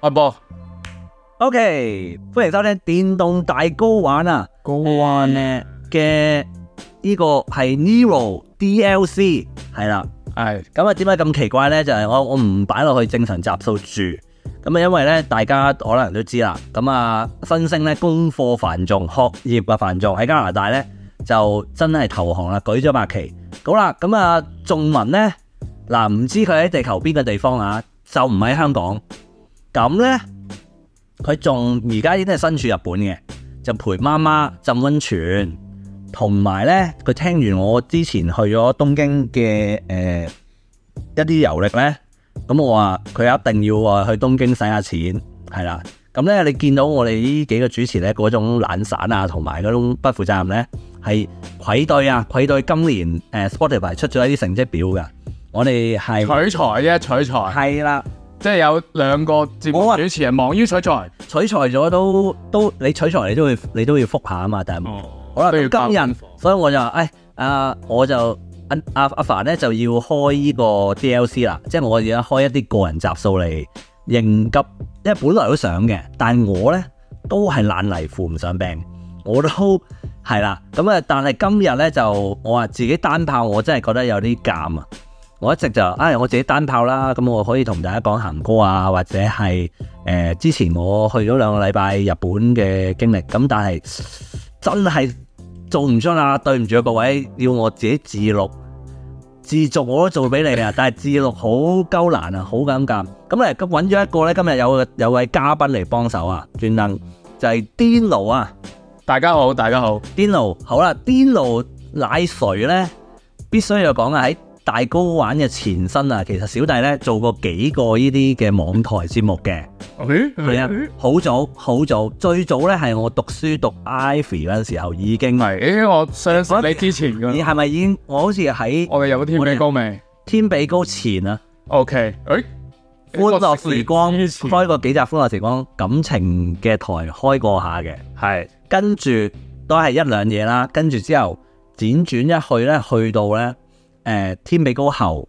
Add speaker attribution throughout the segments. Speaker 1: 開波
Speaker 2: O K，歡迎收聽電動大 GO 玩啊！呃
Speaker 1: 高玩咧，
Speaker 2: 嘅呢個係 Nero DLC 係啦。
Speaker 1: 係
Speaker 2: 咁啊，點解咁奇怪咧？就係、我我唔擺落去正常集數住。咁啊，因為咧，大家可能都知啦。咁啊，新星咧功課繁重，學業嘅繁重喺加拿大咧就真係投降啦，舉咗白旗。好啦，咁啊，仲文咧嗱，唔知佢喺地球邊個地方啊，就唔喺香港。咁咧，佢仲而家已經係身處日本嘅，就陪媽媽浸温泉，同埋咧，佢聽完我之前去咗東京嘅誒。呃一啲遊歷咧，咁我話佢一定要話去東京使下錢，係啦。咁咧，你見到我哋呢幾個主持咧嗰種懶散啊，同埋嗰種不負責任咧，係愧對啊，愧對今年誒、呃 Spotify 出咗一啲成績表㗎。我哋
Speaker 1: 取
Speaker 2: 係
Speaker 1: 材啫，取材，
Speaker 2: 係啦，
Speaker 1: 即係有兩個節
Speaker 2: 我話
Speaker 1: 目主持人忙於取材，
Speaker 2: 取材咗都都你取材你都會你都要覆下啊嘛，但係
Speaker 1: 哦，
Speaker 2: 好啦，
Speaker 1: 都要交
Speaker 2: 今日所以我就話，誒、啊，我就阿阿阿凡咧就要開呢個 DLC 啦，即係我而家開一啲個人集數嚟應急，因為本來都想嘅，但我咧都係懶泥扶唔上病，我都係啦。咁啊，但係今日咧就我話自己單炮，我真係覺得有啲尷啊！我一直就唉、我自己單炮啦，咁我可以同大家講行歌啊，或者係誒、呃之前我去咗兩個禮拜日本嘅經歷，咁但係真係做唔出啦，對唔住啊各位，要我自己自錄自續我都做俾你啊，但係自錄好鳩難啊，好尷尬。咁咧咁揾咗一個咧，今日有個有位嘉賓嚟幫手啊，專登就係 Dino 啊
Speaker 1: 大家好，大家好，
Speaker 2: ，Dino 好啦，Dino 奶水咧必須要講啊，喺大 GO 玩嘅前身啊，其實小弟咧做過幾個呢啲嘅網台節目嘅。
Speaker 1: 誒
Speaker 2: 係啊
Speaker 1: 誒，
Speaker 2: 好早好早，最早咧係我讀書讀 Ivy 嗰陣時候已經，
Speaker 1: 係，啊誒我相信你之前
Speaker 2: 你
Speaker 1: 嘅，
Speaker 2: 係咪已經？我好似喺
Speaker 1: 我哋有天美高未
Speaker 2: 天比高前啊，
Speaker 1: ？OK，誒，
Speaker 2: 歡樂時光
Speaker 1: 之前
Speaker 2: 開過幾集歡樂時光感情嘅台開過下嘅，
Speaker 1: 係
Speaker 2: 跟住都係一兩嘢啦，跟住之後輾轉一去咧，去到咧誒、呃天比高後，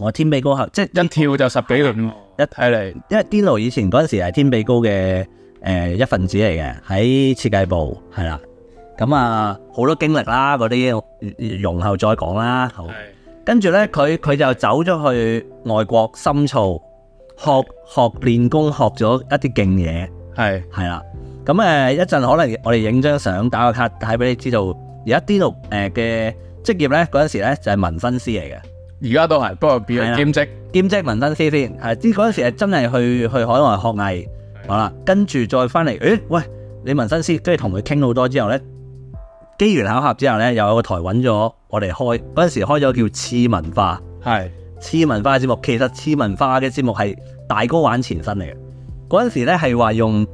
Speaker 2: 我天比高後即係
Speaker 1: 一跳就十幾輪喎，
Speaker 2: 一
Speaker 1: 睇嚟
Speaker 2: 因為 Dino 以前嗰陣時係天比高嘅誒、呃一份子嚟嘅，喺設計部係啦。咁啊，好多經歷啦，嗰啲容後再講啦。好，
Speaker 1: 係
Speaker 2: 跟住咧，佢佢就走咗去外國深造，學學練功，學咗一啲勁嘢，
Speaker 1: 係
Speaker 2: 係啦。咁誒、呃一陣可能我哋影張相打個卡睇俾你知道，而家 Dino 誒嘅職業咧嗰陣時咧就係紋身師嚟嘅。
Speaker 1: 而家都係，不過變
Speaker 2: 係啊
Speaker 1: 咗
Speaker 2: 啦
Speaker 1: 兼職，
Speaker 2: 兼職紋身師先，係知嗰陣時係真係去去海外學藝，好啦，跟住再翻嚟，誒喂，你紋身師，跟住同佢傾好多之後咧，機緣巧合之後咧，又有個台揾咗我哋開嗰陣時開咗叫次文化，
Speaker 1: 係
Speaker 2: 次文化嘅節目，其實次文化嘅節目係大哥玩前身嚟嘅，嗰陣時咧係話用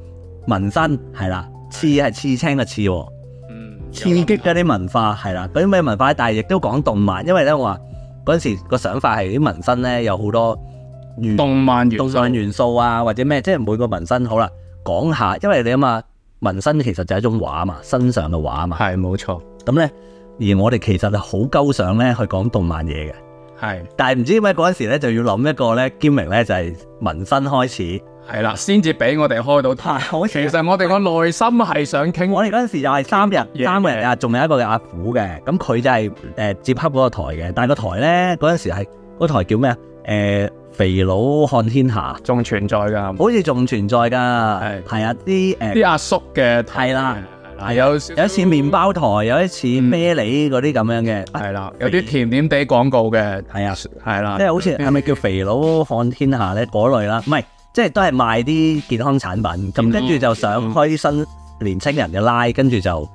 Speaker 2: 紋身係啦，刺係刺青嘅刺喎。
Speaker 1: 嗯
Speaker 2: 刺激嗰啲文化係啦，嗰啲咩文化，但係亦都講動漫，因為咧我話嗰陣時個想法係啲紋身咧有好多元
Speaker 1: 動漫元
Speaker 2: 動
Speaker 1: 素
Speaker 2: 漫元素啊，或者咩，即係每個紋身好啦，講下，因為你諗下紋身其實就係一種畫嘛，身上嘅畫嘛，
Speaker 1: 係冇錯，
Speaker 2: 咁咧而我哋其實係好鳩想咧去講動漫嘢嘅，
Speaker 1: 係
Speaker 2: 但係唔知點解嗰陣時咧就要諗一個咧 g i 咧就係紋身開始，
Speaker 1: 係啦，先至俾我哋開到 台。
Speaker 2: 好
Speaker 1: 其實我哋個內心係想傾
Speaker 2: 我哋嗰陣時又係三日，
Speaker 1: 嘢
Speaker 2: 三個人啊，仲有一個叫阿虎嘅，咁佢就係、呃接洽嗰個台嘅，但係個台咧嗰陣時係嗰台叫咩啊？誒、肥佬看天下，
Speaker 1: 仲存在㗎，
Speaker 2: 好似仲存在㗎，嗯係啊啲誒
Speaker 1: 啲阿叔嘅
Speaker 2: 係啦，
Speaker 1: 係啦，有少
Speaker 2: 有一次麵包台，有一次啤梨嗰啲咁樣嘅，啊
Speaker 1: 係啦，有啲甜點地廣告嘅，
Speaker 2: 係啊，
Speaker 1: 係啦
Speaker 2: 即，係好似係咪叫肥佬看天下咧嗰類啦，唔係即係都係賣啲健康產品，咁
Speaker 1: 健康
Speaker 2: 跟住就想開啲新年青人嘅拉，跟住就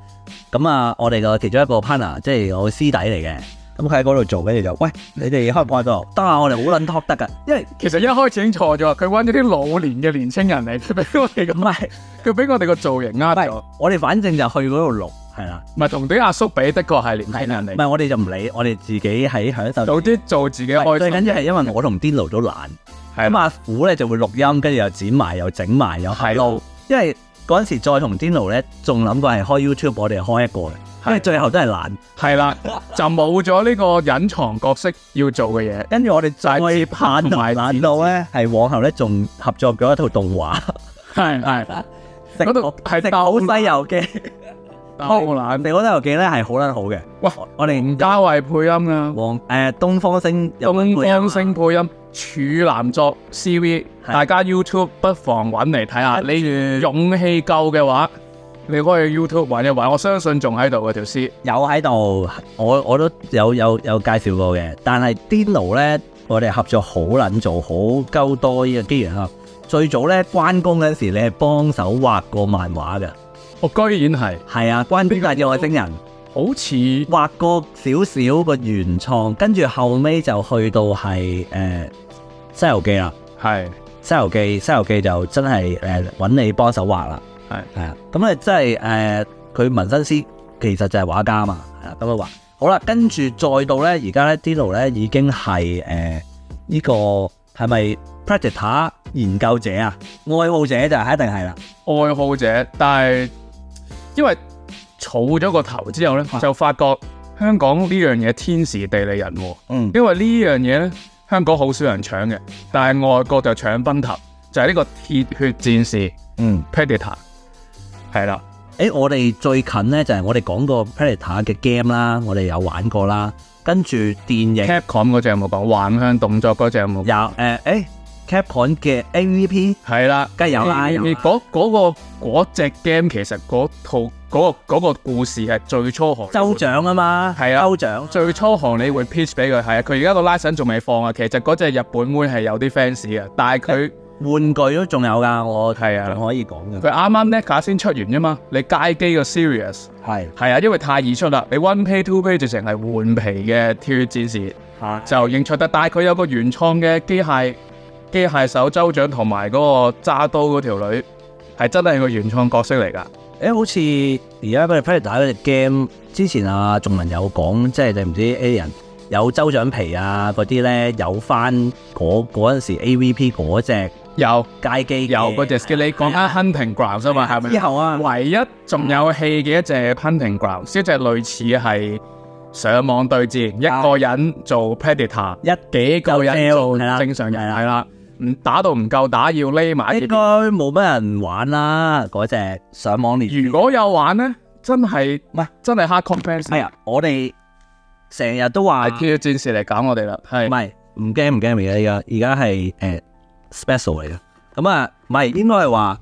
Speaker 2: 咁啊，我哋個其中一個 partner 即係我師弟嚟嘅，咁佢喺嗰度做，跟住就喂你哋開唔開到？得啊，我哋好撚 talk 得㗎，因為
Speaker 1: 其實一開始已經錯咗，佢揾咗啲老年嘅年青人嚟， 佢俾我哋
Speaker 2: 唔係
Speaker 1: 個，佢俾我哋個造型
Speaker 2: 唔
Speaker 1: 呃
Speaker 2: 係
Speaker 1: 咗，，
Speaker 2: 我哋反正就去嗰度錄係啦，
Speaker 1: 唔係同啲阿叔比，的確係年
Speaker 2: 係
Speaker 1: 青
Speaker 2: 啦，
Speaker 1: 人
Speaker 2: 唔
Speaker 1: 嚟，
Speaker 2: 係我哋就唔理，我哋自己喺享受。
Speaker 1: 早啲做自己
Speaker 2: 喂
Speaker 1: 開
Speaker 2: 最緊
Speaker 1: 心，
Speaker 2: 要係因為我同 Dino 都懶。
Speaker 1: 係
Speaker 2: 咁
Speaker 1: 啦，
Speaker 2: 阿虎咧就會錄音，跟住又剪埋，又整埋，又
Speaker 1: 係
Speaker 2: 係路。因為嗰陣時再同 Dino 咧，仲諗過係開 YouTube，我哋開一個嘅。因為最後都係懶。
Speaker 1: 係啦，就冇咗呢個隱藏角色要做嘅嘢。
Speaker 2: 跟住我哋再拍
Speaker 1: 同
Speaker 2: 同
Speaker 1: 埋
Speaker 2: 埋
Speaker 1: 剪
Speaker 2: 懶到咧，係往後咧仲合作咗一套動 畫，
Speaker 1: 係 係，
Speaker 2: 食
Speaker 1: 嗰度
Speaker 2: 好
Speaker 1: 係
Speaker 2: 食
Speaker 1: 鬥
Speaker 2: 好
Speaker 1: 懶
Speaker 2: 西遊記，
Speaker 1: 好懶。
Speaker 2: 食好西遊記咧係好撚好嘅。
Speaker 1: 哇！
Speaker 2: 我
Speaker 1: 吳
Speaker 2: 哋
Speaker 1: 家衞配音啊，
Speaker 2: 黃誒東方星
Speaker 1: 東
Speaker 2: 有份配音啊
Speaker 1: 方星配音處男作 CV，
Speaker 2: 係
Speaker 1: 大家 YouTube 不妨揾嚟睇下。你勇氣夠嘅話，你可以 YouTube 揾一揾，我相信仲喺度嘅條屍。
Speaker 2: 有喺度，我我都有有有介紹過嘅。但係 Dino 咧，我哋合作好撚做，好鳩多呢個機緣啊！最早咧關公嗰陣時，你係幫手畫過漫畫嘅，
Speaker 1: 我哦居然係
Speaker 2: 係啊，關公大戰外星人。
Speaker 1: 好似
Speaker 2: 畫過少少個原創，跟住後尾就去到係誒、呃西遊記》啦，
Speaker 1: 係
Speaker 2: 《西遊記》《西遊記》就真係誒揾你幫手畫啦，
Speaker 1: 係
Speaker 2: 係啊，咁啊真係誒佢紋身師其實就係畫家嘛，係啦咁啊畫好啦，跟住再到咧而家咧 Dino 咧已經係誒呢個係咪 Predator 研究者啊愛好者就係一定係啦，
Speaker 1: 愛好者，但係因為儲咗個頭之後呢，
Speaker 2: 啊
Speaker 1: 就發覺香港呢樣嘢天時地利人和，
Speaker 2: 嗯
Speaker 1: 因為呢樣嘢呢，香港好少人搶嘅，但係外國就搶崩頭，就係、呢個鐵血戰士
Speaker 2: 嗯。
Speaker 1: Predator，係啦，
Speaker 2: 誒、我哋最近咧就係、我哋講過 Predator 嘅 game 啦，我哋有玩過啦，跟住電影有
Speaker 1: Capcom 嗰隻有冇講橫向動作嗰隻有冇講？
Speaker 2: 誒誒、Capcom 嘅 MVP
Speaker 1: 係啦，
Speaker 2: 梗係有啦，有
Speaker 1: 你
Speaker 2: 啦
Speaker 1: 嗰嗰個嗰隻 game 其實嗰套嗰、個嗰個故事係最初學
Speaker 2: 州長啊嘛，
Speaker 1: 係啊
Speaker 2: 州長
Speaker 1: 最初行你會 pitch 俾佢，係啊，佢而家個 license 仲未放啊。其實嗰隻日本妹係有啲 fans 嘅，但係佢
Speaker 2: 玩具都仲有㗎，我
Speaker 1: 係啊
Speaker 2: 仲可以講嘅，
Speaker 1: 佢啱啱 NECA 先出完啫嘛。你街機個 series
Speaker 2: 係
Speaker 1: 係啊，因為太易出啦。你 one pay two pay 直情係換皮嘅跳躍戰士
Speaker 2: 嚇
Speaker 1: 就認出得，但係佢有個原創嘅機械機械手州長同埋嗰個揸刀嗰條女係真係個原創角色嚟㗎。
Speaker 2: 誒，好似而家 Predator 嗰隻 game 之前啊，仲文有講，即係你唔知 A 人有州長皮啊嗰啲咧，有翻嗰嗰陣時 AVP 嗰只
Speaker 1: 有
Speaker 2: 街機嘅
Speaker 1: 有嗰隻 skill，你講緊 hunting grounds 啊 嘛，係咪？
Speaker 2: 之後啊。
Speaker 1: 唯一仲有戲嘅一隻 Hunting Grounds，一隻類似係上網對戰，一個人做 Predator，
Speaker 2: 一
Speaker 1: 幾個人做
Speaker 2: 就 sell，係啦
Speaker 1: 正常人，
Speaker 2: 係啦
Speaker 1: 係啦，唔打到唔夠打要匿埋一
Speaker 2: 應該
Speaker 1: 邊。
Speaker 2: 冇乜人玩啦，嗰只上網連
Speaker 1: 如果有玩呢，真係
Speaker 2: 唔係
Speaker 1: 真係 hardcore fans，
Speaker 2: 係啊，我哋成日都話
Speaker 1: 係
Speaker 2: 唔
Speaker 1: Q 戰士嚟搞我哋啦，係
Speaker 2: 係唔驚唔驚而家而家係誒 special 嚟嘅，咁啊唔係應該係話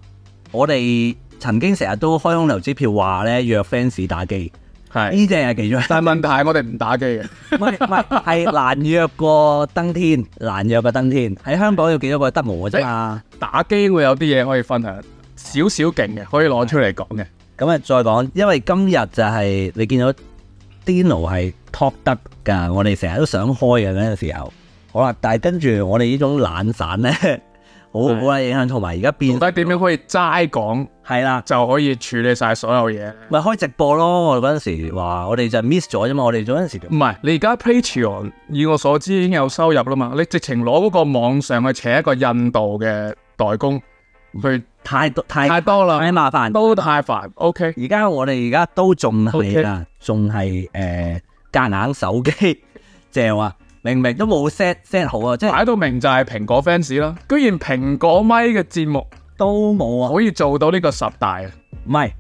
Speaker 2: 我哋曾經成日都開空頭支票話咧約 fans 打機，
Speaker 1: 係。
Speaker 2: 呢只係其中一
Speaker 1: 但係問題係我哋唔打機嘅，
Speaker 2: 唔係唔係係難約過登天，難約過登天喺香港有幾多個得我啫嘛？
Speaker 1: 打機會有啲嘢可以分享，少少勁嘅可以攞出嚟講嘅，
Speaker 2: 咁啊，再講，因為今日就係、你見到 Dino 係 top 得㗎，我哋成日都想開嘅嗰陣時候。好啦，但係跟住我哋呢種懶散咧，好好
Speaker 1: 係
Speaker 2: 啦影響，同埋而家變
Speaker 1: 到底點樣可以齋講
Speaker 2: 係啦，
Speaker 1: 就可以處理晒所有嘢？
Speaker 2: 咪開直播咯。我哋嗰陣時話，我哋就 miss 咗啫嘛。我哋嗰陣時就
Speaker 1: 唔係，你而家 Patreon 以我所知已經有收入啦嘛，你直情攞嗰個網上去請一個印度嘅代工，佢
Speaker 2: 太多太
Speaker 1: 太多啦，
Speaker 2: 太麻煩。
Speaker 1: 都太煩。OK，
Speaker 2: 而家我哋而家都仲係啦，仲係誒夾硬手機 正啊，明明都冇 set set 好啊，即係
Speaker 1: 擺到明就係蘋果 fans 啦，居然蘋果咪嘅節目
Speaker 2: 都冇啊。
Speaker 1: 可以做到呢個十大啊！
Speaker 2: 唔係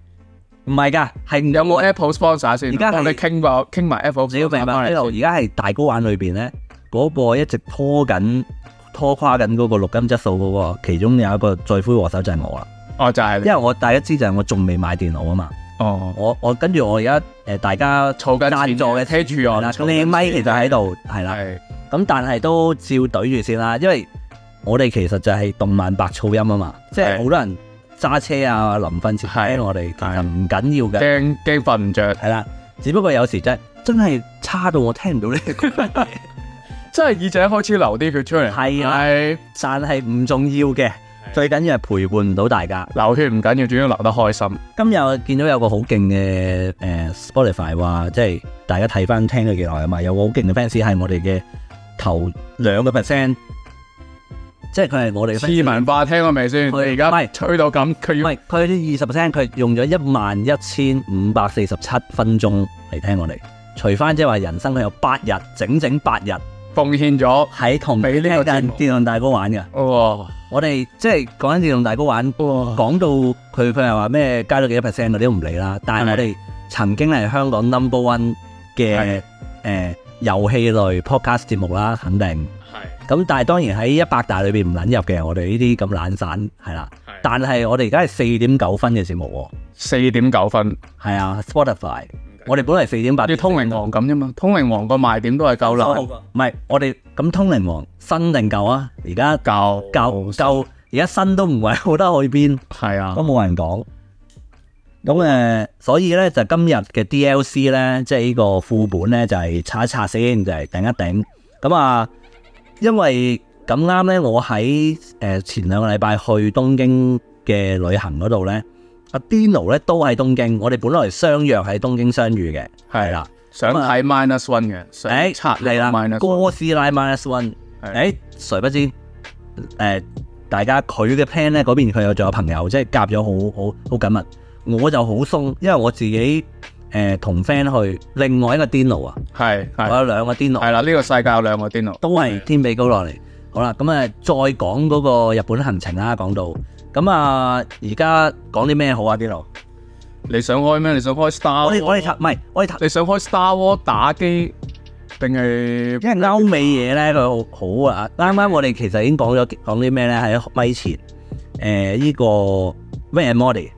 Speaker 2: 唔係㗎，係
Speaker 1: 有冇 Apple sponsor 先？
Speaker 2: 而家係
Speaker 1: 我哋傾過傾埋 Apple
Speaker 2: 你要明
Speaker 1: sponsor
Speaker 2: 白
Speaker 1: 翻
Speaker 2: 呢度
Speaker 1: 嚟
Speaker 2: 而家係大高玩裏邊咧，嗰、個一直拖緊、拖垮緊嗰個錄音質素嗰、個，其中有一個罪魁禍首就係我啦。
Speaker 1: 哦，就係
Speaker 2: 因
Speaker 1: 你
Speaker 2: 為我大家知就係我仲未買電腦啊嘛，
Speaker 1: 哦，
Speaker 2: 我我跟住我而家誒大家
Speaker 1: 儲緊
Speaker 2: 贊
Speaker 1: 錢
Speaker 2: 助嘅
Speaker 1: 聽住
Speaker 2: 係
Speaker 1: 我
Speaker 2: 啦，咁你咪其實喺度係啦，
Speaker 1: 係
Speaker 2: 咁但係都照懟住先啦，因為我哋其實就係動漫白噪音啊嘛，即係
Speaker 1: 係
Speaker 2: 好多人揸車啊、臨瞓前
Speaker 1: 係
Speaker 2: 聽我哋其
Speaker 1: 係
Speaker 2: 實唔緊要嘅。
Speaker 1: 驚驚瞓唔着，
Speaker 2: 係啦，只不過有時真係真係差到我聽唔到呢個，
Speaker 1: 真係耳仔開始流啲血出嚟。
Speaker 2: 係啊
Speaker 1: 係
Speaker 2: 但係唔重要嘅，最緊要係陪伴唔到大家。
Speaker 1: 流血唔緊要，主要流得開心。
Speaker 2: 今日見到有個好勁嘅誒 Spotify 話，即係大家睇翻聽咗幾耐啊嘛，有個好勁嘅 fans 係我哋嘅頭兩個 percent 即係佢係我哋嘅
Speaker 1: 次
Speaker 2: fans
Speaker 1: 文化聽過未先？你
Speaker 2: 佢
Speaker 1: 而
Speaker 2: 唔
Speaker 1: 家
Speaker 2: 係
Speaker 1: 吹到咁，佢
Speaker 2: 唔
Speaker 1: 要
Speaker 2: 係佢啲二十 percent，佢用咗一萬一千五百四十七分鐘嚟聽我哋，除翻即係話人生佢有八日，整整八日
Speaker 1: 奉獻咗。
Speaker 2: 喺同
Speaker 1: 俾呢個節目
Speaker 2: 電動大哥玩嘅。
Speaker 1: 哇
Speaker 2: 我哋即係講緊電動大哥玩，
Speaker 1: 哇！
Speaker 2: 講到佢佢係話咩加咗幾多 percent 嗰啲都唔理啦。但係我哋曾經係香港 number one
Speaker 1: 係
Speaker 2: 嘅誒遊戲類 podcast 節目啦，肯定。
Speaker 1: 係
Speaker 2: 咁但係當然喺一百大裏邊唔撚入嘅，我哋呢啲咁懶散係啦。
Speaker 1: 但
Speaker 2: 但係我哋而家係四點九分嘅節目
Speaker 1: 四點九分，
Speaker 2: 喎，係啊，Spotify，我哋本來係四點八，
Speaker 1: 啲通靈王咁啫嘛。通靈王個賣點都係夠難，
Speaker 2: 唔係我哋咁通靈王新定舊啊？而家
Speaker 1: 夠
Speaker 2: 舊舊，而家新都唔係好得去邊，
Speaker 1: 係啊
Speaker 2: 都，冇人講。咁誒、呃所以咧就今日嘅 DLC 咧，即係呢個副本咧，就係、刷一刷先，就係、頂一頂。咁啊，因為咁啱咧，我喺誒、呃前兩個禮拜去東京嘅旅行嗰度咧，阿 Dino 咧都喺東京，我哋本來相約喺東京相遇嘅，係
Speaker 1: 係啦
Speaker 2: 啦。，
Speaker 1: 啊想睇 minus one 嘅，想
Speaker 2: 誒
Speaker 1: 拆
Speaker 2: 係哎啦
Speaker 1: minus，one
Speaker 2: 哥斯拉 minus one，
Speaker 1: 係
Speaker 2: 誒誰不知誒、大家佢嘅 plan 咧嗰邊佢有仲有朋友，即係夾咗好好好緊密，我就好鬆，因為我自己誒同 friend 去另外一個 Dino 啊，
Speaker 1: 係
Speaker 2: 我
Speaker 1: 係
Speaker 2: 有兩個 Dino
Speaker 1: 係啦，呢個世界有兩個癲佬，
Speaker 2: 都係天比高落嚟。好啦，咁啊，再講嗰個日本行程啦，講到咁啊，而家講啲咩好啊？Dino，
Speaker 1: 你想開咩？你想開 Star？
Speaker 2: 我哋
Speaker 1: War？
Speaker 2: 我哋唔係我哋
Speaker 1: 你想開 Star War 打機定係
Speaker 2: 因為歐美嘢咧，佢好好啊！啱啱我哋其實已經講咗講啲咩咧，喺咪前誒呢、個 Van Mody，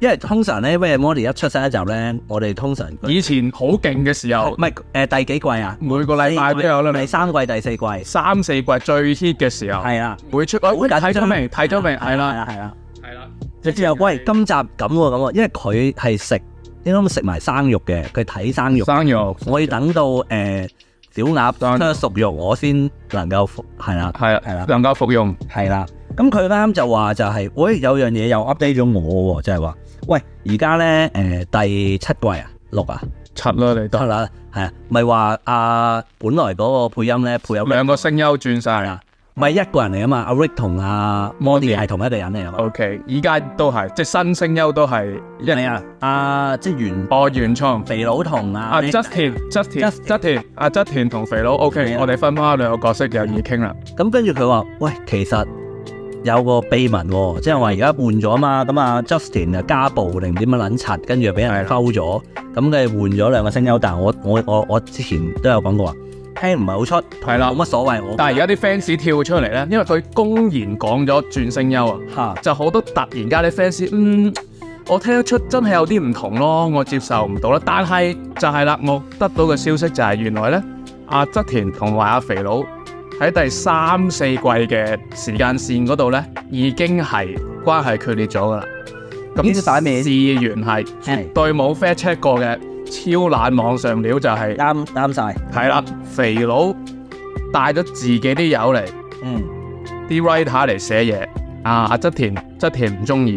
Speaker 2: 因為通常咧 Van Mody 一出新一集咧，我哋通常唔
Speaker 1: 以前好勁嘅時候，
Speaker 2: 係誒第幾季啊？
Speaker 1: 每個禮拜都有啦，
Speaker 2: 第三季、第四季
Speaker 1: 三四季最 hit 嘅時候，
Speaker 2: 係啦，
Speaker 1: 每出喂喂睇咗未？睇咗未？係
Speaker 2: 係
Speaker 1: 啦，
Speaker 2: 啦，係啦。
Speaker 1: 係啊啦，
Speaker 2: 直接又喂，今集咁喎咁喎，因為佢係食應該食埋生肉嘅，佢睇生肉。
Speaker 1: 生肉
Speaker 2: 我要等到誒、小鴨
Speaker 1: 生
Speaker 2: 出熟肉，我先能夠服係啦。
Speaker 1: 係啦，
Speaker 2: 係啦
Speaker 1: 能夠服用
Speaker 2: 係啦，咁佢啱啱就話就係、喂有樣嘢又 update 咗我喎，就係、話，喂而家咧誒第七季啊六啊
Speaker 1: 柒啦，你
Speaker 2: 得
Speaker 1: 得
Speaker 2: 啦，係啊，咪話啊本來嗰個配音咧配有
Speaker 1: 兩個聲優轉
Speaker 2: 係
Speaker 1: 晒
Speaker 2: 啦，咪一個人嚟啊嘛，阿 Rick 同阿
Speaker 1: Monty
Speaker 2: Monty 係同一個人嚟啊嘛，
Speaker 1: ，OK，依家都係即係新聲優都係哦一
Speaker 2: 係啊，啊即係原
Speaker 1: 哦原創。
Speaker 2: 肥佬同啊
Speaker 1: 阿 Justin，Justin，
Speaker 2: Justin
Speaker 1: 側田，阿側田同肥佬，OK，
Speaker 2: 係啊
Speaker 1: 我哋分開兩個角色有意傾啦。
Speaker 2: 咁跟住佢話：喂，其實有個秘密喎、即係話而家換咗啊嘛，咁啊 Justin 啊家暴定唔知乜撚柒，跟住又俾人溝咗，咁佢換咗兩個聲優，但係我我我我之前都有講過話，聽唔係好出，
Speaker 1: 係啦
Speaker 2: 冇乜所謂我。
Speaker 1: 但係而家啲 fans 跳出嚟咧，因為佢公然講咗轉聲優啊，
Speaker 2: 嚇
Speaker 1: 就好多突然間啲 fans，嗯，我聽得出真係有啲唔同咯，我接受唔到啦。但係就係啦，我得到嘅消息就係原來咧，阿側田同埋阿肥佬喺第三四季嘅時間線嗰度咧，已經係關係決裂咗噶啦。
Speaker 2: 呢啲擺
Speaker 1: 咁
Speaker 2: 面
Speaker 1: 事源係
Speaker 2: 係
Speaker 1: 對冇 fact check 過嘅超懶網上料就係
Speaker 2: 啱啱晒，
Speaker 1: 係啦，肥佬帶咗自己啲友嚟。
Speaker 2: 嗯，
Speaker 1: 啲 writer 嚟寫嘢，啊阿側田側田唔中意，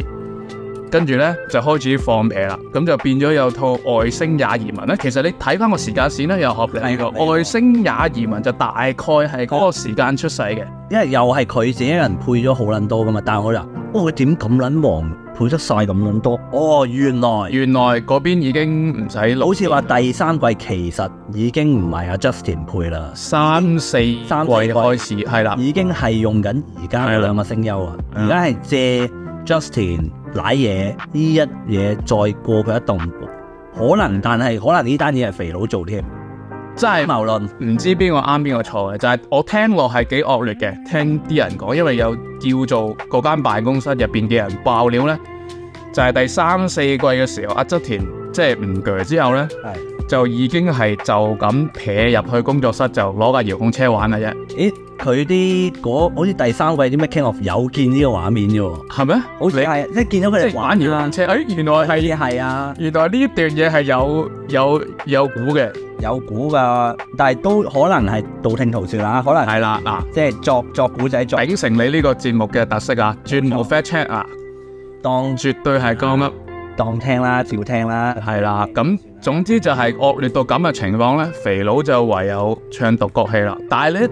Speaker 1: 跟住咧就開始放屁啦，咁就變咗有套外星也移民咧。其實你睇翻個時間線咧，又合理
Speaker 2: 係
Speaker 1: 個
Speaker 2: 合理喎
Speaker 1: 外星也移民就大概係嗰個時間出世嘅，
Speaker 2: 因為又係佢自己一個人配咗好撚多噶嘛，但係我就話：哦，佢點咁撚忙，配得晒咁撚多？哦，原來。
Speaker 1: 原來嗰邊已經唔使錄
Speaker 2: 好似話第三季其實已經唔係阿 Justin 配啦，
Speaker 1: 三四季
Speaker 2: 三四季
Speaker 1: 開始係啦，
Speaker 2: 已經係用緊而家
Speaker 1: 係啦
Speaker 2: 嗰兩個聲優啊，
Speaker 1: 嗯
Speaker 2: 而家係借 Justin 奶嘢呢一嘢再過佢一棟，可能但係可能呢單嘢係肥佬做添，
Speaker 1: 真係
Speaker 2: 陰謀論
Speaker 1: 唔知邊個啱邊個錯嘅，就係、我聽落係幾惡劣嘅，聽啲人講，因為有叫做嗰間辦公室入邊嘅人爆料呢，就係、第三四季嘅時候，阿側田即係唔鋸之後呢，
Speaker 2: 係，
Speaker 1: 就已經係就咁撇入去工作室就攞架遙控車玩嘅啫，
Speaker 2: 咦佢啲嗰好似第三季啲咩 King of 有見呢個畫面嘅喎，
Speaker 1: 係咩？
Speaker 2: 好似
Speaker 1: 你
Speaker 2: 係即係見到佢
Speaker 1: 即
Speaker 2: 哋
Speaker 1: 係玩
Speaker 2: 玩
Speaker 1: 遙控車，誒、原來係
Speaker 2: 係係啊，
Speaker 1: 原來呢段嘢係有有有估嘅，
Speaker 2: 有估㗎，但係都可能係道聽途説啦，可能
Speaker 1: 係啦嗱。
Speaker 2: 即係作作古仔作
Speaker 1: 秉承你呢個節目嘅特色啊，絕無 fact check 啊，
Speaker 2: 當
Speaker 1: 絕對係鳩噏。
Speaker 2: 當聽啦，照聽啦，
Speaker 1: 係啦，咁總之就係惡劣到咁嘅情況咧，肥佬就唯有唱獨角戲啦。但係咧，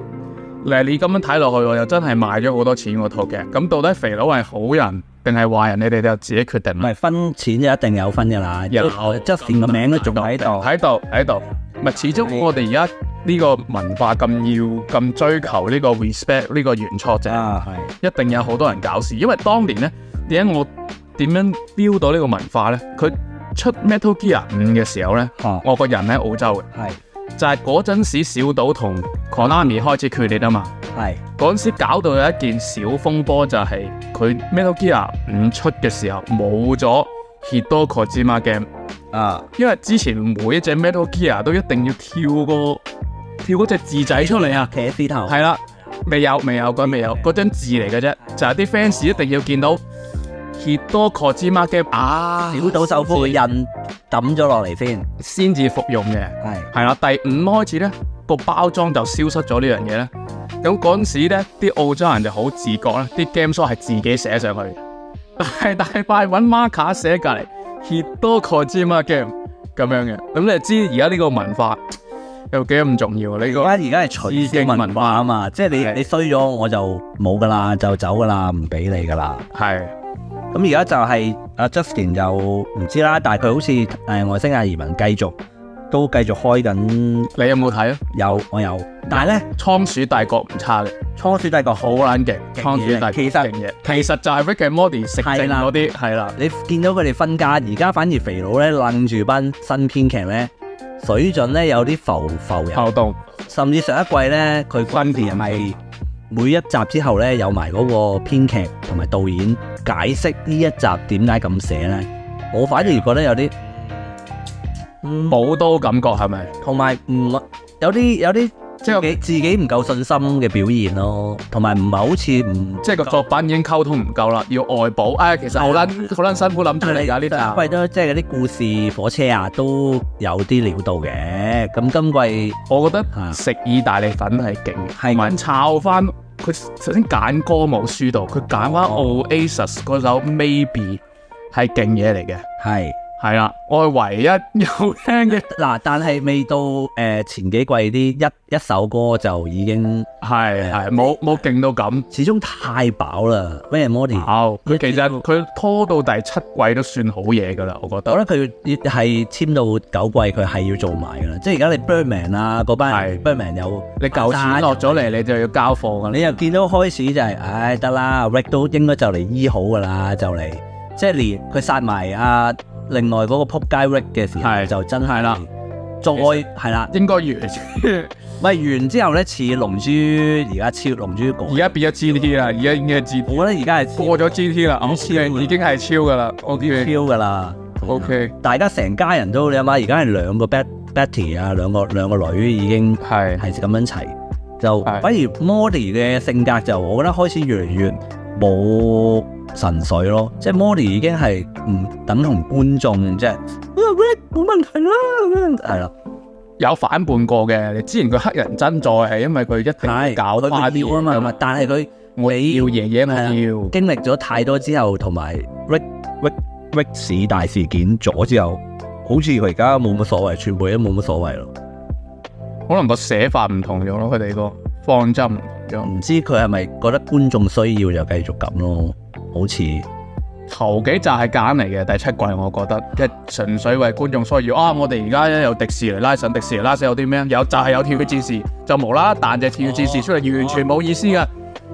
Speaker 1: 嗱，你咁樣睇落去，我又真係賣咗好多錢嗰套嘅。咁到底肥佬係好人定係壞人？你哋就自己決定
Speaker 2: 唔
Speaker 1: 啦。
Speaker 2: 係分錢就一定有分㗎啦。
Speaker 1: 有啊
Speaker 2: 有 Justin 個名都仲喺度，
Speaker 1: 喺度喺度，唔係始終我哋而家呢個文化咁要咁追求呢個 respect 呢個原創者，
Speaker 2: 啊係
Speaker 1: 一定有好多人搞事。因為當年呢，點解我點樣標到呢個文化呢？佢出 Metal Gear 五嘅時候呢，
Speaker 2: 哦
Speaker 1: 我個人喺澳洲嘅，
Speaker 2: 係
Speaker 1: 就係嗰陣時小島同 Konami 開始決裂啊嘛。
Speaker 2: 係
Speaker 1: 嗰陣時搞到有一件小風波，就係佢 Metal Gear 五出嘅時候冇咗 Hideo Kojima game，
Speaker 2: 啊
Speaker 1: 因為之前每一隻 Metal Gear 都一定要跳個跳嗰隻字仔出嚟啊，
Speaker 2: 茄絲頭
Speaker 1: 係啦，未有未有嗰未有嗰張字嚟嘅啫，就係啲 fans 一定要見到 Hideo Kojima game 啊，
Speaker 2: 小島秀夫嘅印抌咗落嚟先，
Speaker 1: 先至服用嘅。
Speaker 2: 係
Speaker 1: 係啦，啊第五開始呢個包裝就消失咗呢樣嘢呢。咁嗰陣時咧，啲澳洲人就好自覺啦，啲 game show 係自己寫上去嘅，但係大塊揾 marker 寫隔離 hit 多個 game game 咁樣嘅。咁你就知而家呢個文化有幾咁重要啊？呢
Speaker 2: 而
Speaker 1: 個
Speaker 2: 家而家係取消文化啊嘛，即係
Speaker 1: 係
Speaker 2: 你你衰咗我就冇㗎啦，就走㗎啦，唔俾你㗎啦。
Speaker 1: 係
Speaker 2: 咁而家就係、阿 Justin 就唔知啦，但係佢好似誒、外星亞移民繼續都繼續開緊
Speaker 1: 你有冇睇啊？
Speaker 2: 有我有，但係咧
Speaker 1: 倉鼠大國唔差嘅，
Speaker 2: 初選帝國
Speaker 1: 好
Speaker 2: 好，
Speaker 1: 撚勁，倉鼠大國
Speaker 2: 其實
Speaker 1: 勁嘢，其實就係 Rick and Morty 食剩
Speaker 2: 係啦
Speaker 1: 嗰啲係啦，
Speaker 2: 你見到佢哋分家，而家反而肥佬咧楞住班新編劇咧水準咧有啲浮浮人，
Speaker 1: 後動
Speaker 2: 甚至上一季咧佢
Speaker 1: 分田
Speaker 2: 係每一集之後咧有埋嗰個編劇同埋導演解釋呢一集點解咁寫咧，我反而覺得有啲嗯。
Speaker 1: 冇刀感覺係咪？
Speaker 2: 同埋唔有啲有啲
Speaker 1: 即
Speaker 2: 即
Speaker 1: 係
Speaker 2: 係自己唔夠信心嘅表現咯，同埋唔係好似唔
Speaker 1: 即係個作品已經溝通唔夠啦，要外補。唉、其實好撚好撚辛苦諗出嚟㗎呢集。
Speaker 2: 啊喂都即係嗰啲故事火車啊都有啲料到嘅。咁今季
Speaker 1: 我覺得食意大利粉係勁嘅，
Speaker 2: 係
Speaker 1: 同埋抄翻佢首先揀歌冇輸到，佢揀翻
Speaker 2: 哦
Speaker 1: Oasis 嗰首 Maybe 係勁嘢嚟嘅，
Speaker 2: 係
Speaker 1: 係啦，我係唯一有聽 嘅，
Speaker 2: 嗱，但係未到誒、呃前幾季啲一一首歌就已經
Speaker 1: 係係冇冇勁到咁。
Speaker 2: 始終太飽啦。Van m o d y
Speaker 1: 好，佢其實佢拖到第七季都算好嘢㗎啦，我覺得。
Speaker 2: 我覺得佢要係簽到九季，佢係要做埋㗎啦。即係而家你 Birdman 啊嗰班
Speaker 1: 係
Speaker 2: Birdman 有
Speaker 1: 你舊錢落咗嚟，你就要交貨㗎啦。
Speaker 2: 啊你又見到開始就係、唉得啦，Rick 都應該就嚟醫好噶啦，就嚟即係連佢殺埋啊另外嗰個撲街 Rick 嘅時
Speaker 1: 係
Speaker 2: 候，就真係
Speaker 1: 係啦，
Speaker 2: 再係啦，
Speaker 1: 應該完。
Speaker 2: 喂完之後咧似龍珠而家超龍珠
Speaker 1: 而
Speaker 2: 局，
Speaker 1: 家變咗 GT 啦，而家已經係 GT，
Speaker 2: 我覺得而家係
Speaker 1: 過咗 GT 啦，
Speaker 2: 已
Speaker 1: 我
Speaker 2: 經超啦
Speaker 1: 已經係超噶啦。OK
Speaker 2: 超噶啦。
Speaker 1: OK，
Speaker 2: 大家成家人都你諗下，而家係兩個 Bet Betty 啊，兩個兩個女已經
Speaker 1: 係
Speaker 2: 係咁樣齊，就
Speaker 1: 係
Speaker 2: 反而 Mody 嘅性格就我覺得開始越嚟越冇神水咯，即係 Mody 已經係唔等同觀眾，即係啊 Rick 冇問題啦，係啦，
Speaker 1: 有反叛過嘅。你之前佢黑人爭在係因為佢一定
Speaker 2: 係
Speaker 1: 搞
Speaker 2: 佢
Speaker 1: 跨
Speaker 2: 會
Speaker 1: 啲
Speaker 2: 要啊
Speaker 1: 嘢㗎
Speaker 2: 嘛，，但係佢
Speaker 1: 我要
Speaker 2: 你
Speaker 1: 爺爺
Speaker 2: 係啊
Speaker 1: 我
Speaker 2: 經歷咗太多之後，同埋 Rick Rick Rick 市大事件咗之後，好似佢而家冇乜所謂，全部嘢都冇乜所謂咯。啊
Speaker 1: 要，可能個寫法唔同咗咯，佢哋個方針唔同咗。
Speaker 2: 唔知佢係咪覺得觀眾需要就繼續咁咯？好似
Speaker 1: 頭幾集係揀嚟嘅，第七季我覺得即係純粹為觀眾需要啊！我哋而家咧有迪士尼拉上迪士尼拉上有啲咩？有就係有跳躍戰士，就無啦啦彈隻跳躍戰士出嚟，完全冇意思㗎。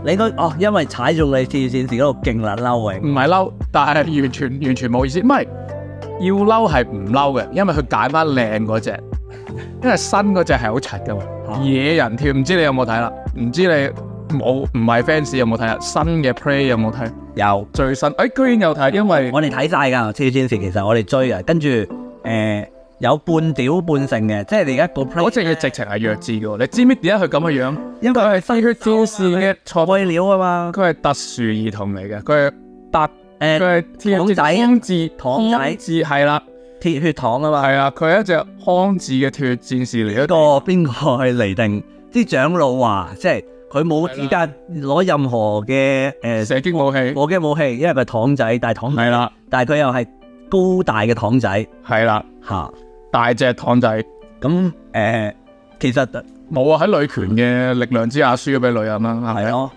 Speaker 2: 你應該哦，因為踩中你鐵線自己度勁撚嬲
Speaker 1: 唔
Speaker 2: 永，
Speaker 1: 係嬲，但係完全 完全冇意思。唔係要嬲係唔嬲嘅，因為佢揀翻靚嗰只，因為新嗰只係好柒噶嘛。
Speaker 2: 啊
Speaker 1: 野人跳唔知你有冇睇啦？唔知你冇唔係 fans 有冇睇啦？啊新嘅 play 有冇睇？
Speaker 2: 有
Speaker 1: 最新誒、哎居然有睇，因為
Speaker 2: 我哋睇晒㗎鐵線線，其實我哋追啊，跟住誒有半屌半性嘅，即係你而家個 play 呃
Speaker 1: 嗰只嘢直情係弱智嘅喎。你知唔知點解佢咁嘅樣？
Speaker 2: 因為
Speaker 1: 佢係西區超市嘅錯，
Speaker 2: 廢料啊嘛，呃
Speaker 1: 佢係特殊兒童嚟嘅，佢係特佢
Speaker 2: 誒
Speaker 1: 係跳
Speaker 2: 糖仔
Speaker 1: 康字
Speaker 2: 糖仔
Speaker 1: 康字係啦
Speaker 2: 鐵血糖啊嘛，
Speaker 1: 係啦，佢係一隻康字嘅脱戰士嚟
Speaker 2: 個
Speaker 1: 嘅。
Speaker 2: 邊個去嚟定？啲長老話即係佢冇資格攞任何嘅誒
Speaker 1: 射擊武器。
Speaker 2: 我嘅武器，因為佢係糖仔，但係糖
Speaker 1: 係啦，
Speaker 2: 但係佢又係高大嘅糖仔
Speaker 1: 係啦，
Speaker 2: 嚇。
Speaker 1: 大隻糖仔，
Speaker 2: 咁誒、呃其實
Speaker 1: 冇啊！喺女權嘅力量之下，輸咗俾女人啦，係
Speaker 2: 係啊
Speaker 1: 咪？
Speaker 2: 咯，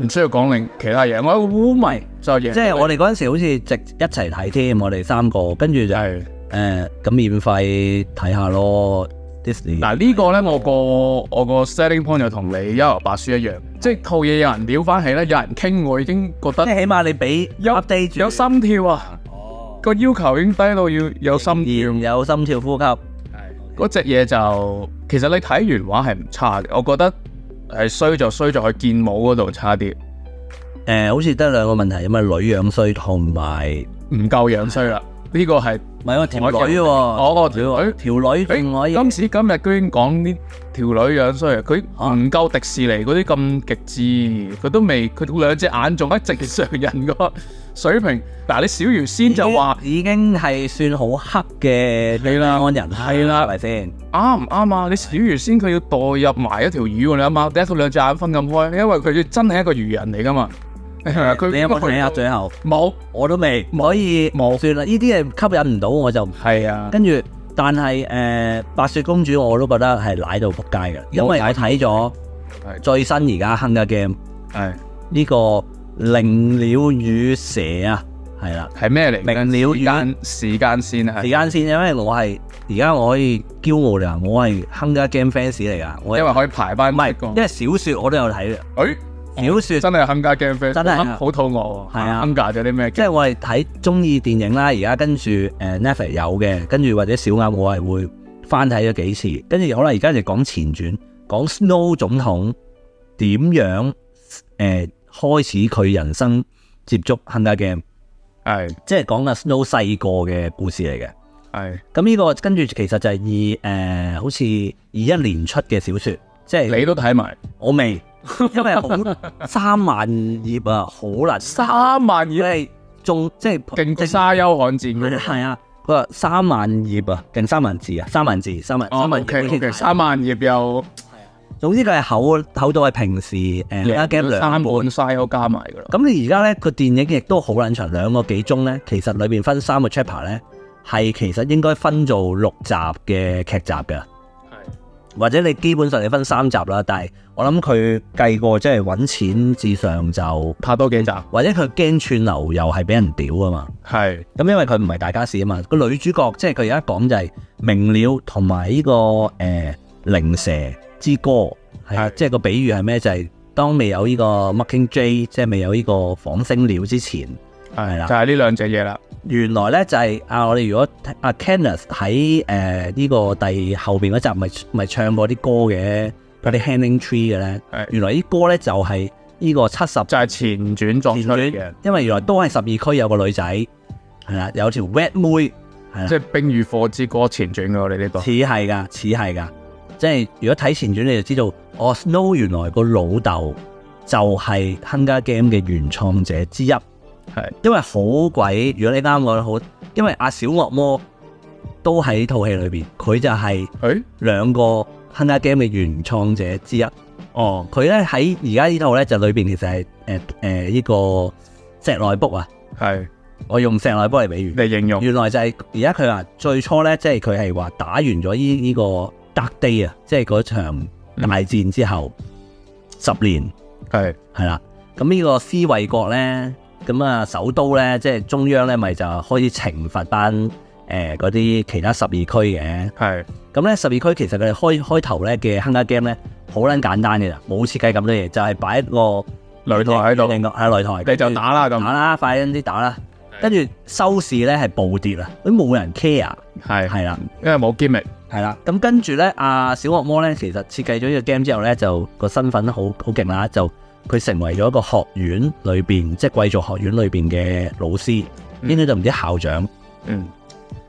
Speaker 1: 唔需要講另其他嘢，我一個污迷就贏。
Speaker 2: 即係我哋嗰陣時好似直一齊睇添，我哋三個，跟住就誒
Speaker 1: 係
Speaker 2: 咁免費睇下咯，Disney。
Speaker 1: 嗱呢個呢，我個我個 setting point 就同你一遊白書一樣，即係套嘢有人撩翻起呢，有人傾，我已經覺
Speaker 2: 即
Speaker 1: 得
Speaker 2: 係起碼你俾
Speaker 1: 有
Speaker 2: update 住，
Speaker 1: 有心跳啊，
Speaker 2: 哦，
Speaker 1: 個要求已經低到要有心跳。
Speaker 2: 然有心跳呼吸，
Speaker 1: 嗰只嘢就其實你睇原畫係唔差嘅，我覺得係衰就衰在佢建模嗰度差啲，
Speaker 2: 誒好似得兩個問題，因為女樣衰同埋
Speaker 1: 唔夠樣衰啦。呢個係
Speaker 2: 唔係我條女喎，
Speaker 1: 我我條女
Speaker 2: 條女仲可以
Speaker 1: 誒，哎今時今日居然講呢條女樣衰，佢
Speaker 2: 啊
Speaker 1: 唔夠迪士尼嗰啲咁極致，佢都未，佢兩隻眼仲喺正常人個水平。嗱，你小魚仙就話
Speaker 2: 已經係算好黑嘅
Speaker 1: 係啦
Speaker 2: 安人
Speaker 1: 係啦
Speaker 2: 係咪先？
Speaker 1: 啱唔啱啊？你小魚仙佢要代入埋一條魚喎，你諗下，第一佢兩隻眼分咁開，因為佢真係一個魚人嚟噶 嘛。你係咪佢
Speaker 2: 你有冇睇啊？最後
Speaker 1: 冇，
Speaker 2: 我都未，唔可以
Speaker 1: 冇
Speaker 2: 算啦。呢啲係吸引唔到我就
Speaker 1: 係啊，
Speaker 2: 跟住，但係誒、呃白雪公主我都覺得係奶到仆街嘅，因為我睇咗
Speaker 1: 係
Speaker 2: 最新而家《Hunger Game》
Speaker 1: 係
Speaker 2: 呢個靈鳥與蛇啊，係啦，
Speaker 1: 係咩嚟㗎？
Speaker 2: 明瞭
Speaker 1: 時間時間線啊，
Speaker 2: 時
Speaker 1: 係
Speaker 2: 間先，因為我係而家我可以驕傲啦，我係《Hunger Game》fans 嚟噶，我
Speaker 1: 因為可以排班
Speaker 2: 唔
Speaker 1: 一
Speaker 2: 係
Speaker 1: 個。
Speaker 2: 因為小説我都有睇嘅，
Speaker 1: 誒，
Speaker 2: 小説。
Speaker 1: 真係冚家 game friend，
Speaker 2: 真係啊
Speaker 1: 好肚餓喎。
Speaker 2: 係啊
Speaker 1: 冚家咗啲咩？
Speaker 2: 即係我係睇中意電影啦，而家跟住誒 Netflix 有嘅，跟住或者小眼我係會翻睇咗幾次，跟住好啦，而家就講前傳，講 Snow 總統點樣誒、呃、開始佢人生接觸 Hunger Game，
Speaker 1: 係
Speaker 2: 即係講阿 Snow 細個嘅故事嚟嘅。
Speaker 1: 係
Speaker 2: 咁呢個跟住其實就係以誒、呃好似二一年出嘅小説，即係
Speaker 1: 你都睇埋
Speaker 2: 我 未，因為好三萬頁啊，好難，
Speaker 1: 三萬
Speaker 2: 佢
Speaker 1: 頁，
Speaker 2: 係仲即係
Speaker 1: 勁過沙丘寒戰嗰個。
Speaker 2: 係啊，佢話三萬頁啊，定三萬字啊，三萬字，三萬
Speaker 1: 哦
Speaker 2: 三萬頁
Speaker 1: OK
Speaker 2: 好似
Speaker 1: OK，三萬頁又
Speaker 2: 總之佢係厚厚到係平時誒
Speaker 1: 兩
Speaker 2: game 兩
Speaker 1: 三
Speaker 2: 本。
Speaker 1: 本沙丘加埋㗎啦。
Speaker 2: 咁你而家咧個電影亦都好撚長，兩個幾鐘咧，其實裏邊分三個 chapter 咧，係其實應該分做六集嘅劇集嘅，或者你基本上你分三集啦。但係我諗佢計過，即係揾錢至上就，
Speaker 1: 拍多幾集，
Speaker 2: 或者佢驚串流又係俾人屌啊嘛。
Speaker 1: 係
Speaker 2: 咁因為佢唔係大家事啊嘛，個女主角即係佢而家講就係鳴鳥同埋呢個誒、呃、靈蛇之歌，係啊
Speaker 1: 係
Speaker 2: 即係個比喻係咩？就係、當未有呢個 Mockingjay，即係未有呢個仿聲鳥之前，係
Speaker 1: 係
Speaker 2: 啦
Speaker 1: 就係呢兩隻嘢啦。
Speaker 2: 原來咧就係、啊，我哋如果聽啊 Kenneth 喺誒呢個第後邊嗰集咪咪唱過啲歌嘅，嗰啲 Hanging Tree 嘅咧
Speaker 1: 係，
Speaker 2: 原來啲歌咧就係呢個七十
Speaker 1: 就係前傳作出
Speaker 2: 前
Speaker 1: 嚟
Speaker 2: 傳
Speaker 1: 嘅，，
Speaker 2: 因為原來都係十二區有個女仔，係啦，有條 wet 妹，係啦
Speaker 1: 即。係《冰與火之歌》前傳嘅我哋呢個
Speaker 2: 似係噶，似係噶，即係如果睇前傳你就知道，哦，Snow 原來個老豆就係 Hunger Game 嘅原創者之一，
Speaker 1: 係
Speaker 2: 因為好鬼，如果你啱我好，因為阿小惡魔都喺套戲裏邊，佢就係
Speaker 1: 誒
Speaker 2: 兩個 Hunger Game 嘅原創者之一。
Speaker 1: 哦
Speaker 2: 佢咧喺而家呢套咧就裏邊其實係誒誒呢個石內卜啊，
Speaker 1: 係
Speaker 2: 我用石內卜嚟比喻。
Speaker 1: 嚟形容
Speaker 2: 原來就係而家佢話最初咧，即係佢係話打完咗呢呢個 Dark Day 啊，即係嗰場大戰之後、十年
Speaker 1: 係
Speaker 2: 係啦。咁呢個斯衛國咧，咁啊首都咧，即係中央咧，咪就開始懲罰班誒嗰啲其他十二區嘅。
Speaker 1: 係
Speaker 2: 咁咧十二區其實佢哋開開頭咧嘅 Hunger Game 咧，好撚簡單嘅咋，冇設計咁多嘢，就係擺一個
Speaker 1: 擂台喺度，
Speaker 2: 另外係擂台，
Speaker 1: 你就打啦咁，
Speaker 2: 打啦，快啲打啦。跟住收視咧係暴跌啊，都冇人 care。
Speaker 1: 係
Speaker 2: 係啦，
Speaker 1: 因為冇 gimmick
Speaker 2: 係啦。咁跟住咧，阿小惡魔咧，其實設計咗呢個 game 之後咧，就個身份好好勁啦，就佢成為咗一個學院裏邊，即係貴族學院裏邊嘅老師，
Speaker 1: 嗯
Speaker 2: 應該就唔知校長。
Speaker 1: 嗯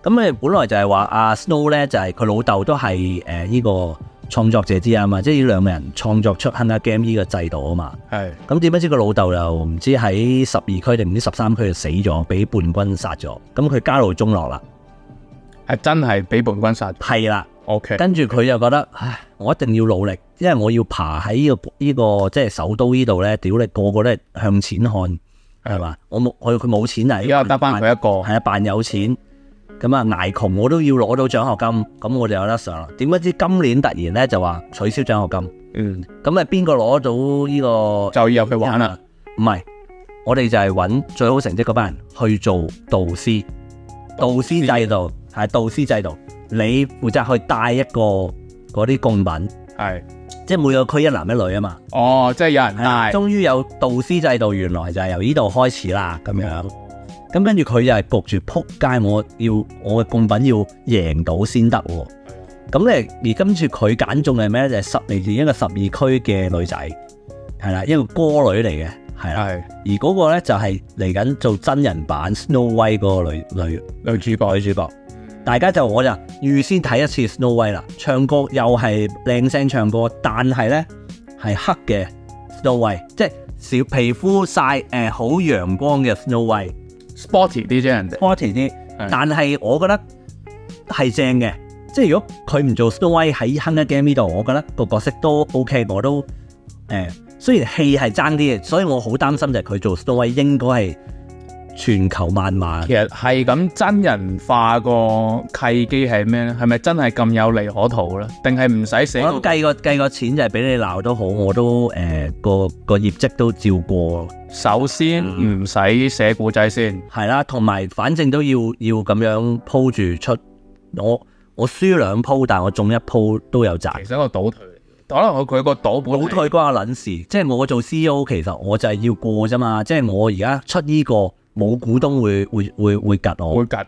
Speaker 2: 咁誒，本來就係話阿 Snow 咧，就係佢老豆都係誒呢個創作者之一啊嘛，即係呢兩個人創作出 Hunger Game 呢個制度啊嘛。
Speaker 1: 係
Speaker 2: 咁點不知個老豆又唔知喺十二區定唔知十三區就死咗，俾叛軍殺咗。咁佢家道中落啦，
Speaker 1: 係真係俾叛軍殺
Speaker 2: 係啦。
Speaker 1: ，OK
Speaker 2: 跟住佢又覺得，唉，我一定要努力，因為我要爬喺呢、個呢、個即係首都呢度咧，屌你個個都係向錢看，係嘛？我冇佢佢冇錢啊，
Speaker 1: 而家得翻佢一個，
Speaker 2: 係啊，扮有錢。咁啊捱窮我都要攞到獎學金，咁我就有得上啦。點不知今年突然咧就話取消獎學金，
Speaker 1: 嗯，
Speaker 2: 咁啊邊個攞到呢個
Speaker 1: 就要入去玩啦。
Speaker 2: 唔係，我哋就係揾最好成績嗰班人去做導師，導師制度係導師制度，你負責去帶一個嗰啲供品，
Speaker 1: 係，
Speaker 2: 即係每個區一男一女啊嘛。
Speaker 1: 哦，即係有人
Speaker 2: 係啦
Speaker 1: 帶，
Speaker 2: 終於有導師制度，原來就係由呢度開始啦，咁樣。咁跟住佢就係焗住撲街，我要我嘅供品要贏到先得喎。咁咧，而跟住佢揀中嘅係咩咧？就係十嚟自一個十二區嘅女仔，係啦，一個歌女嚟嘅，係啦。
Speaker 1: 係
Speaker 2: 而嗰個咧就係嚟緊做真人版 Snow White 嗰個女女
Speaker 1: 女主角
Speaker 2: 女主角，大家就我就預先睇一次 Snow White 啦，唱歌又係靚聲唱歌，但係咧係黑嘅 Snow White，即係小皮膚晒誒好陽光嘅 Snow White，party
Speaker 1: sporty 啲啫，人哋
Speaker 2: 啲，但係我覺得係正嘅，即係如果佢唔做 Snow White 喺 Hunger Game 呢度，我覺得個角色都 OK，我都誒、呃、雖然戲係爭啲嘅，所以我好擔心就係佢做 Snow White 應該係全球萬馬
Speaker 1: 其實係咁真人化個契機係咩咧？係咪真係咁有利可圖咧？定係唔使寫
Speaker 2: 我諗
Speaker 1: 個
Speaker 2: 計個計個錢就係俾你鬧都好，我都誒、呃、個個業績都照過，
Speaker 1: 首先
Speaker 2: 嗯
Speaker 1: 唔使寫故仔先，
Speaker 2: 係啦，同埋反正都要要咁樣鋪住出，我我輸兩鋪，但我中一鋪都有賺
Speaker 1: 其。實一個倒退，可能佢佢個倒本
Speaker 2: 倒
Speaker 1: 係
Speaker 2: 退關我撚事，即係我做 CEO 其實我就係要過啫嘛，即係我而家出呢、個冇股東會會會會趌
Speaker 1: 會
Speaker 2: 我，
Speaker 1: 趌係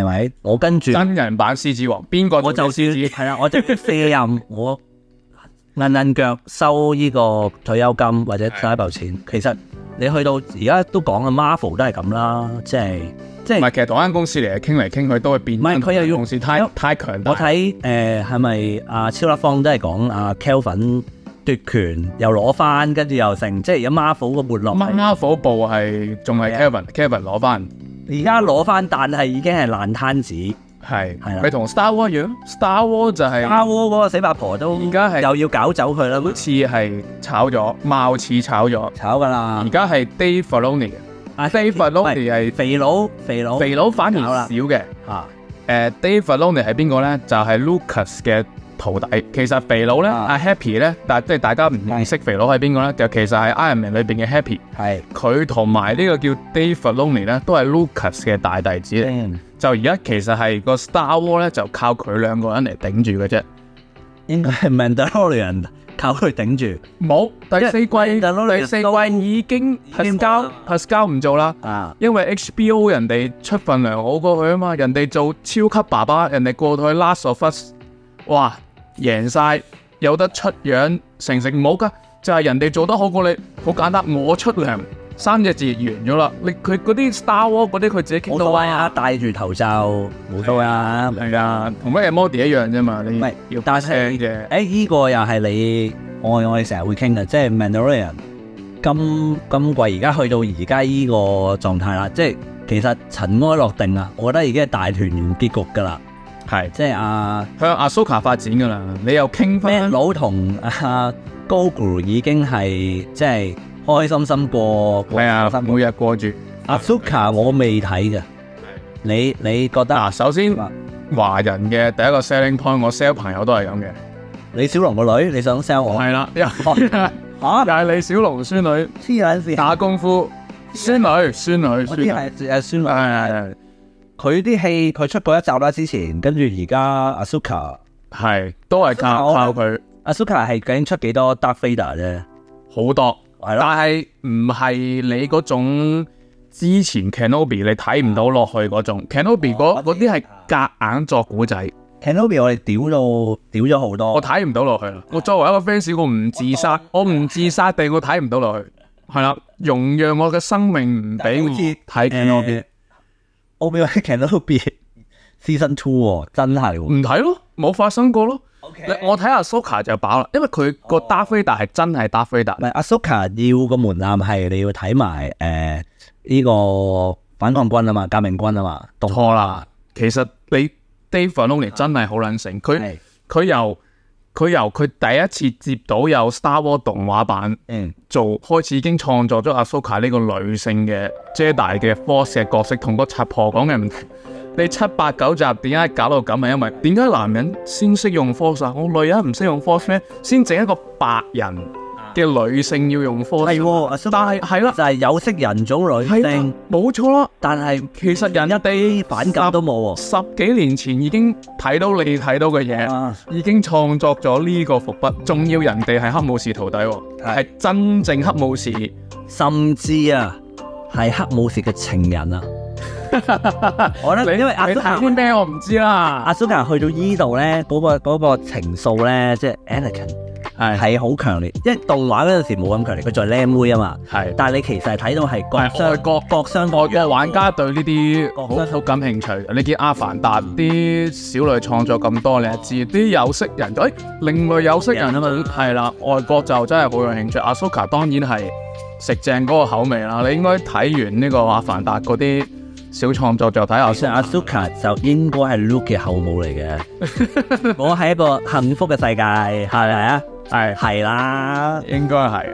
Speaker 2: 係咪？我跟住
Speaker 1: 真人版獅子王，邊個
Speaker 2: 我就算
Speaker 1: 做獅子
Speaker 2: 係啦，我就算卸任，我硬硬腳收呢個退休金或者收一嚿錢。其實你去到而家都講嘅 Marvel 都係咁啦，即係即
Speaker 1: 唔
Speaker 2: 係
Speaker 1: 係，其實同間公司嚟傾嚟傾去都會變。
Speaker 2: 唔係佢又要
Speaker 1: 同事太
Speaker 2: 因
Speaker 1: 太強大。
Speaker 2: 我睇誒係咪阿超立方都係講阿 Kelvin 奪權又攞翻，跟住又成，即係而家 Marvel 個沒落啊係。
Speaker 1: Marvel 部係仲係
Speaker 2: 係
Speaker 1: Kevin，Kevin 攞翻
Speaker 2: 而家攞翻，但係已經係爛攤子。
Speaker 1: 係，
Speaker 2: 係啦
Speaker 1: 咪同 Star War 一樣？Star War 就係啊
Speaker 2: 阿窩嗰個死八婆都
Speaker 1: 而家係嗯
Speaker 2: 又要搞走佢啦，
Speaker 1: 好似係炒咗，貌似炒咗。
Speaker 2: 炒㗎啦
Speaker 1: 而。家係 Dave Filoni 嘅
Speaker 2: 阿
Speaker 1: ，Dave Filoni 係
Speaker 2: 肥佬，肥佬
Speaker 1: 肥佬反而
Speaker 2: 搞啦
Speaker 1: 少嘅。
Speaker 2: 嚇。
Speaker 1: 誒 Dave Filoni 係邊個咧？就係 Lucas 嘅徒弟。其實肥佬咧，
Speaker 2: 啊
Speaker 1: 阿 Happy 咧，但係即係大家唔認識肥佬係邊個咧？就其實係 Iron Man 裏邊嘅 Happy。
Speaker 2: 係，
Speaker 1: 佢同埋呢個叫 Dave Filoni 咧，都係 Lucas 嘅大弟子嚟。就而家其實係個 Star War 咧，就靠佢兩個人嚟頂住嘅啫。
Speaker 2: 應該係 Mandalorian 靠佢頂住，
Speaker 1: 冇第四季，
Speaker 2: 但係
Speaker 1: 第四季已經
Speaker 2: 已經冇
Speaker 1: Pascal
Speaker 2: 啦
Speaker 1: Pascal 唔做啦，
Speaker 2: 啊，
Speaker 1: 因為 HBO 人哋出份糧好過佢啊嘛，人哋做超級爸爸，人哋過到去 Last of Us，哇，贏晒，有得出樣，成成冇噶，就係、人哋做得好過你，好簡單，我出糧三隻字完咗啦。你佢嗰啲 Star War 嗰啲佢自己
Speaker 2: 冇
Speaker 1: 傾到
Speaker 2: 所謂啊，戴住頭罩冇所謂啊，唔
Speaker 1: 係啊，同咩 Modi 一樣啫嘛，你
Speaker 2: 係
Speaker 1: 要，
Speaker 2: 但
Speaker 1: 聲
Speaker 2: 係
Speaker 1: 啫，
Speaker 2: 誒依個又係你我我哋成日會傾嘅，即係 Mandalorian 今今季而家去到而家依個狀態啦，即係其實塵埃落定啦，我覺得已經係大團圓結局㗎啦，
Speaker 1: 係
Speaker 2: 即係啊
Speaker 1: 向阿蘇卡發展噶啦，你又傾
Speaker 2: 咩
Speaker 1: 翻
Speaker 2: 佬同啊 Grogu 已經係即係開開心心過，
Speaker 1: 係啊，
Speaker 2: 過
Speaker 1: 每日過住。
Speaker 2: 阿 Suka 我未睇嘅，你你覺得
Speaker 1: 嗱，首先
Speaker 2: 啊
Speaker 1: 華人嘅第一個 selling point，我 sell 朋友都係咁嘅，
Speaker 2: 李小龍個女你想 sell 我？
Speaker 1: 係啦，又
Speaker 2: 哦
Speaker 1: 又
Speaker 2: 嚇
Speaker 1: 係李小龍孫女
Speaker 2: 黐撚線！
Speaker 1: 打功夫，孫女孫女
Speaker 2: 我
Speaker 1: 孫
Speaker 2: 知
Speaker 1: 女，
Speaker 2: 係誒孫
Speaker 1: 係係係
Speaker 2: 女，佢啲戲佢出過一集啦，之前跟住而家阿 Suka
Speaker 1: 係都係靠
Speaker 2: 我
Speaker 1: 靠佢
Speaker 2: 阿 Suka 係究竟出幾多 Dark Vader 啫？
Speaker 1: 好多，
Speaker 2: 係
Speaker 1: 但
Speaker 2: 咯，
Speaker 1: 係唔係你嗰種之前 Kenobi 你睇唔到落去嗰種 Kenobi 嗰
Speaker 2: 哦我
Speaker 1: 嗰啲係夾硬作古仔，
Speaker 2: Kenobi 我哋屌到屌咗好
Speaker 1: 我
Speaker 2: 多，
Speaker 1: 睇唔到落去啦。我作為一個 fans，我唔自殺，我唔自殺地我睇唔到落去，係啦，容讓我嘅生命唔俾我
Speaker 2: 但係好似
Speaker 1: 睇 Kenobi。
Speaker 2: 我未睇 Kenobi Season Two 喎，真係喎。
Speaker 1: 唔睇咯，冇發生過咯。
Speaker 2: OK
Speaker 1: 嗯
Speaker 2: 哦
Speaker 1: 你我睇下 Soka 就飽啦，因為佢個 Darth Vader 係真係 Darth
Speaker 2: 唔
Speaker 1: Vader，
Speaker 2: 係阿 Soka 要個門檻係你要睇埋誒呢個反抗軍啊嘛，革命軍啊嘛，動
Speaker 1: 錯啦。其實你 Dave Filoni 真係好撚醒，佢
Speaker 2: 啊係
Speaker 1: 佢由佢由佢第一次接到有 Star War 動畫版
Speaker 2: 嗯
Speaker 1: 做，開始已經創作咗阿 Soka 呢個女性嘅 Jedi 嘅 Force 嘅角色，同個插婆講嘅唔同。你七八九集點解搞到咁？啊係因為點解男人先識用 force 啊？我女人唔識用 force 咩？先整一個白人嘅女性要用 force，、
Speaker 2: 係喎阿叔
Speaker 1: 但係係啦，
Speaker 2: 就係有色人種女
Speaker 1: 係啦
Speaker 2: 性，，
Speaker 1: 冇錯啦。
Speaker 2: 但係
Speaker 1: 其實人哋
Speaker 2: 啲反感都冇喎。
Speaker 1: 十幾年前已經睇到你睇到嘅嘢，
Speaker 2: 啊
Speaker 1: 已經創作咗呢個伏筆，仲要人哋係黑武士徒弟喎，
Speaker 2: 係
Speaker 1: 係真正黑武士。
Speaker 2: 甚至啊係黑武士嘅情人 啊！我覺得
Speaker 1: 你
Speaker 2: 因為阿
Speaker 1: 你
Speaker 2: 叔
Speaker 1: 睇啲咩我唔知啦，
Speaker 2: 阿蘇格蘭去到依度咧，嗰、個嗰個情愫咧，即係 Anakin
Speaker 1: 係
Speaker 2: 係好強烈，因為動畫嗰陣時冇咁強烈，佢做靚妹啊嘛。
Speaker 1: 係
Speaker 2: 但係你其實係睇到係國
Speaker 1: 係外
Speaker 2: 相
Speaker 1: 國
Speaker 2: 國相
Speaker 1: 外國玩家對呢啲
Speaker 2: 國
Speaker 1: 好
Speaker 2: 家
Speaker 1: 好感興趣。你見《阿凡達》啲小女創作咁多，你係知啲有色人，誒另類有色人啊嘛，係啦，外國就真係好有興趣。阿蘇卡當然係食正嗰個口味啦。你應該睇完呢個《阿凡達》嗰啲小創作就睇阿
Speaker 2: 其實
Speaker 1: 蘇。
Speaker 2: 阿 Suka 就應該係 Luke 嘅後母嚟 嘅，我喺一個幸福嘅世界，係咪啊？
Speaker 1: 係
Speaker 2: 係啦，
Speaker 1: 應該係。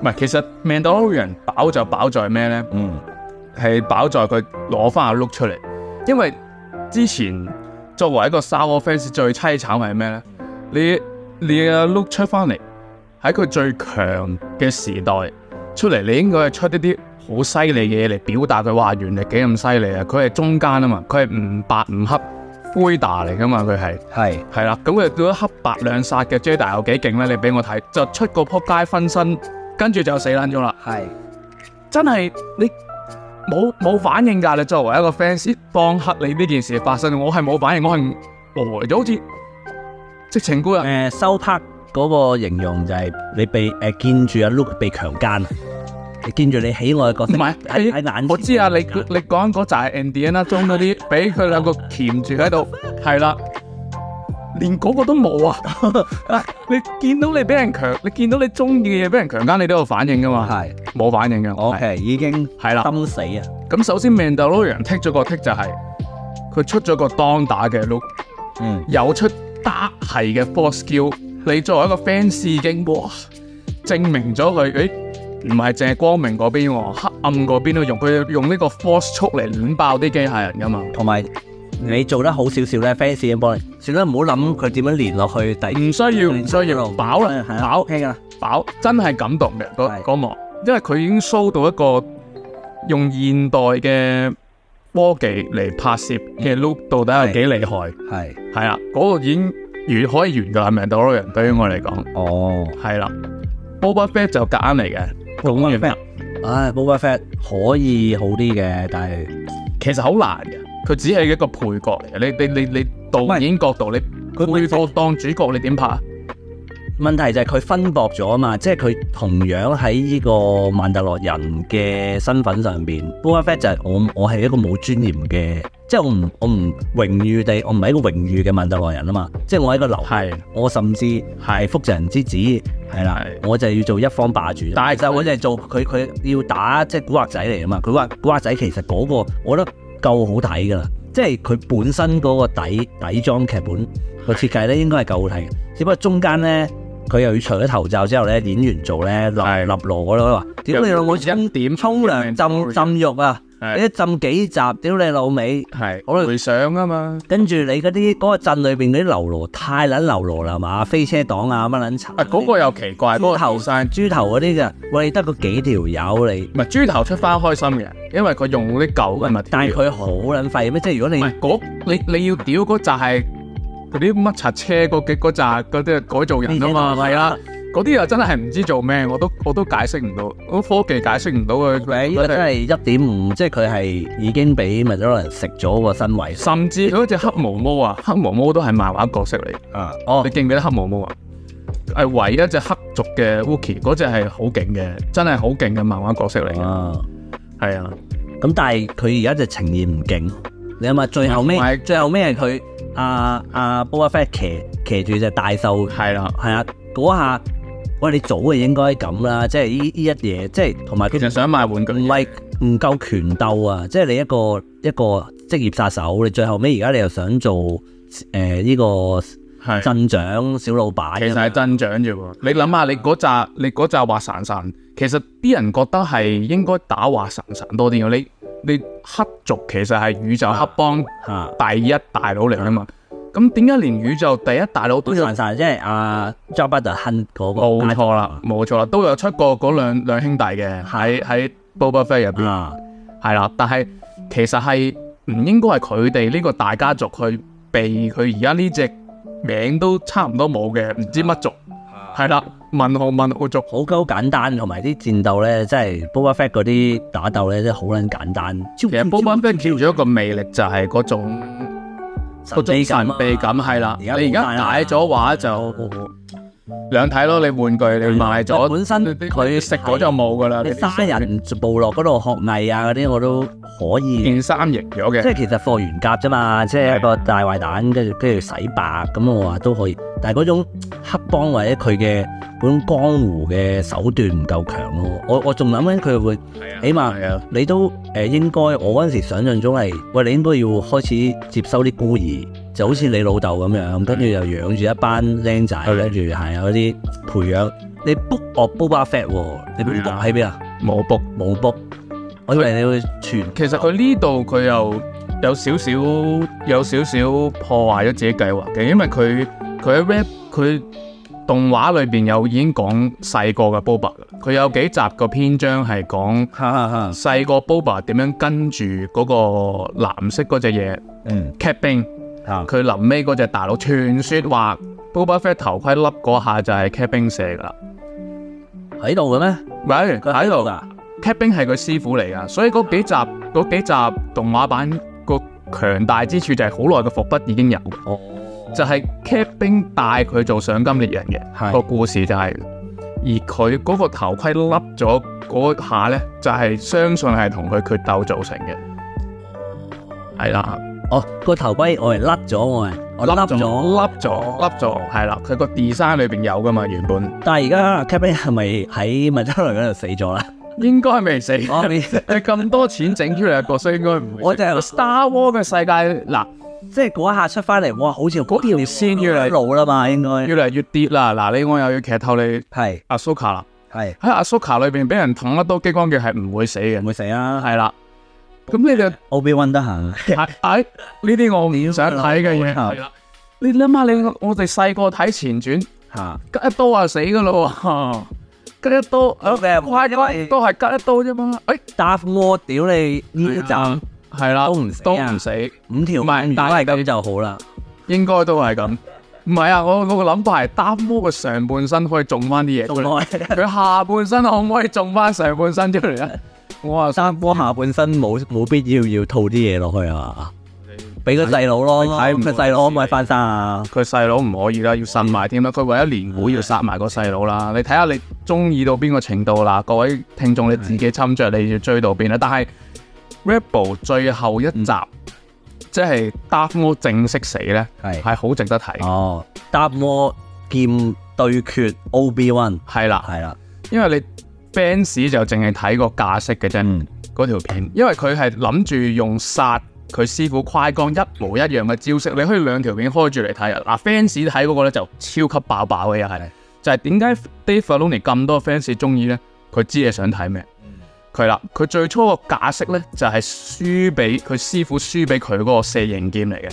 Speaker 1: 唔係，其實《Mandalorian》飽就飽在咩呢？
Speaker 2: 嗯，
Speaker 1: 係飽在佢攞翻阿 Luke 出嚟，因為之前作為一個 Star Wars fans 最凄慘係咩呢？你你阿 Luke 出翻嚟喺佢最強嘅時代出嚟，你應該係出一啲好犀利嘅嘢嚟表達佢話原力幾咁犀利啊！佢係中間啊嘛，佢係唔白唔黑灰打嚟噶嘛，佢係。
Speaker 2: 係
Speaker 1: 係啦，咁佢到咗黑白兩殺嘅 Jada 有幾勁咧？你俾我睇，就出個撲街分身，跟住就死撚咗啦！
Speaker 2: 係
Speaker 1: 真係你冇冇反應㗎？你作為一個 fans，當刻你呢件事發生，我係冇反應，我係呆咗，好似直情孤人。
Speaker 2: 誒收拍嗰個形容就係你被誒見住阿 Luke 被強姦，你見住你喜愛嘅角色
Speaker 1: 唔係
Speaker 2: 喺喺眼前
Speaker 1: 我知啊，你
Speaker 2: 被強姦
Speaker 1: 你講嗰扎 Indiana 中嗰啲，俾佢兩個鉗住喺度，係啦，連嗰個都冇啊！ 你見到你俾人強，你見到你中意嘅嘢俾人強姦，你都有反應㗎嘛？
Speaker 2: 係
Speaker 1: 冇反應嘅，我
Speaker 2: ，OK 已經
Speaker 1: 係啦。
Speaker 2: 心死啊！
Speaker 1: 咁首先 Mandalorian 剔咗個剔就係、佢出咗個當打嘅 look，
Speaker 2: 嗯，
Speaker 1: 有出打係嘅 force skill。你作為一個 fans 已經哇，證明咗佢誒唔係淨係光明嗰邊喎，黑暗嗰邊都用佢用呢個 force 速嚟攣爆啲機械人噶嘛。
Speaker 2: 同埋你做得好少少咧，fans 已經幫你，算啦，唔好諗佢點樣連落去第
Speaker 1: 唔需要，唔需要，飽啦，
Speaker 2: 係啊
Speaker 1: 飽
Speaker 2: OK 㗎啦，
Speaker 1: 飽，真係感動嘅嗰
Speaker 2: 係
Speaker 1: 嗰幕，因為佢已經 show 到一個用現代嘅科技嚟拍攝嘅 look 到底有幾厲害。
Speaker 2: 係。
Speaker 1: 係啦，嗰、個已經完可以完㗎啦，明到人對於我嚟講
Speaker 2: 哦，
Speaker 1: 係啦。Boba Fett 就夾硬嚟嘅，
Speaker 2: 用乜嘢？唉，Boba Fett 可以好啲嘅，但係
Speaker 1: 其實好難嘅，佢只係一個配角嚟嘅。你你你你
Speaker 2: 唔
Speaker 1: 導
Speaker 2: 係
Speaker 1: 演角度，你
Speaker 2: 佢
Speaker 1: 配角當主角，你點拍啊？
Speaker 2: 問題就係佢分薄咗啊嘛，即係佢同樣喺呢個曼特洛人嘅身份上邊，Boba Fett 就係我我係一個冇尊嚴嘅，即係我唔我唔榮譽地，我唔係一個榮譽嘅曼特洛人啊嘛，即係我係一個流，
Speaker 1: 係
Speaker 2: 我甚至係複製人之子，係啦，
Speaker 1: 係
Speaker 2: 我就要做一方霸主。
Speaker 1: 但係
Speaker 2: 其實我就係做佢佢要打即係古惑仔嚟啊嘛，佢話古惑仔其實嗰、個我覺得夠好睇㗎啦，即係佢本身嗰個底底裝劇本個設計咧應該係夠好睇嘅，只不過中間咧。佢又要除咗頭罩之後咧，演員做咧立
Speaker 1: 係
Speaker 2: 立羅嗰度話：屌你老母
Speaker 1: 一
Speaker 2: 沖
Speaker 1: 點
Speaker 2: 沖涼浸浸浴啊！
Speaker 1: 係
Speaker 2: 你一浸幾集，屌你老味！
Speaker 1: 係
Speaker 2: 好啦
Speaker 1: 回想啊嘛。
Speaker 2: 跟住你嗰啲嗰個鎮裏邊嗰啲流羅太撚流羅啦嘛，飛車黨啊乜撚柒，
Speaker 1: 啊，嗰、個又奇怪，嗰、個
Speaker 2: 豬頭
Speaker 1: 後生
Speaker 2: 豬頭嗰啲嘅，喂得個幾條友你，
Speaker 1: 唔係豬頭出翻開心嘅，因為佢用啲舊嘅物
Speaker 2: 但係
Speaker 1: 料
Speaker 2: 佢好撚廢咩？即係如果
Speaker 1: 唔
Speaker 2: 你
Speaker 1: 係嗰你你要屌嗰扎係嗰啲乜柒車嗰幾嗰扎嗰啲改造人啊嘛，
Speaker 2: 呢啲
Speaker 1: 係啦，嗰啲又啊真係唔知做咩，我都我都解釋唔到，我科技解釋唔到佢
Speaker 2: 喂，呢個真係一點五，即係佢係已經俾麥當人食咗個身位
Speaker 1: 甚至嗰只黑毛毛啊，黑毛毛都係漫畫角色嚟，
Speaker 2: 啊！哦
Speaker 1: 你，記唔記得黑毛毛啊？係唯一一隻黑族嘅 Wookie，嗰只係好勁嘅，真係好勁嘅漫畫角色嚟嘅，
Speaker 2: 啊，
Speaker 1: 係啊，
Speaker 2: 咁但係佢而家就呈現唔勁，你諗下最後
Speaker 1: 唔
Speaker 2: 尾，
Speaker 1: 係
Speaker 2: 最後尾係佢阿阿 Boba Fett 騎騎住隻大獸。
Speaker 1: 係啦。
Speaker 2: 係啊，嗰下喂你早就應該咁啦，即係呢呢一嘢，即係同埋
Speaker 1: 其
Speaker 2: 佢
Speaker 1: 實想買玩具，
Speaker 2: 唔係唔夠拳鬥啊！即係你一個一個職業殺手，你最後尾而家你又想做誒呢、個
Speaker 1: 係
Speaker 2: 鎮長小老
Speaker 1: 其實
Speaker 2: 闆啊嘛，
Speaker 1: 係增長啫喎。你諗下，你嗰扎你嗰扎滑潺潺，其實啲人覺得係應該打滑潺潺多啲嘅。你你黑族其實係宇宙黑幫
Speaker 2: 嚇。
Speaker 1: 第一大佬嚟噶嘛。咁點解連宇宙第一大佬都
Speaker 2: 好
Speaker 1: 有
Speaker 2: 似話晒，即係阿 John Butler Hunt 嗰個
Speaker 1: 冇錯啦，冇錯啦，都有出過嗰兩兩兄弟嘅喺喺 Boba Fett 入邊
Speaker 2: 啊，
Speaker 1: 係啦，但係其實係唔應該係佢哋呢個大家族去避佢而家呢隻名都差唔多冇嘅，唔知乜族係啦，問號問號族
Speaker 2: 好鳩簡單，同埋啲戰鬥咧，即係 Boba Fett 嗰啲打鬥咧，真係好撚簡單。
Speaker 1: 其實 Boba Fett 叫咗一個魅力就係嗰種嗰種神
Speaker 2: 啊
Speaker 1: 秘感係啦。你而家
Speaker 2: 好
Speaker 1: 解咗話
Speaker 2: 哦
Speaker 1: 就兩睇咯，你玩具你賣咗，
Speaker 2: 啊本身
Speaker 1: 你你
Speaker 2: 佢
Speaker 1: 食咗就冇噶啦。
Speaker 2: 你
Speaker 1: 你
Speaker 2: 沙人部落嗰度學藝啊嗰啲我都可以，
Speaker 1: 件衫型咗
Speaker 2: 即
Speaker 1: 嘅，
Speaker 2: 係其實貨原夾啫嘛，即係一個大壞蛋，跟住跟住洗白咁，我話都可以。但係嗰種黑幫或者佢嘅嗰種江湖嘅手段唔夠強咯。我我仲諗緊佢會，起碼
Speaker 1: 係啊，
Speaker 2: 你都誒、呃、應該，我嗰陣時想象中係，喂你應該要開始接收啲孤兒，就好似你老豆咁樣，跟住又養住一班僆仔，跟住係嗰啲培養。你 book 我 Boba Fett 喎，你
Speaker 1: 係
Speaker 2: book
Speaker 1: 啊
Speaker 2: 喺邊啊？
Speaker 1: 冇卜。
Speaker 2: 冇 book，我以為你會全
Speaker 1: 其實佢呢度佢又有少少有少少破壞咗自己計劃嘅，因為佢佢喺 rap 佢動畫裏邊有已經講細個嘅 Boba 㗎啦佢有幾集個篇章係講
Speaker 2: 哈哈哈，
Speaker 1: 細個 Boba 點樣跟住嗰個藍色嗰只嘢
Speaker 2: 嗯
Speaker 1: Cat Bane，
Speaker 2: 嚇
Speaker 1: 佢臨尾嗰只大佬傳説話 Boba Fett 頭盔笠嗰下就係 Cat Bane 射㗎啦，
Speaker 2: 喺度嘅咩？
Speaker 1: 喂
Speaker 2: 佢
Speaker 1: 喺度
Speaker 2: 㗎，
Speaker 1: Cat Bing 係佢師傅嚟噶，所以嗰幾集嗰幾集動畫版個強大之處就係好耐嘅伏筆已經有，
Speaker 2: 哦，
Speaker 1: 就係 Cat Bing 帶佢做賞金獵人嘅
Speaker 2: 係
Speaker 1: 個故事就係、而佢嗰個頭盔笠咗嗰下呢，就係、相信係同佢決鬥造成嘅，係啦，
Speaker 2: 哦個頭盔我係甩哦咗，我係我甩咗，
Speaker 1: 笠咗，笠咗，係啦，佢個 design 裏邊有噶嘛，原本
Speaker 2: 但係而家 Captain 係咪喺麥當勞嗰度死咗 啦？
Speaker 1: 應該未死。
Speaker 2: 我 未
Speaker 1: 佢咁多錢整出嚟嘅角色應該唔會死。
Speaker 2: 哦我就係
Speaker 1: Star War 嘅世界嗱。
Speaker 2: 即係嗰一下出翻嚟，哇！好似
Speaker 1: 嗰條線越嚟
Speaker 2: 老啦嘛，應該
Speaker 1: 越嚟越跌啦！嗱，你我又要劇透你
Speaker 2: 係
Speaker 1: 阿蘇卡啦，
Speaker 2: 係
Speaker 1: 喺阿蘇卡裏邊俾人捅得多激光嘅係唔會死
Speaker 2: 唔
Speaker 1: 嘅，
Speaker 2: 會死啊
Speaker 1: 係啦。咁 你就
Speaker 2: ？Obi Wan 得 閒，啊
Speaker 1: 係係呢啲我唔想睇嘅嘢係啦。你諗下，你我哋細個睇前傳，
Speaker 2: 嚇
Speaker 1: 吉一刀啊死噶
Speaker 2: 哦
Speaker 1: 咯喎，吉一刀啊
Speaker 2: 嘅
Speaker 1: 乖乖都係吉一刀啫嘛。哎誒
Speaker 2: Darth Maul 屌你呢集
Speaker 1: 係啦，
Speaker 2: 都唔死啊
Speaker 1: 都唔死，
Speaker 2: 五條，
Speaker 1: 唔係
Speaker 2: 如果
Speaker 1: 但係
Speaker 2: 係咁就好啦。
Speaker 1: 應該都係咁。唔係啊，我我個諗法係擔魔嘅上半身可以中翻啲嘢出
Speaker 2: 仲
Speaker 1: 嚟。
Speaker 2: 耐。
Speaker 1: 佢下半身可唔可以種翻上半身出嚟 咧？我話
Speaker 2: 三波下半身冇冇必要要套啲嘢落去啊！俾個細佬咯，
Speaker 1: 睇唔
Speaker 2: 個細佬可唔可以翻生啊？
Speaker 1: 佢細佬唔可以啦，要呻埋添啦。佢為咗連股要殺埋個細佬啦。你睇下你中意到邊個程度啦？各位聽眾你自己斟酌，你要追到邊啦。但係 Rebel 最後一集，
Speaker 2: 嗯
Speaker 1: 即係 Dark Maul 正式死咧，
Speaker 2: 係
Speaker 1: 係好值得睇。
Speaker 2: 哦，搭魔劍對決 Ob One
Speaker 1: 係啦，
Speaker 2: 係啦，
Speaker 1: 因為你 fans 就淨係睇個架式嘅啫。
Speaker 2: 嗯
Speaker 1: 嗰條片，因為佢係諗住用殺佢師傅快光一模一樣嘅招式，你可以兩條片開住嚟睇啊！嗱，fans 睇嗰個咧就超級爆爆嘅又係
Speaker 2: 係，
Speaker 1: 就係點解 Dave Filoni 咁多 fans 中意咧？佢知你想睇咩？
Speaker 2: 嗯
Speaker 1: 佢啦，佢最初個架式咧就係輸俾佢師傅輸俾佢嗰個四形劍嚟嘅，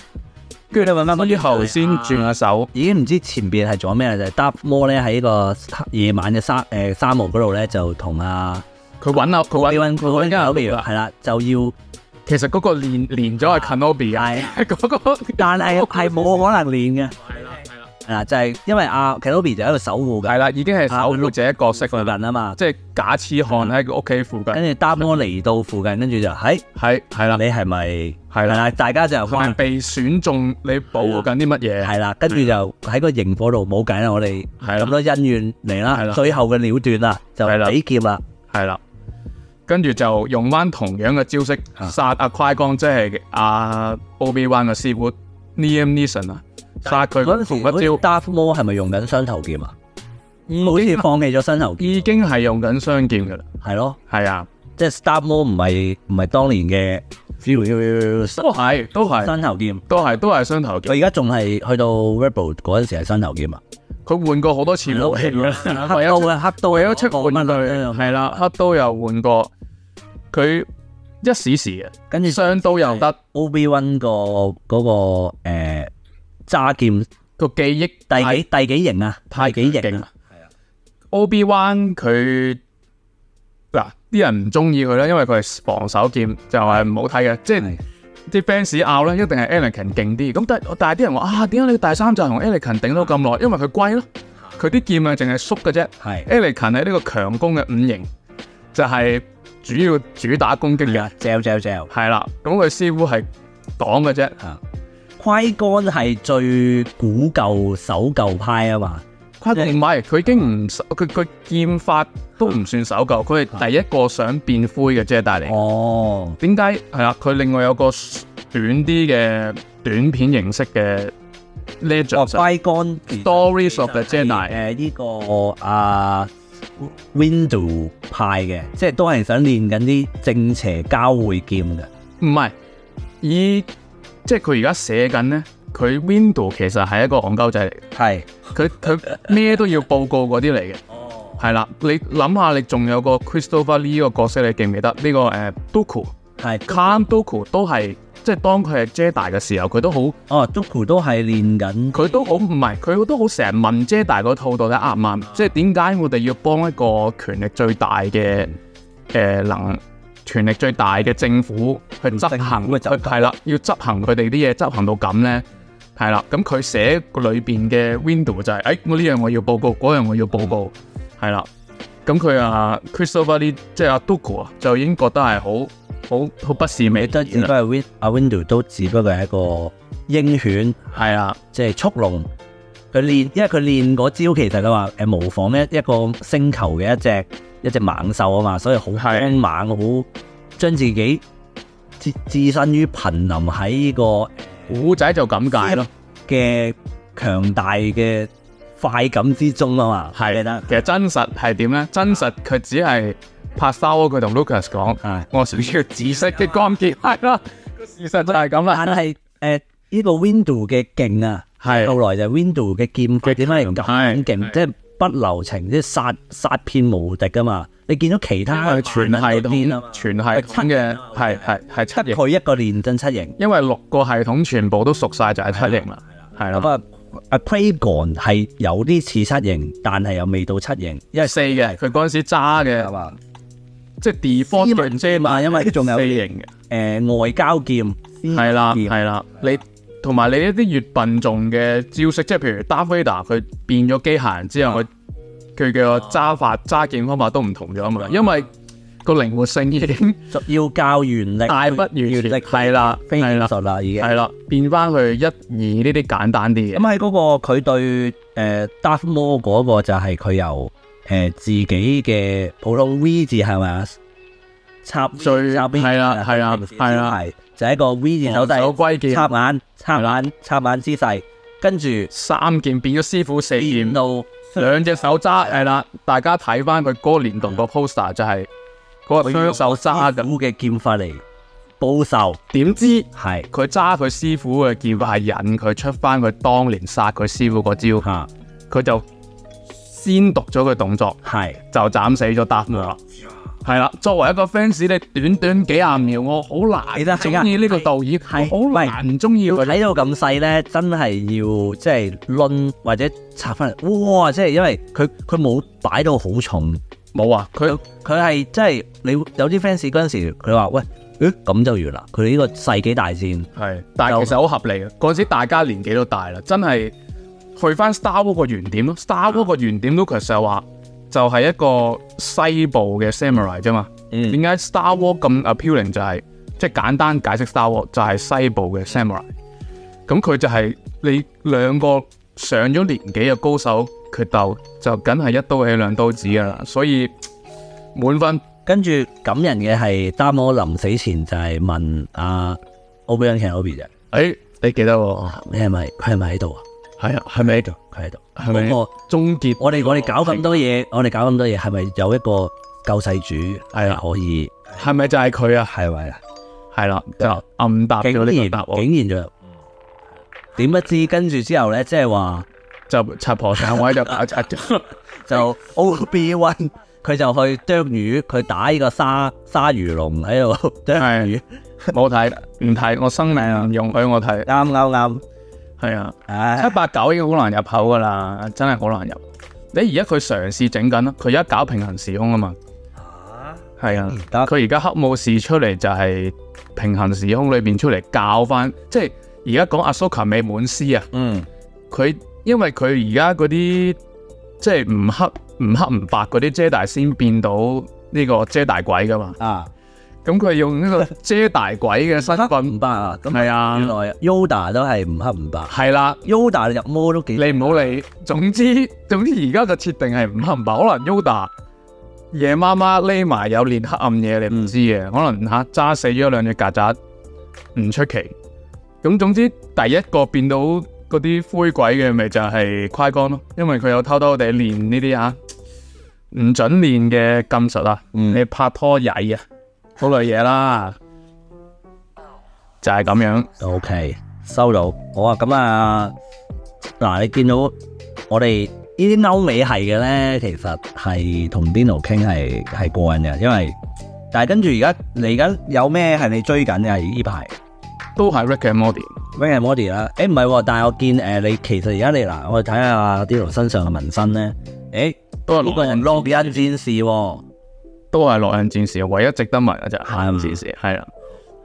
Speaker 2: 跟住你問翻
Speaker 1: 之後先
Speaker 2: 啊
Speaker 1: 轉下手，
Speaker 2: 已經唔知前邊係做咩啦，就係搭魔咧喺個夜晚嘅沙誒沙漠嗰度咧，就同阿
Speaker 1: 佢揾啊佢
Speaker 2: Ob
Speaker 1: 揾，
Speaker 2: One 嗰間有係啦，就要
Speaker 1: 其實嗰個連連咗係 Kenobi 啊，係 嗰個
Speaker 2: 但係係冇可能練嘅，係啦，就係因為阿 Kenobi 就喺度守護緊
Speaker 1: 係啦，已經係
Speaker 2: 啊
Speaker 1: 守護者角色啦，
Speaker 2: 人啊嘛，
Speaker 1: 即係假痴漢喺佢屋企附近。
Speaker 2: 跟住搭魔嚟到附近，跟住就喺。
Speaker 1: 係係啦，
Speaker 2: 你係咪
Speaker 1: 係
Speaker 2: 係
Speaker 1: 啦，
Speaker 2: 啦？大家就
Speaker 1: 佢係被選中，你保護緊啲乜嘢？
Speaker 2: 係啦，跟住就喺個營火度冇計啦，我哋
Speaker 1: 係
Speaker 2: 咁
Speaker 1: 啦，
Speaker 2: 多恩怨嚟
Speaker 1: 係啦
Speaker 2: 啦，最後嘅了斷啦，就
Speaker 1: 係啦
Speaker 2: 比劫啦，
Speaker 1: 係啦，跟住就用翻同樣嘅招式
Speaker 2: 啊
Speaker 1: 殺阿快光，即係阿 Obi Wan 嘅師傅 Liam Neeson 啊，殺佢
Speaker 2: 嗰陣
Speaker 1: 同
Speaker 2: 時
Speaker 1: 一
Speaker 2: 好似
Speaker 1: 招，
Speaker 2: Darth Maul 係咪用緊雙頭劍啊？好似放棄咗雙頭劍，
Speaker 1: 已經係用緊雙劍嘅啦。
Speaker 2: 係咯，
Speaker 1: 係啊，
Speaker 2: 即係 Darth Maul 唔係唔係當年嘅
Speaker 1: 都係
Speaker 2: feel
Speaker 1: 都係
Speaker 2: 雙頭劍，
Speaker 1: 都係都係雙頭
Speaker 2: 佢
Speaker 1: 劍，
Speaker 2: 而家仲係去到 Rebel 嗰陣時係雙頭劍啊，
Speaker 1: 佢換過好多次武器㗎啦，
Speaker 2: 啊黑
Speaker 1: 為
Speaker 2: 刀
Speaker 1: 咗
Speaker 2: 啊，黑刀
Speaker 1: 為咗出玩具，係啦，黑刀又換過，佢一時時
Speaker 2: 跟住
Speaker 1: 嘅，上到又得
Speaker 2: Ob One 個嗰個誒揸劍
Speaker 1: 個記憶
Speaker 2: 第幾第幾型啊？
Speaker 1: 太
Speaker 2: 第幾型
Speaker 1: 勁
Speaker 2: 啊
Speaker 1: 啦？Ob One 佢嗱啲人唔中意佢啦，因為佢係防守劍，就係唔好睇嘅，即係。
Speaker 2: 係
Speaker 1: 啲 fans 拗咧，一定係 Anakin 勁啲。咁但但係啲人話啊，點解你第三集同 Anakin 頂咗咁耐？因為佢龜咯，佢啲劍啊淨係縮嘅啫。
Speaker 2: 係
Speaker 1: Anakin 係呢個強攻嘅五型，就係、主要主打攻擊
Speaker 2: 係
Speaker 1: 嘅，
Speaker 2: 啊，gel gel gel
Speaker 1: 係啦。咁佢師傅係擋嘅啫，
Speaker 2: 嚇。規杆啊係最古舊守舊派啊嘛，
Speaker 1: 唔係佢已經唔守
Speaker 2: 嗯
Speaker 1: 佢佢劍法都唔算守舊，佢係第一個想變灰嘅啫，但嚟。
Speaker 2: 哦，
Speaker 1: 點解係啦？佢另外有個短啲嘅短片形式嘅
Speaker 2: 哦
Speaker 1: legend 就係
Speaker 2: 規杆
Speaker 1: Stories of the Jedi
Speaker 2: 誒呃呢個啊 Window 派嘅，即係都係想練緊啲正邪交匯劍嘅。
Speaker 1: 唔係，以即係佢而家寫緊咧，佢 Window 其實係一個戇鳩仔嚟嘅，
Speaker 2: 係，
Speaker 1: 佢佢咩都要報告嗰啲嚟嘅，
Speaker 2: 哦，
Speaker 1: 係啦。你諗下，你仲有個 Christopher Lee 個角色，你記唔記得呢、個誒 Dooku、
Speaker 2: 係哦
Speaker 1: Count Dooku 都係即係當佢係 Jedi 嘅時候，佢都好
Speaker 2: 哦，Dooku 都係練緊，
Speaker 1: 佢都好唔係，佢都好成日問 Jedi 嗰套到底啱唔啱，即係點解我哋要幫一個權力最大嘅誒、呃能權力最大嘅政府去執行，
Speaker 2: 政府去執行
Speaker 1: 去係啦，要執行佢哋啲嘢執行到咁咧，係啦，咁佢寫裏邊嘅 window 就係、誒、哎我呢樣我要報告，嗰樣我要報告，係啦，咁佢啊 Christopher Lee 即係阿 Dooku 啊，就已經覺得係好好好不是美德
Speaker 2: 都只不過係 Win 阿 Window 都只不過係一個鷹犬，
Speaker 1: 係啦，
Speaker 2: 即係速龍。佢練，因為佢練嗰招其實佢話呃誒模仿一一個星球嘅一隻一隻猛獸啊嘛，所以好
Speaker 1: 係
Speaker 2: 兇猛，好將自己置置身於瀕臨喺呢個呃
Speaker 1: 古仔就咁解咯。
Speaker 2: 嘅強大嘅快感之中啊嘛，
Speaker 1: 係
Speaker 2: 記得
Speaker 1: 其實真實係點咧？真實佢只係拍 Star Wars 佢同 Lucas 講，
Speaker 2: 係。
Speaker 1: 我想要紫色嘅光劍，係啦，事實就係咁啦。
Speaker 2: 但係誒呢個 Window 嘅勁啊，
Speaker 1: 係
Speaker 2: 後來就 Window 嘅劍法點解咁
Speaker 1: 係
Speaker 2: 勁？
Speaker 1: 係
Speaker 2: 即係不留情，即係殺殺遍無敵噶嘛！你見到其
Speaker 1: 因
Speaker 2: 他
Speaker 1: 為全系
Speaker 2: 練啊
Speaker 1: 統
Speaker 2: 嘛，
Speaker 1: 全系統嘅係係係七型，
Speaker 2: 佢一個練真七型，
Speaker 1: 因為六個系統全部都熟晒就係七型啦。係
Speaker 2: 咁
Speaker 1: 啦，
Speaker 2: 啊啊 p r a g o n 係有啲似七型，但係又未到七型，因為
Speaker 1: 四嘅佢嗰陣時揸
Speaker 2: 係
Speaker 1: 嘅，
Speaker 2: 嘛？
Speaker 1: 即係 default
Speaker 2: 斯
Speaker 1: 嘅
Speaker 2: 文
Speaker 1: 啫嘛，
Speaker 2: 啊因為仲有
Speaker 1: 四型嘅，
Speaker 2: 誒呃外交劍
Speaker 1: 係啦
Speaker 2: 劍
Speaker 1: 係啦，你。同埋你一啲越笨重嘅招式，即係譬如 Darth Vader 佢變咗機械人之後，佢佢嘅揸法揸劍方法都唔同咗啊嘛，因為個靈活性已經
Speaker 2: 要教原力，
Speaker 1: 大不如前，
Speaker 2: 力
Speaker 1: 係啦，
Speaker 2: 非
Speaker 1: 係啦，
Speaker 2: 術啦已經。
Speaker 1: 係啦，變翻去一二呢啲簡單啲
Speaker 2: 咁
Speaker 1: 嘅，
Speaker 2: 喺嗰個佢對誒 Darth Maul 嗰個就係佢由誒、呃自己嘅普通 V 字係咪啊？插
Speaker 1: 最
Speaker 2: 插邊
Speaker 1: 係啦係啦係啦，哦
Speaker 2: 係就係一個 V 字手
Speaker 1: 防守
Speaker 2: 勢，
Speaker 1: 歸劍
Speaker 2: 插眼插眼插眼姿勢，跟住
Speaker 1: 三劍變咗師傅四劍
Speaker 2: 練，到
Speaker 1: 兩隻手揸係啦，大家睇翻佢嗰個連動個 poster 就係嗰個雙手揸
Speaker 2: 師
Speaker 1: 咁，
Speaker 2: 傅嘅劍法嚟報仇，
Speaker 1: 點知？
Speaker 2: 係
Speaker 1: 佢揸佢師傅嘅劍法係引佢出翻佢當年殺佢師傅嗰招，
Speaker 2: 嚇
Speaker 1: 佢就先讀咗佢動作，
Speaker 2: 係
Speaker 1: 就斬死咗達姆啦。係啦，作為一個 fans，你短短幾廿秒，我好
Speaker 2: 你得
Speaker 1: 難
Speaker 2: 係啊
Speaker 1: 中意呢個導演，
Speaker 2: 係
Speaker 1: 我好難唔中意
Speaker 2: 要
Speaker 1: 佢。
Speaker 2: 睇到咁細咧，真係要即係攆或者插翻嚟，哇！即係因為佢佢冇擺到好重。
Speaker 1: 冇啊，佢
Speaker 2: 佢係真係你有啲 fans 嗰陣時，佢話喂，咦咁就完啦。佢呢個世紀大戰
Speaker 1: 係，但係其實好合理嘅。嗰陣時大家年紀都大啦，真係去翻 Star Wars 個原點咯。Star Wars 個原點 Lucas 就話就係一個西部嘅 Samurai 啫嘛。
Speaker 2: 嗯
Speaker 1: 點解 Star War 咁 appealing 就係、即係簡單解釋 Star War 就係西部嘅 samurai，咁佢就係你兩個上咗年紀嘅高手決鬥，就梗係一刀起兩刀子噶啦，所以滿分
Speaker 2: 跟住感人嘅係丹摩臨死前就係問阿奧比恩 k e n o b 啫，
Speaker 1: 誒、你記得喎，
Speaker 2: 你係咪佢係咪喺度啊？
Speaker 1: 係啊，係咪喺度？
Speaker 2: 佢喺度。
Speaker 1: 係咪
Speaker 2: 嗰個
Speaker 1: 終結？
Speaker 2: 我哋我哋搞咁多嘢，我哋搞咁多嘢，係咪有一個救世主
Speaker 1: 係啊
Speaker 2: 可以
Speaker 1: 係咪就係佢啊？
Speaker 2: 係咪啊？
Speaker 1: 係啦，就暗答
Speaker 2: 竟
Speaker 1: 咗
Speaker 2: 然
Speaker 1: 呢個答案，
Speaker 2: 竟然就點不知，跟住之後咧，即係話
Speaker 1: 啊就插婆上位就搞柒咗。
Speaker 2: 就 O B One，佢就去啄魚，佢打呢個鯊鯊魚籠喺度啄魚，
Speaker 1: 冇睇，唔睇，我生命唔容許我睇，
Speaker 2: 啱啱啱，
Speaker 1: 係啊，七
Speaker 2: 唉，
Speaker 1: 八九已經好難入口噶啦，真係好難入。你而家佢嘗試整緊啦，佢而家搞平行時空啊嘛，係啊
Speaker 2: 唔，得，
Speaker 1: 佢而家黑武士出嚟就係平行時空裏邊出嚟教翻，即係而家講阿蘇卡未滿師啊，
Speaker 2: 嗯，
Speaker 1: 佢因為佢而家嗰啲即係唔黑唔黑唔白嗰啲遮大先變到呢個遮大鬼噶嘛，
Speaker 2: 啊，
Speaker 1: 咁佢用呢個遮大鬼嘅身
Speaker 2: 黑
Speaker 1: 份
Speaker 2: 唔，白啊，咁
Speaker 1: 係啊
Speaker 2: 原。來 Yoda 都係唔黑唔白
Speaker 1: 係啦，
Speaker 2: ，Yoda 入魔都幾
Speaker 1: 你唔好理。總之 總之，而家就設定係唔黑唔白，可能 Yoda 夜媽媽匿埋有練黑暗嘢，你唔知
Speaker 2: 嗯
Speaker 1: 嘅。可能吓揸死咗兩隻曱甴，唔出奇。咁總之，第一個變到嗰啲灰鬼嘅，咪就係夸光咯，因為佢有偷偷地練呢啲啊唔准練嘅禁術啊，
Speaker 2: 嗯
Speaker 1: 你拍拖曳啊，嗰類嘢啦，就係咁樣。
Speaker 2: O、k 收到。好啊，咁啊，嗱，你見到我哋呢啲歐美係嘅咧，其實係同 Dino 傾係係過癮嘅，因為但係跟住而家你而家有咩係你追緊嘅？呢排
Speaker 1: 都係 Rick and Morty。
Speaker 2: Ring and Body 啦，啊誒唔係喎，但係我見誒、呃你其實而家你嗱，我哋睇下 Dino 身上嘅紋身咧，誒、
Speaker 1: 都係
Speaker 2: 呢個人
Speaker 1: 羅
Speaker 2: Lock 恩戰士喎，
Speaker 1: 都係落印戰士，唯一值得問嘅就係
Speaker 2: 係啊嘛
Speaker 1: 黑戰士，係啦。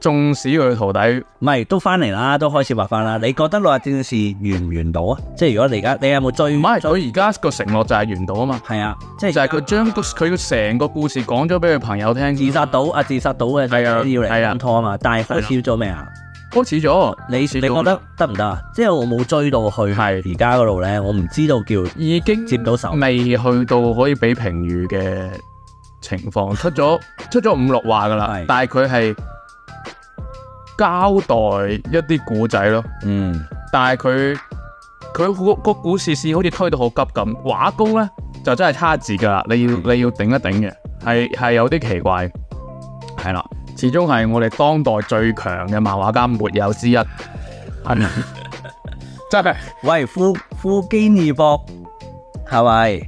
Speaker 1: 縱使佢徒弟
Speaker 2: 唔係都翻嚟啦，都開始畫翻啦。你覺得六日戰士完唔完到啊？即係如果你而家你有冇追？
Speaker 1: 唔係佢而家個承諾就係完到啊嘛，
Speaker 2: 係啊，即
Speaker 1: 就
Speaker 2: 係
Speaker 1: 係佢將個佢嘅成個故事講咗俾佢朋友聽，
Speaker 2: 自殺到啊，自殺到嘅
Speaker 1: 係啊
Speaker 2: 要嚟
Speaker 1: 係啊
Speaker 2: 拍拖啊嘛，但係開始咗未啊？
Speaker 1: 開始咗。
Speaker 2: 你你覺得得唔得啊？即係我冇追到去
Speaker 1: 係
Speaker 2: 而家嗰度咧，我唔知道叫
Speaker 1: 已經
Speaker 2: 接到手
Speaker 1: 未去到可以俾評語嘅情況，出咗 出咗五六話噶啦
Speaker 2: 係，
Speaker 1: 但係佢係交代一啲古仔咯，
Speaker 2: 嗯
Speaker 1: 但係佢佢個個故事線好似推到好急咁，畫工咧就真係差字㗎啦，你要
Speaker 2: 嗯
Speaker 1: 你要頂一頂嘅，係係有啲奇怪，係啦，始終係我哋當代最強嘅漫畫家沒有之一，係咪 真係
Speaker 2: 喂，富富堅義博係咪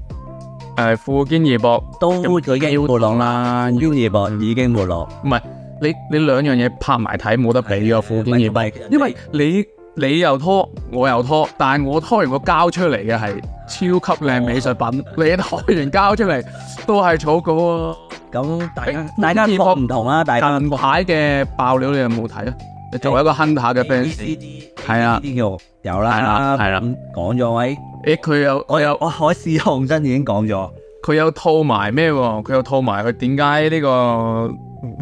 Speaker 1: 誒富堅義博
Speaker 2: 都已經沒落啦？堅義博已經沒落，
Speaker 1: 唔係你你兩樣嘢拍埋睇冇得比
Speaker 2: 係啊
Speaker 1: 㗎，富堅義博，
Speaker 2: 唔係
Speaker 1: 因為你你又拖我又拖，但係我拖完個膠出嚟嘅係超級靚美術 品，你拖完膠出嚟都係草稿啊！
Speaker 2: 咁大家
Speaker 1: 誒
Speaker 2: 大家
Speaker 1: 堅義
Speaker 2: 覺
Speaker 1: 博
Speaker 2: 唔同啦，大家
Speaker 1: 近排嘅爆料你有冇睇啊？你作為一個 Hunter 嘅 fans，係啊
Speaker 2: 呢個有啦，
Speaker 1: 係啦係啦
Speaker 2: 咁講咗喂，
Speaker 1: 誒佢有
Speaker 2: 我有我海市控真已經講咗，
Speaker 1: 佢有套埋咩喎？佢有套埋佢點解呢個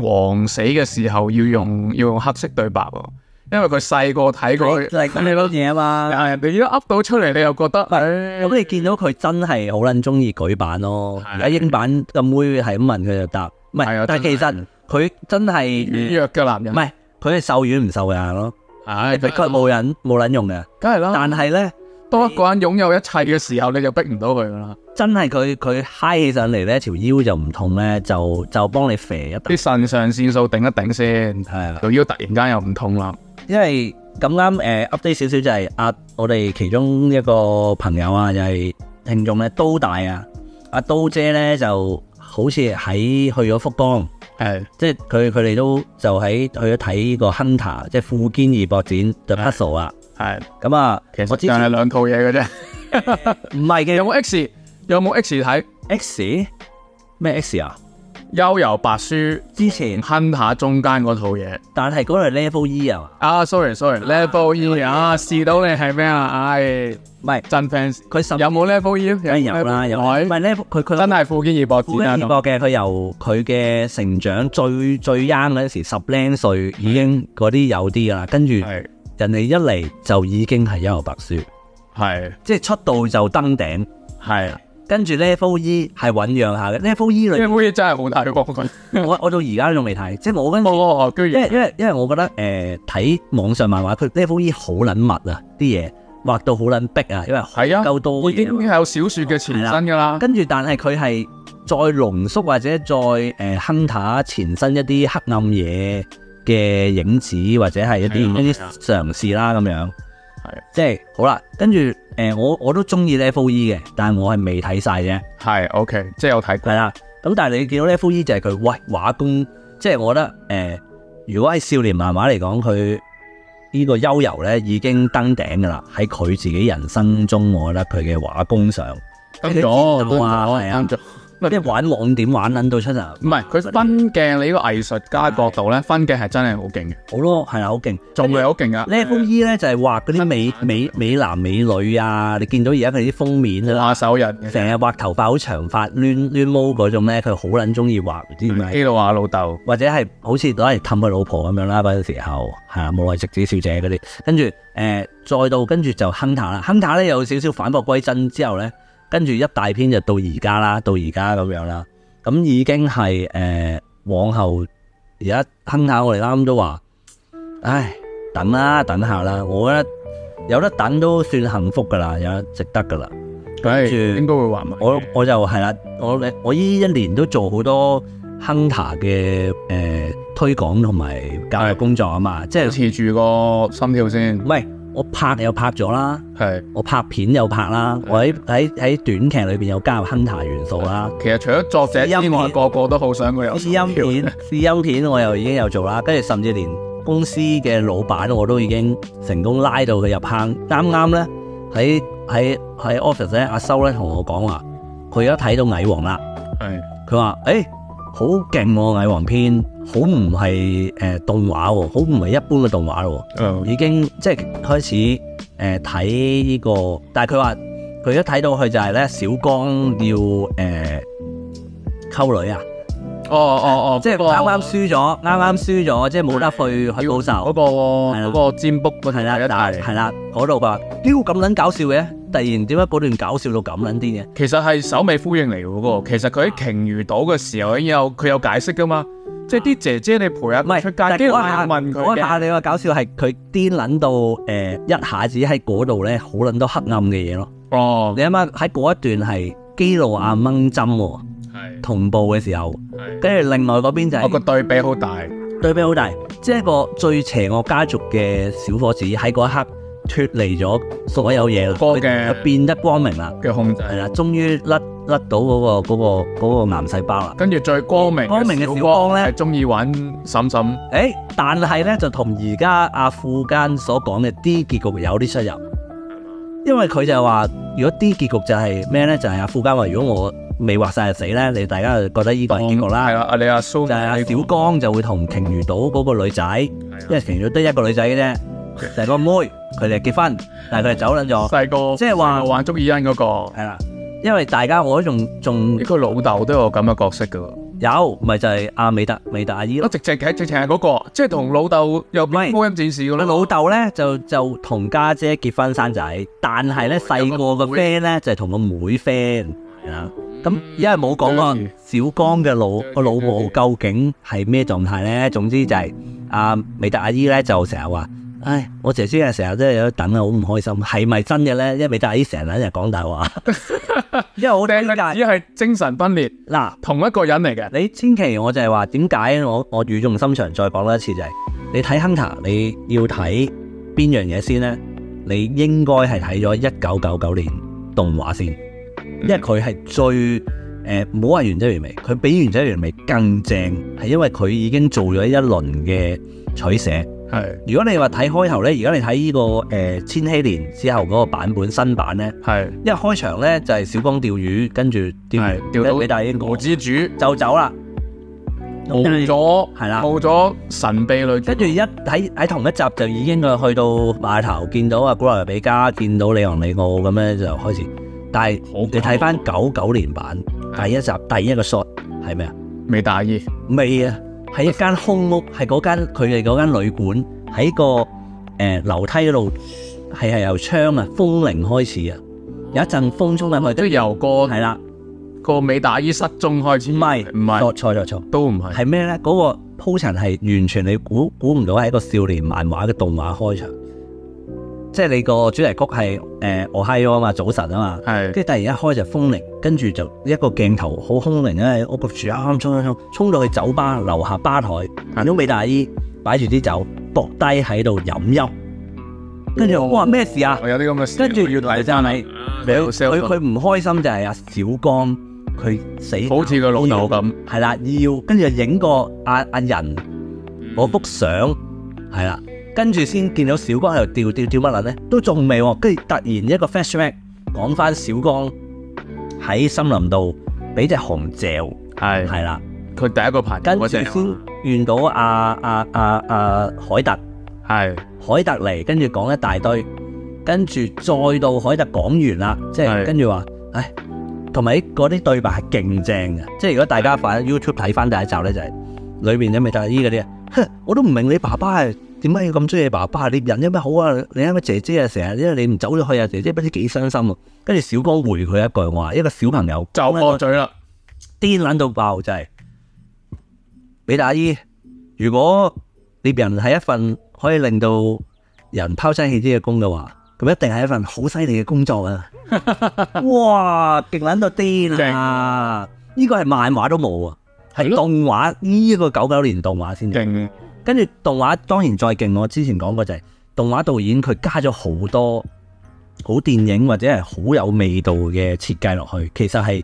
Speaker 1: 王死嘅時候要用要用黑色對白喎？因為佢細個睇過
Speaker 2: 就
Speaker 1: 佢，
Speaker 2: 係咁 你嘢啊嘛
Speaker 1: 但。係你一噏到出嚟，你又覺得誒
Speaker 2: 咁你見到佢真係好撚中意舉版咯，
Speaker 1: 係
Speaker 2: 而家英版個妹係咁問佢就答，唔
Speaker 1: 係
Speaker 2: 啊係
Speaker 1: 啊，
Speaker 2: 但係其嗯實佢真係
Speaker 1: 軟弱嘅男
Speaker 2: 唔
Speaker 1: 人，
Speaker 2: 係佢係受軟唔受硬咯，
Speaker 1: 唉，
Speaker 2: 佢冇人冇撚用嘅。
Speaker 1: 梗係啦。
Speaker 2: 但係咧，
Speaker 1: 當一個人擁有一切嘅時候，你就逼唔到佢㗎啦。
Speaker 2: 真係佢佢嗨起上嚟咧，條腰就唔痛咧，就就幫你肥一啖
Speaker 1: 啲。腎上腺素頂一頂先，
Speaker 2: 係啊，
Speaker 1: 條腰突然間又唔痛啦。
Speaker 2: 因為咁啱誒 update 少少就係、啊，我哋其中一個朋友啊，又係聽眾咧，刀大啊，阿刀姐咧就好似喺去咗福岡。
Speaker 1: 係
Speaker 2: 即係佢佢哋都就喺去咗睇呢個 Hunter，即係富堅義博展 The Puzzle 啊。
Speaker 1: 係，
Speaker 2: 咁啊，
Speaker 1: 其實
Speaker 2: 我之
Speaker 1: 就係
Speaker 2: 前
Speaker 1: 兩套嘢嘅 啫。
Speaker 2: 唔係嘅
Speaker 1: 有冇 X？有冇 X 睇？
Speaker 2: X 咩 X 啊？
Speaker 1: 幽遊白書
Speaker 2: 之前
Speaker 1: 哼下中間嗰套嘢
Speaker 2: 但係嗰度係 Level E 啊嘛，
Speaker 1: 啊，sorry sorry，level E 啊，試到你係咩啊？唉，
Speaker 2: 唔係
Speaker 1: 真 fans
Speaker 2: 佢十
Speaker 1: 有冇 level E？
Speaker 2: 梗係有啦，有唔
Speaker 1: 哎
Speaker 2: 係 Level 佢佢
Speaker 1: 真係富堅義博
Speaker 2: 富
Speaker 1: 展
Speaker 2: 堅
Speaker 1: 啊！
Speaker 2: 義博嘅，佢由佢嘅成長最最 young 嗰陣時十零歲已經嗰啲有啲㗎啦，跟住
Speaker 1: 係
Speaker 2: 人哋一嚟就已經係幽遊白書，
Speaker 1: 係
Speaker 2: 即係出道就登頂，
Speaker 1: 係
Speaker 2: 跟住 Level E 係醖釀下嘅，Level E 裏面
Speaker 1: ，level E 真係好大幫佢。
Speaker 2: 我我到而家仲未睇，即係我跟住，
Speaker 1: 哦哦，居
Speaker 2: 因
Speaker 1: 然
Speaker 2: 為因為因為我覺得誒睇、網上漫畫佢 level E 好撚密啊，啲嘢畫到好撚逼啊，因為好
Speaker 1: 係啊
Speaker 2: 夠多
Speaker 1: 已經
Speaker 2: 嘢啊。
Speaker 1: 係有小説嘅前身㗎啦。
Speaker 2: 跟住但係佢係再濃縮或者再誒、呃 Hunter 前身一啲黑暗嘢嘅影子或者係一啲
Speaker 1: 係啊
Speaker 2: 一啲
Speaker 1: 係啊
Speaker 2: 嘗試啦咁樣。
Speaker 1: 係
Speaker 2: 即係好啦，跟住誒、呃我我都中意 Level E 嘅，但係我係未睇晒啫，
Speaker 1: 係 OK，即係有睇過
Speaker 2: 係啦。咁但係你見到 Level E 就係佢喂畫工，即係我覺得誒、呃如果喺少年漫畫嚟講，佢呢個悠遊咧已經登頂㗎啦。喺佢自己人生中，我覺得佢嘅畫工上，
Speaker 1: 登
Speaker 2: 你
Speaker 1: 咗，
Speaker 2: 都知道啊係啊
Speaker 1: 登咗。
Speaker 2: 即係玩網點玩撚到出嚟。
Speaker 1: 嗯唔係佢分鏡，你呢個藝術家角度咧，分鏡係真係好勁嘅，
Speaker 2: 好咯，係啦，啊好勁。
Speaker 1: 做嘢好勁噶。啊
Speaker 2: Level E 咧就係畫嗰啲美
Speaker 1: 嗯
Speaker 2: 美美男美女啊，你見到而家佢哋啲封面啦，
Speaker 1: 下手人嘅，
Speaker 2: 成日畫頭髮好長髮攣攣毛嗰種咧，佢好撚中意畫，唔知點解？
Speaker 1: 基佬話老豆
Speaker 2: 或者係好似攞嚟氹佢老婆咁樣啦，嗰陣時候係啊，無奈直子小姐嗰啲，跟住誒呃再到跟住就亨塔啦，亨塔咧有少少反璞歸真之後咧，跟住一大篇就到而家啦，到而家咁樣啦，咁已經係誒、呃往後而家亨塔我哋啱啱都話，唉等啦等下啦，我覺得有得等都算幸福㗎啦，有得值得㗎啦。
Speaker 1: 佢
Speaker 2: 住
Speaker 1: 係應該會畫埋嘅。
Speaker 2: 我我就係啦，我我依一年都做好多 hunter 嘅誒、呃推廣同埋教育工作啊嘛，即係
Speaker 1: 持住個心跳先
Speaker 2: 唔，係我拍又拍咗啦，
Speaker 1: 係。
Speaker 2: 我拍片又拍啦，我喺喺喺短劇裏邊又加入 hunter 元素啦，
Speaker 1: 其實除咗作者
Speaker 2: 試
Speaker 1: 之
Speaker 2: 音
Speaker 1: 外，
Speaker 2: 片
Speaker 1: 個個都好想佢有
Speaker 2: 試音片試音片我又已經有做啦，跟住甚至連公司嘅老闆我都已經成功拉到佢入坑，啱啱咧喺喺喺 office 咧，阿修咧同我講話，佢而家睇到蟻王啦。
Speaker 1: 係
Speaker 2: 佢話：，誒、好勁喎！蟻王篇好唔係誒動畫喎，好唔係一般嘅動畫咯喎，
Speaker 1: 誒
Speaker 2: 已經即係開始誒睇呢個，但係佢話佢一睇到佢就係咧小光要誒、呃、溝女啊，
Speaker 1: 哦哦哦，
Speaker 2: 即係
Speaker 1: 嗰個
Speaker 2: 啱啱輸咗，啱啱輸咗，即係冇得去去報仇
Speaker 1: 嗰。個
Speaker 2: 係啦
Speaker 1: 嗰個占卜嗰條
Speaker 2: 係啦，
Speaker 1: 第一大
Speaker 2: 但係啦，嗰度佢話：，屌咁撚搞笑嘅，突然點解嗰段搞笑到咁撚啲嘅？
Speaker 1: 其實係首尾呼應嚟嘅
Speaker 2: 嗯
Speaker 1: 嗰個。其實佢
Speaker 2: 啊
Speaker 1: 喺鯨魚島嘅時候已經有佢有解釋噶嘛，即係啲姐姐你陪阿
Speaker 2: 唔係
Speaker 1: 出街，
Speaker 2: 但係
Speaker 1: 跟住我
Speaker 2: 嗰下
Speaker 1: 問
Speaker 2: 嗰
Speaker 1: 佢
Speaker 2: 下
Speaker 1: 嘅，
Speaker 2: 你話搞笑係佢癲撚到誒、呃一下子喺嗰度咧，好撚多黑暗嘅嘢咯。
Speaker 1: 哦，
Speaker 2: 你諗下喺嗰一段係基路亞掹針喎，
Speaker 1: 係
Speaker 2: 同步嘅時候，
Speaker 1: 係，
Speaker 2: 跟住另外嗰邊就
Speaker 1: 我
Speaker 2: 係、
Speaker 1: 個對比好大，
Speaker 2: 對比好大，即係一個最邪惡家族嘅小伙子喺嗰一刻脱離咗所有嘢啦，
Speaker 1: 哥嘅
Speaker 2: 佢變得光明啦，
Speaker 1: 嘅控制，
Speaker 2: 係啦，終於甩甩到嗰、個嗰、個嗰、個癌細胞啦。
Speaker 1: 跟住最光明
Speaker 2: 光明嘅
Speaker 1: 光
Speaker 2: 小光呢
Speaker 1: 係中意玩嬸嬸，
Speaker 2: 誒、但係咧就同而家阿富間所講嘅 D 結局有啲出入，因為佢就話，如果 D 結局就係咩咧？就係、阿富間話，如果我未畫晒就死咧，你大家就覺得呢個係結局啦。
Speaker 1: 係啦，啊你阿蘇
Speaker 2: 就係阿小光就會同鯨魚島嗰個女仔，因為鯨魚島得一個女仔嘅啫，就係個妹，佢哋結婚，但係佢哋走撚咗，
Speaker 1: 啊細個
Speaker 2: 即係話
Speaker 1: 細個玩捉伊恩嗰個，
Speaker 2: 係啦。因為大家我都仲仲
Speaker 1: 呢個老豆都有咁嘅角色㗎喎。
Speaker 2: 有，咪就係阿美特美特阿姨咯
Speaker 1: 啊，。直直係直情係嗰個，即係同老豆又變
Speaker 2: 唔係
Speaker 1: 高音戰士嘅
Speaker 2: 佢
Speaker 1: 咯。
Speaker 2: 老豆咧就就同家姐結婚生仔，但係咧細個個 friend 咧就係同個妹 friend 係啦。咁
Speaker 1: 嗯
Speaker 2: 因為冇講過小光嘅老個老母究竟係咩狀態咧？總之就係、阿、美特阿姨咧就成日話：，唉，我姐姐啊成日都有得等啊，好唔開心。係咪真嘅咧？因為美特阿姨成日日講大話，因為好
Speaker 1: 定
Speaker 2: 尷
Speaker 1: 係
Speaker 2: 尬。
Speaker 1: 只係精神分裂，
Speaker 2: 嗱，
Speaker 1: 同一個人嚟嘅。
Speaker 2: 你千祈我就係話點解我我語重心長再講多一次就係、你睇 Hunter 你要睇邊樣嘢先呢？你應該係睇咗一九九九年動畫先，
Speaker 1: 嗯
Speaker 2: 因為佢係最誒唔好話原汁原味，佢比原汁原味更正，係因為佢已經做咗一輪嘅取捨。
Speaker 1: 係
Speaker 2: 如果你話睇開頭呢，而家你睇呢、個誒、呃千禧年之後嗰個版本新版呢，
Speaker 1: 係
Speaker 2: 一開場呢就係、小光釣魚，跟住釣
Speaker 1: 係，
Speaker 2: 魚俾俾
Speaker 1: 調到
Speaker 2: 大英
Speaker 1: 無之主
Speaker 2: 就走啦。
Speaker 1: 冇咗，
Speaker 2: 係啦
Speaker 1: 冇咗神秘女主
Speaker 2: 跟住一喺喺同一集就已經去到碼頭，見到阿古拉比加，見到里昂里奧咁咧就開始。但係
Speaker 1: 好
Speaker 2: 你睇翻九九年版第一集第一個 shot 係咩啊？
Speaker 1: 未大意，
Speaker 2: 未啊，喺一間空屋，係嗰間佢哋嗰間旅館喺個誒、呃、樓梯嗰度，係係由窗啊風鈴開始啊，有一陣風衝入去，
Speaker 1: 即係
Speaker 2: 跟住
Speaker 1: 由個
Speaker 2: 係啦，
Speaker 1: 個美大意失蹤開始。
Speaker 2: 唔係
Speaker 1: 唔係
Speaker 2: 錯錯錯錯。
Speaker 1: 都唔係，
Speaker 2: 係咩呢？嗰、個鋪陳係完全你估估唔到係一個少年漫畫嘅動畫開場，即係你個主題曲係誒我嗨啊嘛，早晨啊嘛，
Speaker 1: 係
Speaker 2: 跟住突然一開就風鈴，跟住就一個鏡頭好空靈啊咧，我個住啱啱衝衝衝衝到去酒吧樓下吧台，見到美大阿姨擺住啲酒，搏低喺度飲泣，跟住我話咩事啊？
Speaker 3: 我有啲咁嘅事，
Speaker 2: 跟住
Speaker 3: 要大
Speaker 2: 就係咪
Speaker 1: 好
Speaker 2: 佢
Speaker 1: sell
Speaker 2: 佢
Speaker 1: 到
Speaker 2: 佢唔開心就係阿小光佢死
Speaker 1: 好似個老豆咁，
Speaker 2: 係啦，要跟住就影個阿阿人嗰幅相係啦，跟住先見到小光喺度吊吊吊乜撚咧，都仲未喎。跟住突然一個 flashback 講翻小光喺森林度俾只紅鵲
Speaker 1: 係
Speaker 2: 係啦，
Speaker 1: 佢第一個朋友
Speaker 2: 跟住
Speaker 1: 嗰
Speaker 2: 先
Speaker 1: 隻，啊
Speaker 2: 遇到阿阿阿阿海特。
Speaker 1: 係
Speaker 2: 海特嚟，跟住講一大堆，跟住再到海特講完啦，即係
Speaker 1: 係
Speaker 2: 跟住話，唉，同埋嗰啲對白係勁正嘅，即係如果大家反 YouTube 睇翻第一集咧，就係裏面有美特伊嗰啲啊，哼我都唔明你爸爸係點解要咁中意你爸爸，你人有咩好啊？你因為姐姐啊，成日因為你唔走咗去啊，姐姐不知幾傷心啊。跟住小光回佢一句話，一個小朋友
Speaker 1: 就惡嘴啦，
Speaker 2: 癲撚到爆，就係俾大姨。如果獵人係一份可以令到人拋妻棄子嘅工嘅話，咁一定係一份好犀利嘅工 作啊！哇，勁撚到癲啊！呢個係漫畫都冇啊，
Speaker 1: 係
Speaker 2: 係
Speaker 1: 咯
Speaker 2: 動畫呢一個九九年動畫先有。
Speaker 1: 勁
Speaker 2: 跟住動畫當然再勁，我之前講過就係、動畫導演佢加咗好多好電影或者係好有味道嘅設計落去，其實係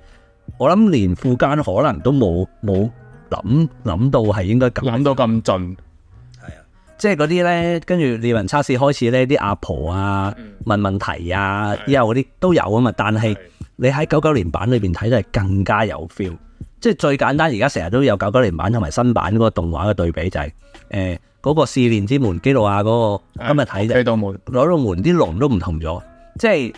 Speaker 2: 我諗連富間可能都冇冇諗諗到係應該咁，
Speaker 1: 諗到咁盡，
Speaker 2: 即係嗰啲呢，跟住獵人測試開始呢啲阿婆啊問問題啊，之後嗰啲都有啊嘛，但係你喺九九年版裏邊睇就係更加有 feel。即係最簡單，而家成日都有九九年版同埋新版嗰個動畫嘅對比就係誒嗰個試煉之門基路亞嗰、個，今日睇就
Speaker 1: 睇到冇
Speaker 2: 攞到門啲龍都唔同咗，即係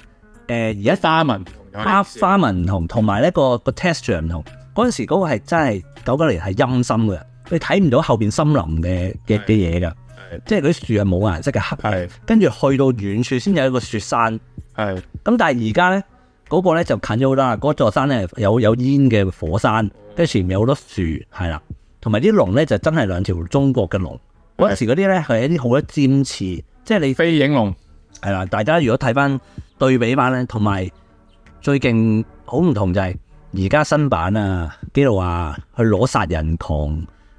Speaker 2: 呃誒而家
Speaker 1: 花紋，
Speaker 2: 花花紋唔同，同埋呢個個 texture 唔同。嗰陣時嗰個係真係九九年係陰森嘅，你睇唔到後邊森林嘅嘅嘅嘢㗎，即係嗰啲樹係冇顏色嘅黑，
Speaker 1: 係
Speaker 2: 跟住去到遠處先有一個雪山。
Speaker 1: 係
Speaker 2: 咁但係而家咧嗰個咧就近咗好多啦，嗰座山咧有有煙嘅火山，跟住前面有好多樹，係啦，同埋啲龍咧就真係兩條中國嘅龍。嗰陣時嗰啲咧係一啲好多尖刺，即係你
Speaker 1: 飛影龍，
Speaker 2: 係啦，大家如果睇翻對比翻咧，同埋最勁好唔同就係而家新版啊，基路啊，去攞殺人狂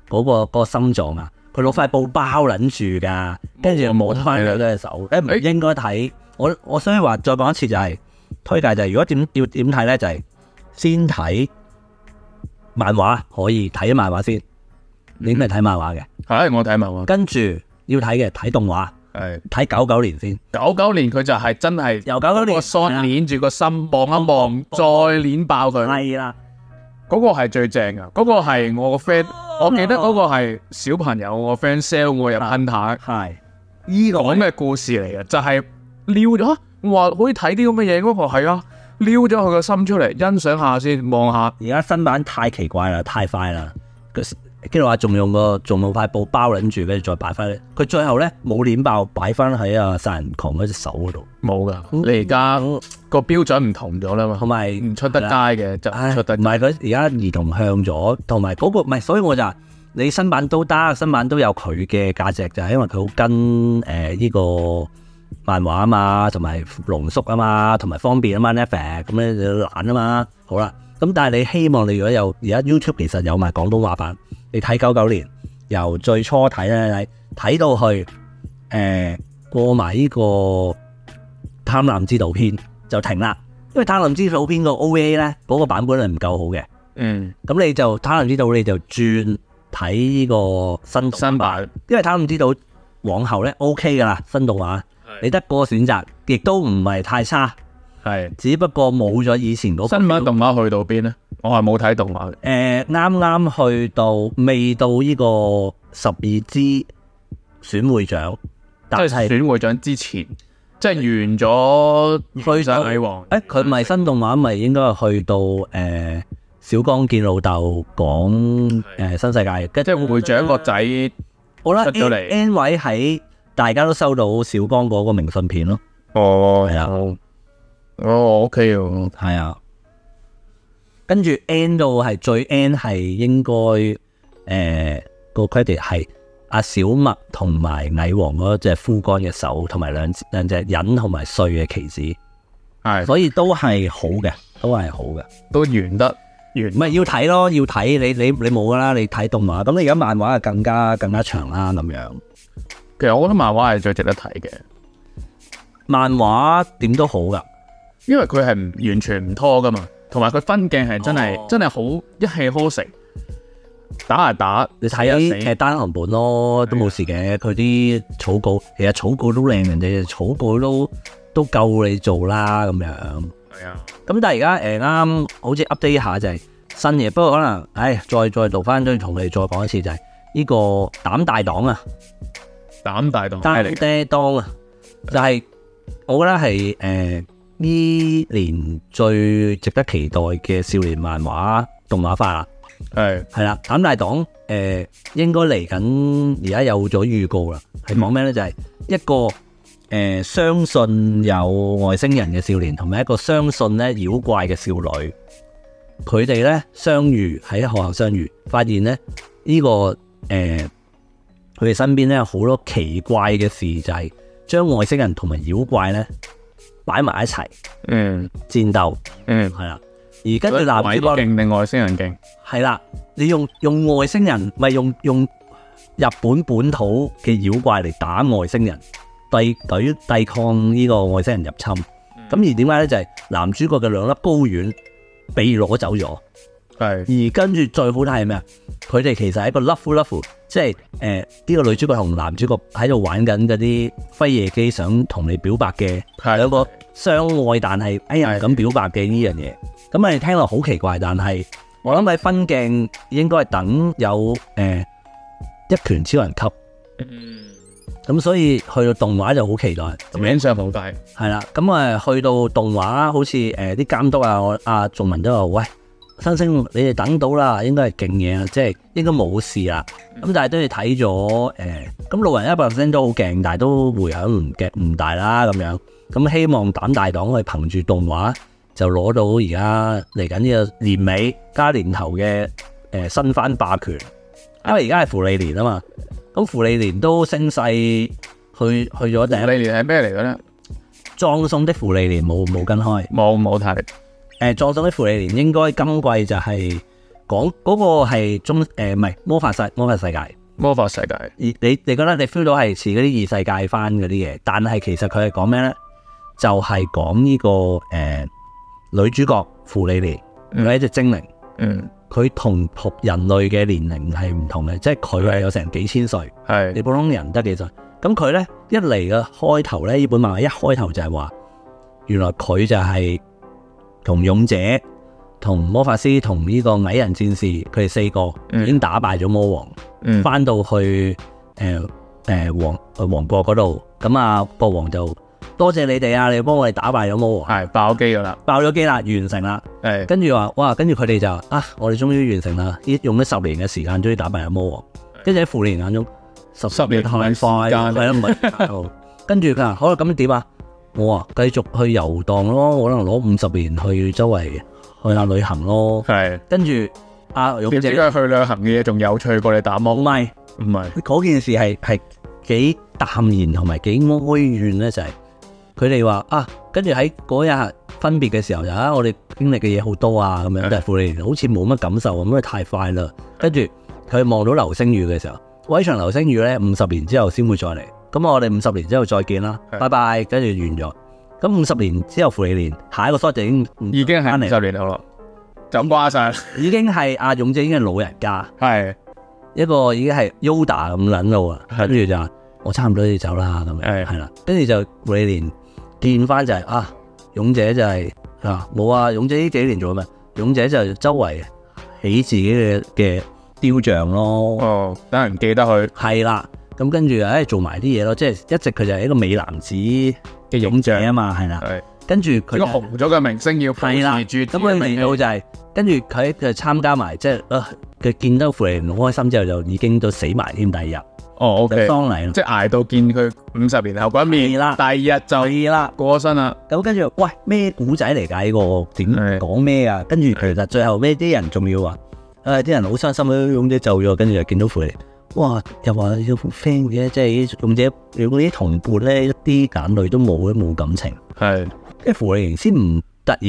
Speaker 2: 嗰、個嗰個心臟啊，佢攞塊布包撚住㗎，
Speaker 1: 嗯
Speaker 2: 跟住冇翻佢隻手，誒唔
Speaker 1: 誒
Speaker 2: 應該睇。我我所以話再講一次就係、推介就係、如果點要點睇咧，就係、先睇漫畫可以睇漫畫先，你咪睇漫畫嘅，
Speaker 1: 係我睇埋喎，
Speaker 2: 跟住要睇嘅睇動畫，
Speaker 1: 係
Speaker 2: 睇九九年先，
Speaker 1: 九九年佢就係真係
Speaker 2: 由九九年
Speaker 1: 個
Speaker 2: 係
Speaker 1: shot
Speaker 2: 啦
Speaker 1: 捏住個心望一望，再捏爆佢。
Speaker 2: 係啦。
Speaker 1: 嗰個係最正噶，嗰、個係我個 friend，我
Speaker 2: 哦
Speaker 1: 記得嗰個係小朋友我個 friend sell 我入 Hunter
Speaker 2: 係
Speaker 1: 呢個咁嘅故事嚟嘅，就係撩咗，啊我話可以睇啲咁嘅嘢，嗰個係啊，撩咗佢個心出嚟，欣賞下先，望下，
Speaker 2: 而家新版太奇怪啦，太快啦。佢跟住話仲用個仲用塊布包撚住，跟住再擺翻。佢最後咧冇鏈爆，擺翻喺啊殺人狂嗰隻手嗰度。
Speaker 1: 冇噶，你而家個標準唔同咗啦嘛，
Speaker 2: 同埋
Speaker 1: 唔出得街嘅就唔
Speaker 2: 唉，
Speaker 1: 出得
Speaker 2: 唔
Speaker 1: 街，
Speaker 2: 係佢而家兒童向咗，同埋嗰個唔係，所以我就話你新版都得，新版都有佢嘅價值，就係、因為佢好跟誒呢、個漫畫啊嘛，同埋濃縮啊嘛，同埋方便啊嘛 n e t f l 咁咧就懶啊嘛，好啦，咁但係你希望你如果有而家 YouTube 其實有埋廣東話版，你睇九九年由最初睇咧睇到去誒、過埋呢個貪婪之道篇就停啦。因為《塔林之手篇》個 OVA 咧，嗰、個版本係唔夠好嘅，
Speaker 1: 嗯，
Speaker 2: 咁你就《塔林之島》你就轉睇呢個新動
Speaker 1: 新版
Speaker 2: 因為《塔林之島》往後咧 OK 噶啦，新動畫你得個選擇，亦都唔係太差，
Speaker 1: 係
Speaker 2: 只不過冇咗以前嗰、個
Speaker 1: 新版動畫去到邊呢？我係冇睇動畫嘅，
Speaker 2: 誒呃啱啱去到未到呢個十二支選會長，但
Speaker 1: 即係
Speaker 2: 係
Speaker 1: 選會長之前，即係完咗
Speaker 2: 去
Speaker 1: 上
Speaker 2: 到
Speaker 1: 蟻王，
Speaker 2: 誒佢咪新動畫咪應該係去到誒、呃小光見老豆講誒、呃新世界，跟
Speaker 1: 即係會長個仔。
Speaker 2: 好啦
Speaker 1: 出咗嚟
Speaker 2: N,，N 位喺大家都收到小光嗰個明信片咯，
Speaker 1: 哦，
Speaker 2: 係啊
Speaker 1: 哦，哦，OK 喎，
Speaker 2: 係啊。跟住 N 到係最 N 係應該誒、呃、個 credit 係阿小麥同埋蟻王嗰隻枯乾嘅手，同埋兩兩隻忍同埋碎嘅棋子，
Speaker 1: 係
Speaker 2: 所以都係好嘅，都係好嘅。
Speaker 1: 都完得
Speaker 2: 唔
Speaker 1: 完，
Speaker 2: 係要睇咯，要睇你你你冇噶啦，你睇動畫。咁你而家漫畫就更加更加長啦咁樣。
Speaker 1: 其實我覺得漫畫係最值得睇嘅，
Speaker 2: 漫畫點都好㗎，
Speaker 1: 因為佢係唔完全唔拖噶嘛，同埋佢分鏡係真係、
Speaker 2: 哦
Speaker 1: 真係好一氣呵成，打啊打，
Speaker 2: 你
Speaker 1: 死啊
Speaker 2: 睇
Speaker 1: 死
Speaker 2: 劇單行本咯，都冇事嘅。佢啲草稿其實草稿都靚，人哋草稿都都夠你做啦咁樣。
Speaker 1: 係啊，
Speaker 2: 咁但係而家誒啱，好似 update 下就係新嘢，不過可能唉，再再讀翻，再同你再講一次就係、呢個膽大黨啊，
Speaker 1: 膽大到
Speaker 2: 膽爹當啊，就係、我覺得係誒呢年最值得期待嘅少年漫畫動畫化啦。
Speaker 1: 係
Speaker 2: 係啦，膽大黨誒、呃、應該嚟緊，而家有咗預告啦。係講咩咧？就係、一個誒、呃相信有外星人嘅少年，同埋一個相信咧妖怪嘅少女。佢哋咧相遇喺學校相遇，發現咧呢、個誒佢哋身邊咧有好多奇怪嘅事，就係、將外星人同埋妖怪咧擺埋一齊
Speaker 1: 嗯
Speaker 2: 戰鬥，
Speaker 1: 嗯，
Speaker 2: 係啦。而跟住男
Speaker 1: 鬼
Speaker 2: 主角
Speaker 1: 勁定外星人勁？
Speaker 2: 係啦，你用用外星人，咪用用日本本土嘅妖怪嚟打外星人，抵抵抵抗呢個外星人入侵。咁、而點解呢？就係、男主角嘅兩粒睾丸被攞走咗，
Speaker 1: 係
Speaker 2: 而跟住最好睇係咩啊？佢哋其實係一個 love love，即係誒呢個女主角同男主角喺度玩緊嗰啲輝夜姬想同你表白嘅。係兩
Speaker 1: 係
Speaker 2: 個相愛，但係哎呀
Speaker 1: 係
Speaker 2: 唔敢表白嘅呢樣嘢。咁啊，聽落好奇怪，但係我諗喺分鏡應該係等有誒、呃一拳超人級，
Speaker 1: 嗯
Speaker 2: 咁所以去到動畫就好期待。
Speaker 1: 名上好大，
Speaker 2: 係啦，咁啊去到動畫，好似誒啲監督啊，我阿仲文都話：喂，新星你哋等到啦，應該係勁嘢啦，啊即係應該冇事啦。咁但係都係睇咗誒，咁路人一百 p e 都好勁，但係都回響唔嘅唔大啦咁樣。咁希望膽大黨去憑住動畫就攞到而家嚟緊呢個年尾加年頭嘅誒、新番霸權，因為而家係芙莉蓮啊嘛，咁芙莉蓮都升勢去去咗第一
Speaker 1: 你連係咩嚟嘅咧？
Speaker 2: 葬送的芙莉蓮冇冇跟開，誒、
Speaker 1: 冇冇睇，
Speaker 2: 葬送的芙莉蓮應該今季就係講嗰個係中誒唔係魔法世魔法世界，而
Speaker 1: 魔法世界
Speaker 2: 你你覺得你 feel 到係似嗰啲異世界翻嗰啲嘢，但係其實佢係講咩咧？就係講呢個誒、呃女主角芙莉蓮，
Speaker 1: 嗯
Speaker 2: 佢係一隻精靈，
Speaker 1: 嗯
Speaker 2: 佢同仆人類嘅年齡係唔同嘅，即係佢係有成幾千歲。
Speaker 1: 係
Speaker 2: 你普通人得幾歲？咁佢咧一嚟嘅開頭咧，呢本漫畫一開頭就係話，原來佢就係同勇者、同魔法師、同呢個矮人戰士，佢哋四個
Speaker 1: 嗯
Speaker 2: 已經打敗咗魔王，
Speaker 1: 嗯
Speaker 2: 翻到去誒誒、呃王呃王國嗰度，咁啊國王就多謝你哋啊，你幫我哋打敗咗魔王，
Speaker 1: 係爆機噶啦，
Speaker 2: 爆咗機啦，完成啦。
Speaker 1: 係
Speaker 2: 跟住話哇，跟住佢哋就話啊，我哋終於完成啦！呢用咗十年嘅時間，終於打敗咗魔王。跟住喺傅連眼中，十
Speaker 1: 十年
Speaker 2: 後快
Speaker 1: 時間
Speaker 2: 係啦，唔係。跟住佢話好啦，咁點啊？我話繼續去遊蕩咯，可能攞五十年去周圍去下旅行咯。
Speaker 1: 係。
Speaker 2: 跟住啊阿勇
Speaker 1: 點知
Speaker 2: 者
Speaker 1: 佢去旅行嘅嘢仲有趣過你打
Speaker 2: 唔
Speaker 1: 魔？
Speaker 2: 係
Speaker 1: 唔係，
Speaker 2: 嗰件事係係幾淡然同埋幾哀怨咧，就係佢哋話啊，跟住喺嗰日分別嘅時候就啊，我哋經歷嘅嘢好多啊，咁樣，但係傅利好似冇乜感受咁，因為太快啦。跟住佢望到流星雨嘅時候，喂，呢場流星雨咧，五十年之後先會再嚟，咁我哋五十年之後再見啦，
Speaker 1: 係
Speaker 2: 拜拜，跟住完咗。咁五十年之後，傅利年下一個 shot 就已經
Speaker 1: 已經係
Speaker 2: 返
Speaker 1: 五
Speaker 2: 嚟，
Speaker 1: 十年後咯，就瓜晒啦。
Speaker 2: 已經係阿勇者已經係老人家。
Speaker 1: 係
Speaker 2: 一個已經係 Yoda 咁撚路啊，跟住就話我差唔多要走啦咁樣，
Speaker 1: 係
Speaker 2: 係啦，跟住就芙莉蓮見翻就係、啊，勇者就係、啊冇啊，勇者呢幾年做咩？勇者就周圍起自己嘅嘅雕像咯，
Speaker 1: 哦，等人記得佢
Speaker 2: 係啦，咁跟住誒做埋啲嘢咯，即係一直佢就係一個美男子
Speaker 1: 嘅
Speaker 2: 勇
Speaker 1: 影
Speaker 2: 者
Speaker 1: 像，
Speaker 2: 啊嘛，係啦，
Speaker 1: 係
Speaker 2: 跟住佢
Speaker 1: 呢個紅咗嘅明星要保
Speaker 2: 係啦，
Speaker 1: 持
Speaker 2: 咁
Speaker 1: 住
Speaker 2: 佢嚟到就係、跟住佢就參加埋，即係啊佢見到芙莉蓮好開心之後，就已經都死埋添，第二日
Speaker 1: 哦
Speaker 2: 就
Speaker 1: ，OK，
Speaker 2: 喪禮啦。
Speaker 1: 即係捱到見佢五十年後嗰一面
Speaker 2: 係啦
Speaker 1: 第二日就
Speaker 2: 係啦，
Speaker 1: 過咗身啦。
Speaker 2: 咁跟住，喂，咩古仔嚟㗎？呢個點
Speaker 1: 係
Speaker 2: 講咩啊？跟住其實最後尾啲人仲要話，誒、啲人好傷心啊，勇者走咗，跟住就見到芙莉，哇，又話有 friend 嘅，即係勇者用啲同伴咧，一啲眼淚都冇，冇感情。
Speaker 1: 係
Speaker 2: 跟住芙莉先唔突然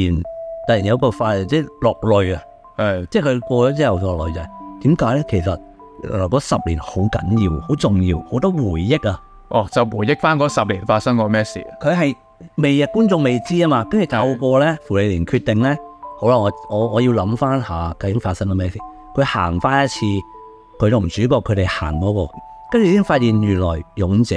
Speaker 2: 突然有個發，即係落淚啊！
Speaker 1: 係
Speaker 2: 即係佢過咗之後落淚就係點解咧？其實原來嗰十年好緊要，好重要，好多回憶啊！
Speaker 1: 哦，就回憶翻嗰十年發生過咩事。
Speaker 2: 佢係未啊觀眾未知啊嘛，跟住透過咧芙莉蓮決定咧，好啦，我我我要諗翻下究竟發生咗咩事。佢行翻一次佢同主角佢哋行嗰、個，跟住先發現原來勇者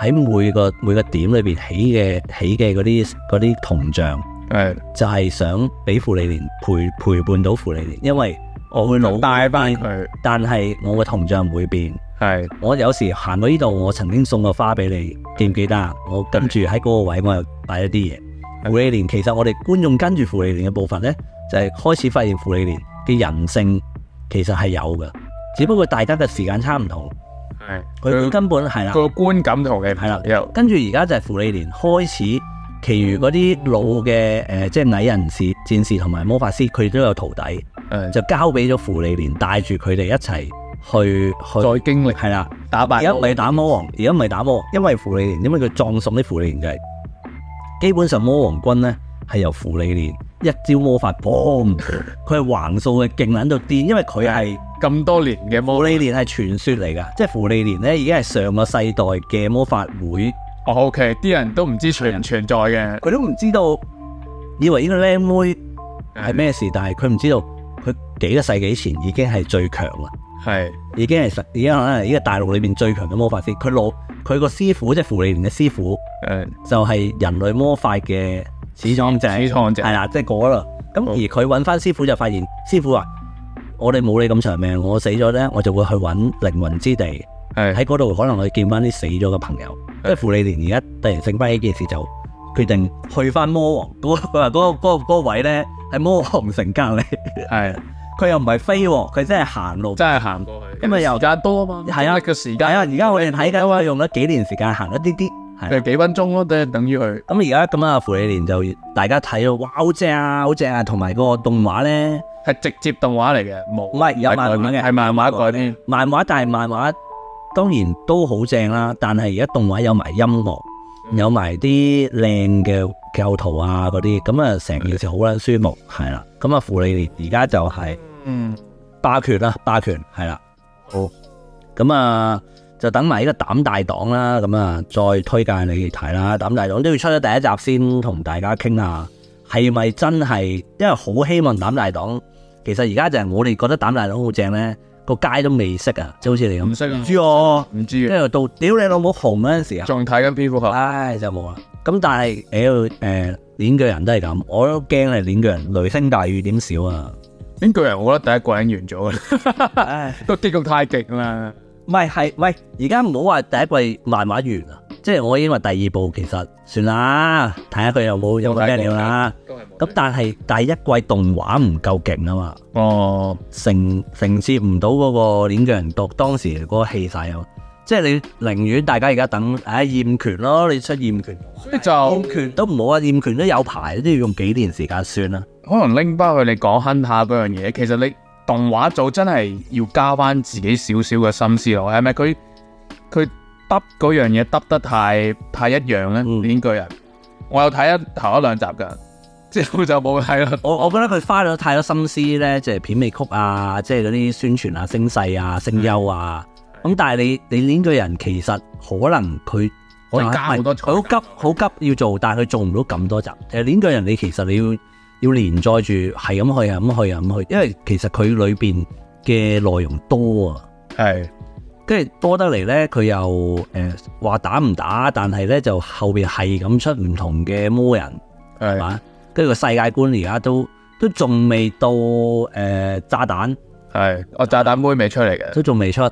Speaker 2: 喺每個每個點裏邊起嘅起嘅嗰啲嗰啲銅像。
Speaker 1: 係
Speaker 2: 就係想俾芙莉蓮陪陪伴到芙莉蓮，因為我會老
Speaker 1: 帶翻，佢
Speaker 2: 但係我嘅銅像唔會變。
Speaker 1: 係
Speaker 2: 我有時行到呢度，我曾經送過花俾你，記唔記得啊？我跟住喺嗰個位，我又擺咗啲嘢。
Speaker 1: 係
Speaker 2: 芙莉蓮其實我哋觀眾跟住芙莉蓮嘅步伐呢，就係、開始發現芙莉蓮嘅人性其實係有嘅，只不過大家嘅時間差唔同，
Speaker 1: 係
Speaker 2: 佢
Speaker 1: 佢
Speaker 2: 根本係啦
Speaker 1: 佢。個觀感同嘅
Speaker 2: 係啦
Speaker 1: 又
Speaker 2: 跟住而家就係芙莉蓮開始，其餘嗰啲老嘅誒、呃即係矮人士、戰士同埋魔法師，佢都有徒弟，
Speaker 1: 誒
Speaker 2: 就交俾咗芙莉蓮帶住佢哋一齊去去，
Speaker 1: 再經歷
Speaker 2: 係啦。
Speaker 1: 打
Speaker 2: 而
Speaker 1: 敗
Speaker 2: 家唔係打魔王，而家唔係打魔王，因為芙莉蓮，因為佢葬送啲芙莉蓮就係、基本上魔王軍咧係由芙莉蓮一招魔法 boom，佢係橫掃嘅勁撚到癲，因為佢係。
Speaker 1: 咁多年嘅
Speaker 2: 芙
Speaker 1: 冇
Speaker 2: 莉蓮係傳說嚟㗎，即係芙莉蓮咧已經係上個世代嘅魔法會
Speaker 1: 哦，OK，啲人都唔知存唔存在嘅，
Speaker 2: 佢都唔知道，以為呢個靚妹係咩事，但係佢唔知道佢幾個世紀前已經係最強啦，
Speaker 1: 係
Speaker 2: 已經係實，已經可能係呢個大陸裏面最強嘅魔法師。佢老佢個師傅即係芙莉蓮嘅師傅，
Speaker 1: 誒
Speaker 2: 就係、人類魔法嘅始創者，
Speaker 1: 始創者
Speaker 2: 係啦，即係嗰啦。咁
Speaker 1: 好
Speaker 2: 而佢揾翻師傅就發現，師傅話：我哋冇你咁長命，我死咗呢，我就會去揾靈魂之地。
Speaker 1: 係
Speaker 2: 喺嗰度可能我哋見翻啲死咗嘅朋友，即係芙莉蓮而家突然醒翻呢件事，就決定去翻魔王嗰佢話嗰個嗰、個嗰個位咧，喺魔王城隔離，
Speaker 1: 係
Speaker 2: 佢又唔係飛喎，佢真係行路。
Speaker 1: 真係行過去，
Speaker 2: 因為又
Speaker 1: 時間多啊嘛，
Speaker 2: 係啊
Speaker 1: 個時
Speaker 2: 係啊，
Speaker 1: 間
Speaker 2: 而家我哋睇緊話用咗幾年時間行一啲啲，係啊
Speaker 1: 誒幾分鐘咯，等等於佢
Speaker 2: 咁而家咁啊，芙莉蓮就大家睇到哇，好正啊，好正啊，同埋個動畫咧，
Speaker 1: 係直接動畫嚟嘅，冇
Speaker 2: 唔係有漫畫嘅
Speaker 1: 係漫畫改編，
Speaker 2: 漫畫但係漫畫當然都好正啦，但係而家動畫有埋音樂，有埋啲靚嘅構圖啊嗰啲，咁啊成件事好撚舒服，係啦。咁啊，芙莉蓮而家就係
Speaker 1: 嗯，
Speaker 2: 霸權啦，霸權係啦。
Speaker 1: 好，
Speaker 2: 咁啊就等埋呢個膽大黨啦，咁啊再推介你哋睇啦。膽大黨都要出咗第一集先同大家傾下，係咪真係？因為好希望膽大黨，其實而家就係我哋覺得膽大黨好正咧，個街都未識啊，即係好似你咁
Speaker 1: 唔。識啊，
Speaker 2: 知我，
Speaker 1: 唔知
Speaker 2: 跟住到屌你老母紅嗰陣時
Speaker 1: 嘅，
Speaker 2: 啊，
Speaker 1: 仲睇緊蝙蝠俠，
Speaker 2: 唉就冇啦。啊咁但係，屌誒，鏈鋸人都係咁，我都驚係鏈鋸人雷聲大雨點少 啊。
Speaker 1: 呢巨人我覺得第一個已經完咗啦，
Speaker 2: 唉，
Speaker 1: 個結局太勁啦，
Speaker 2: 唔係係，喂，而家唔好話第一季漫畫完啊，即係我已經話第二部其實算啦，睇下佢有冇有冇咩料啦。
Speaker 1: 都係冇
Speaker 2: 咁但係第一季動畫唔夠勁啊嘛，
Speaker 1: 哦，
Speaker 2: 承承接唔到嗰個鏈鋸人讀當時嗰個氣勢啊嘛。即係你寧願大家而家等，唉、厭權咯，你出厭權。
Speaker 1: 所以就
Speaker 2: 厭權都唔好啊，厭權都有排，都要用幾年時間算啦。
Speaker 1: 可能拎包佢你講 Hunter 嗰樣嘢，其實你動畫組真係要加翻自己少少嘅心思落去，係咪佢佢揼嗰樣嘢揼得太太一樣咧？
Speaker 2: 嗯
Speaker 1: 鏈鋸人，我有睇一頭一兩集㗎， 之後就冇睇啦。
Speaker 2: 我我覺得佢花咗太多心思咧，即係片尾曲啊，即係嗰啲宣傳啊、聲勢啊、聲優啊。
Speaker 1: 嗯
Speaker 2: 咁但係你你呢個人其實可能佢
Speaker 1: 可以加好多
Speaker 2: 佢好急好急要做，但係佢做唔到咁多集。其實呢個人你其實你要要連載住係咁去啊、咁去啊、咁去，因為其實佢裏邊嘅內容多啊。
Speaker 1: 係
Speaker 2: 跟住多得嚟咧，佢又誒話、打唔打，但係咧就後邊係咁出唔同嘅魔人，係
Speaker 1: 係
Speaker 2: 嘛？跟住個世界觀而家都都仲未到誒、呃炸彈，
Speaker 1: 係，我炸彈妹未出嚟嘅，
Speaker 2: 都仲未出，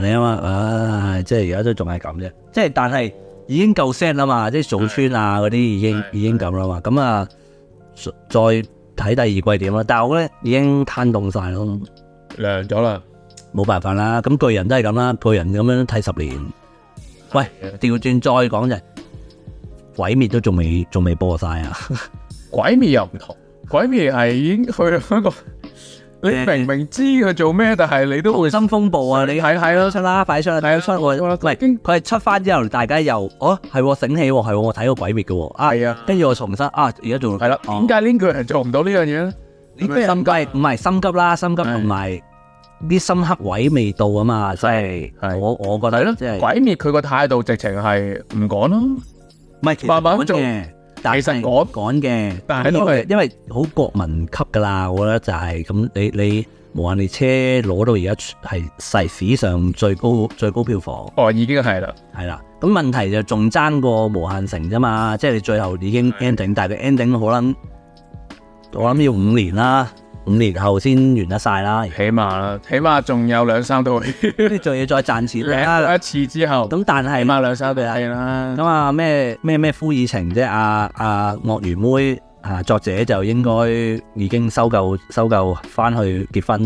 Speaker 2: 你啊嘛，啊即係而家都仲係咁啫。即係但係已經夠 set 啦嘛，即係早村啊嗰啲已經
Speaker 1: 係
Speaker 2: 已經咁啦嘛。咁啊，再再睇第二季點啦。但係我咧已經攤凍晒咯，
Speaker 1: 涼咗啦。
Speaker 2: 冇辦法啦。咁巨人都係咁啦，巨人咁樣睇十年。喂，
Speaker 1: 啊
Speaker 2: 調轉再講就係鬼滅都仲未仲未播晒啊！
Speaker 1: 鬼滅又唔同，鬼滅係已經去到一個， 你明明知佢做咩，但係你都會
Speaker 2: 溏心風暴啊，你
Speaker 1: 睇睇啦。
Speaker 2: 出啦，快出啦，
Speaker 1: 係啊
Speaker 2: 快出我
Speaker 1: 出啦
Speaker 2: 喂，
Speaker 1: 已經
Speaker 2: 佢係出翻之後，大家又哦係喎醒起喎，係喎我睇過鬼滅嘅喎，啊
Speaker 1: 係啊
Speaker 2: 跟住我重新啊而家仲
Speaker 1: 係啦，
Speaker 2: 哦
Speaker 1: 點解呢個人做唔到呢樣嘢咧？
Speaker 2: 呢個人唔係唔係心急啦，心急
Speaker 1: 係
Speaker 2: 同埋啲深刻位未到啊嘛，真係
Speaker 1: 係
Speaker 2: 我我覺得
Speaker 1: 係咯
Speaker 2: 即係
Speaker 1: 鬼滅佢個態度直情係唔講咯，
Speaker 2: 唔係其實
Speaker 1: 慢慢
Speaker 2: 趕
Speaker 1: 做
Speaker 2: 嘅，但係
Speaker 1: 其實趕
Speaker 2: 趕嘅，
Speaker 1: 但係都係
Speaker 2: 因為好國民級㗎啦，我覺得就係、咁，你你無限列車攞到而家係世史上最高最高票房。
Speaker 1: 哦，已經係啦，
Speaker 2: 係啦，咁問題就仲爭過無限城啫嘛，即係你最後已經 ending，但係佢 ending 可能我諗要五年啦，五年後先完得晒啦，
Speaker 1: 起碼啦，起碼仲有兩三套戲，
Speaker 2: 跟住仲要再賺 錢
Speaker 1: 兩
Speaker 2: 啦。
Speaker 1: 一次之後，
Speaker 2: 咁但係
Speaker 1: 起碼兩三套
Speaker 2: 係啊
Speaker 1: 戲啦。
Speaker 2: 咁啊咩咩咩呼爾情啫，啊啊鱷魚妹啊作者就應該已經收購收購翻去結婚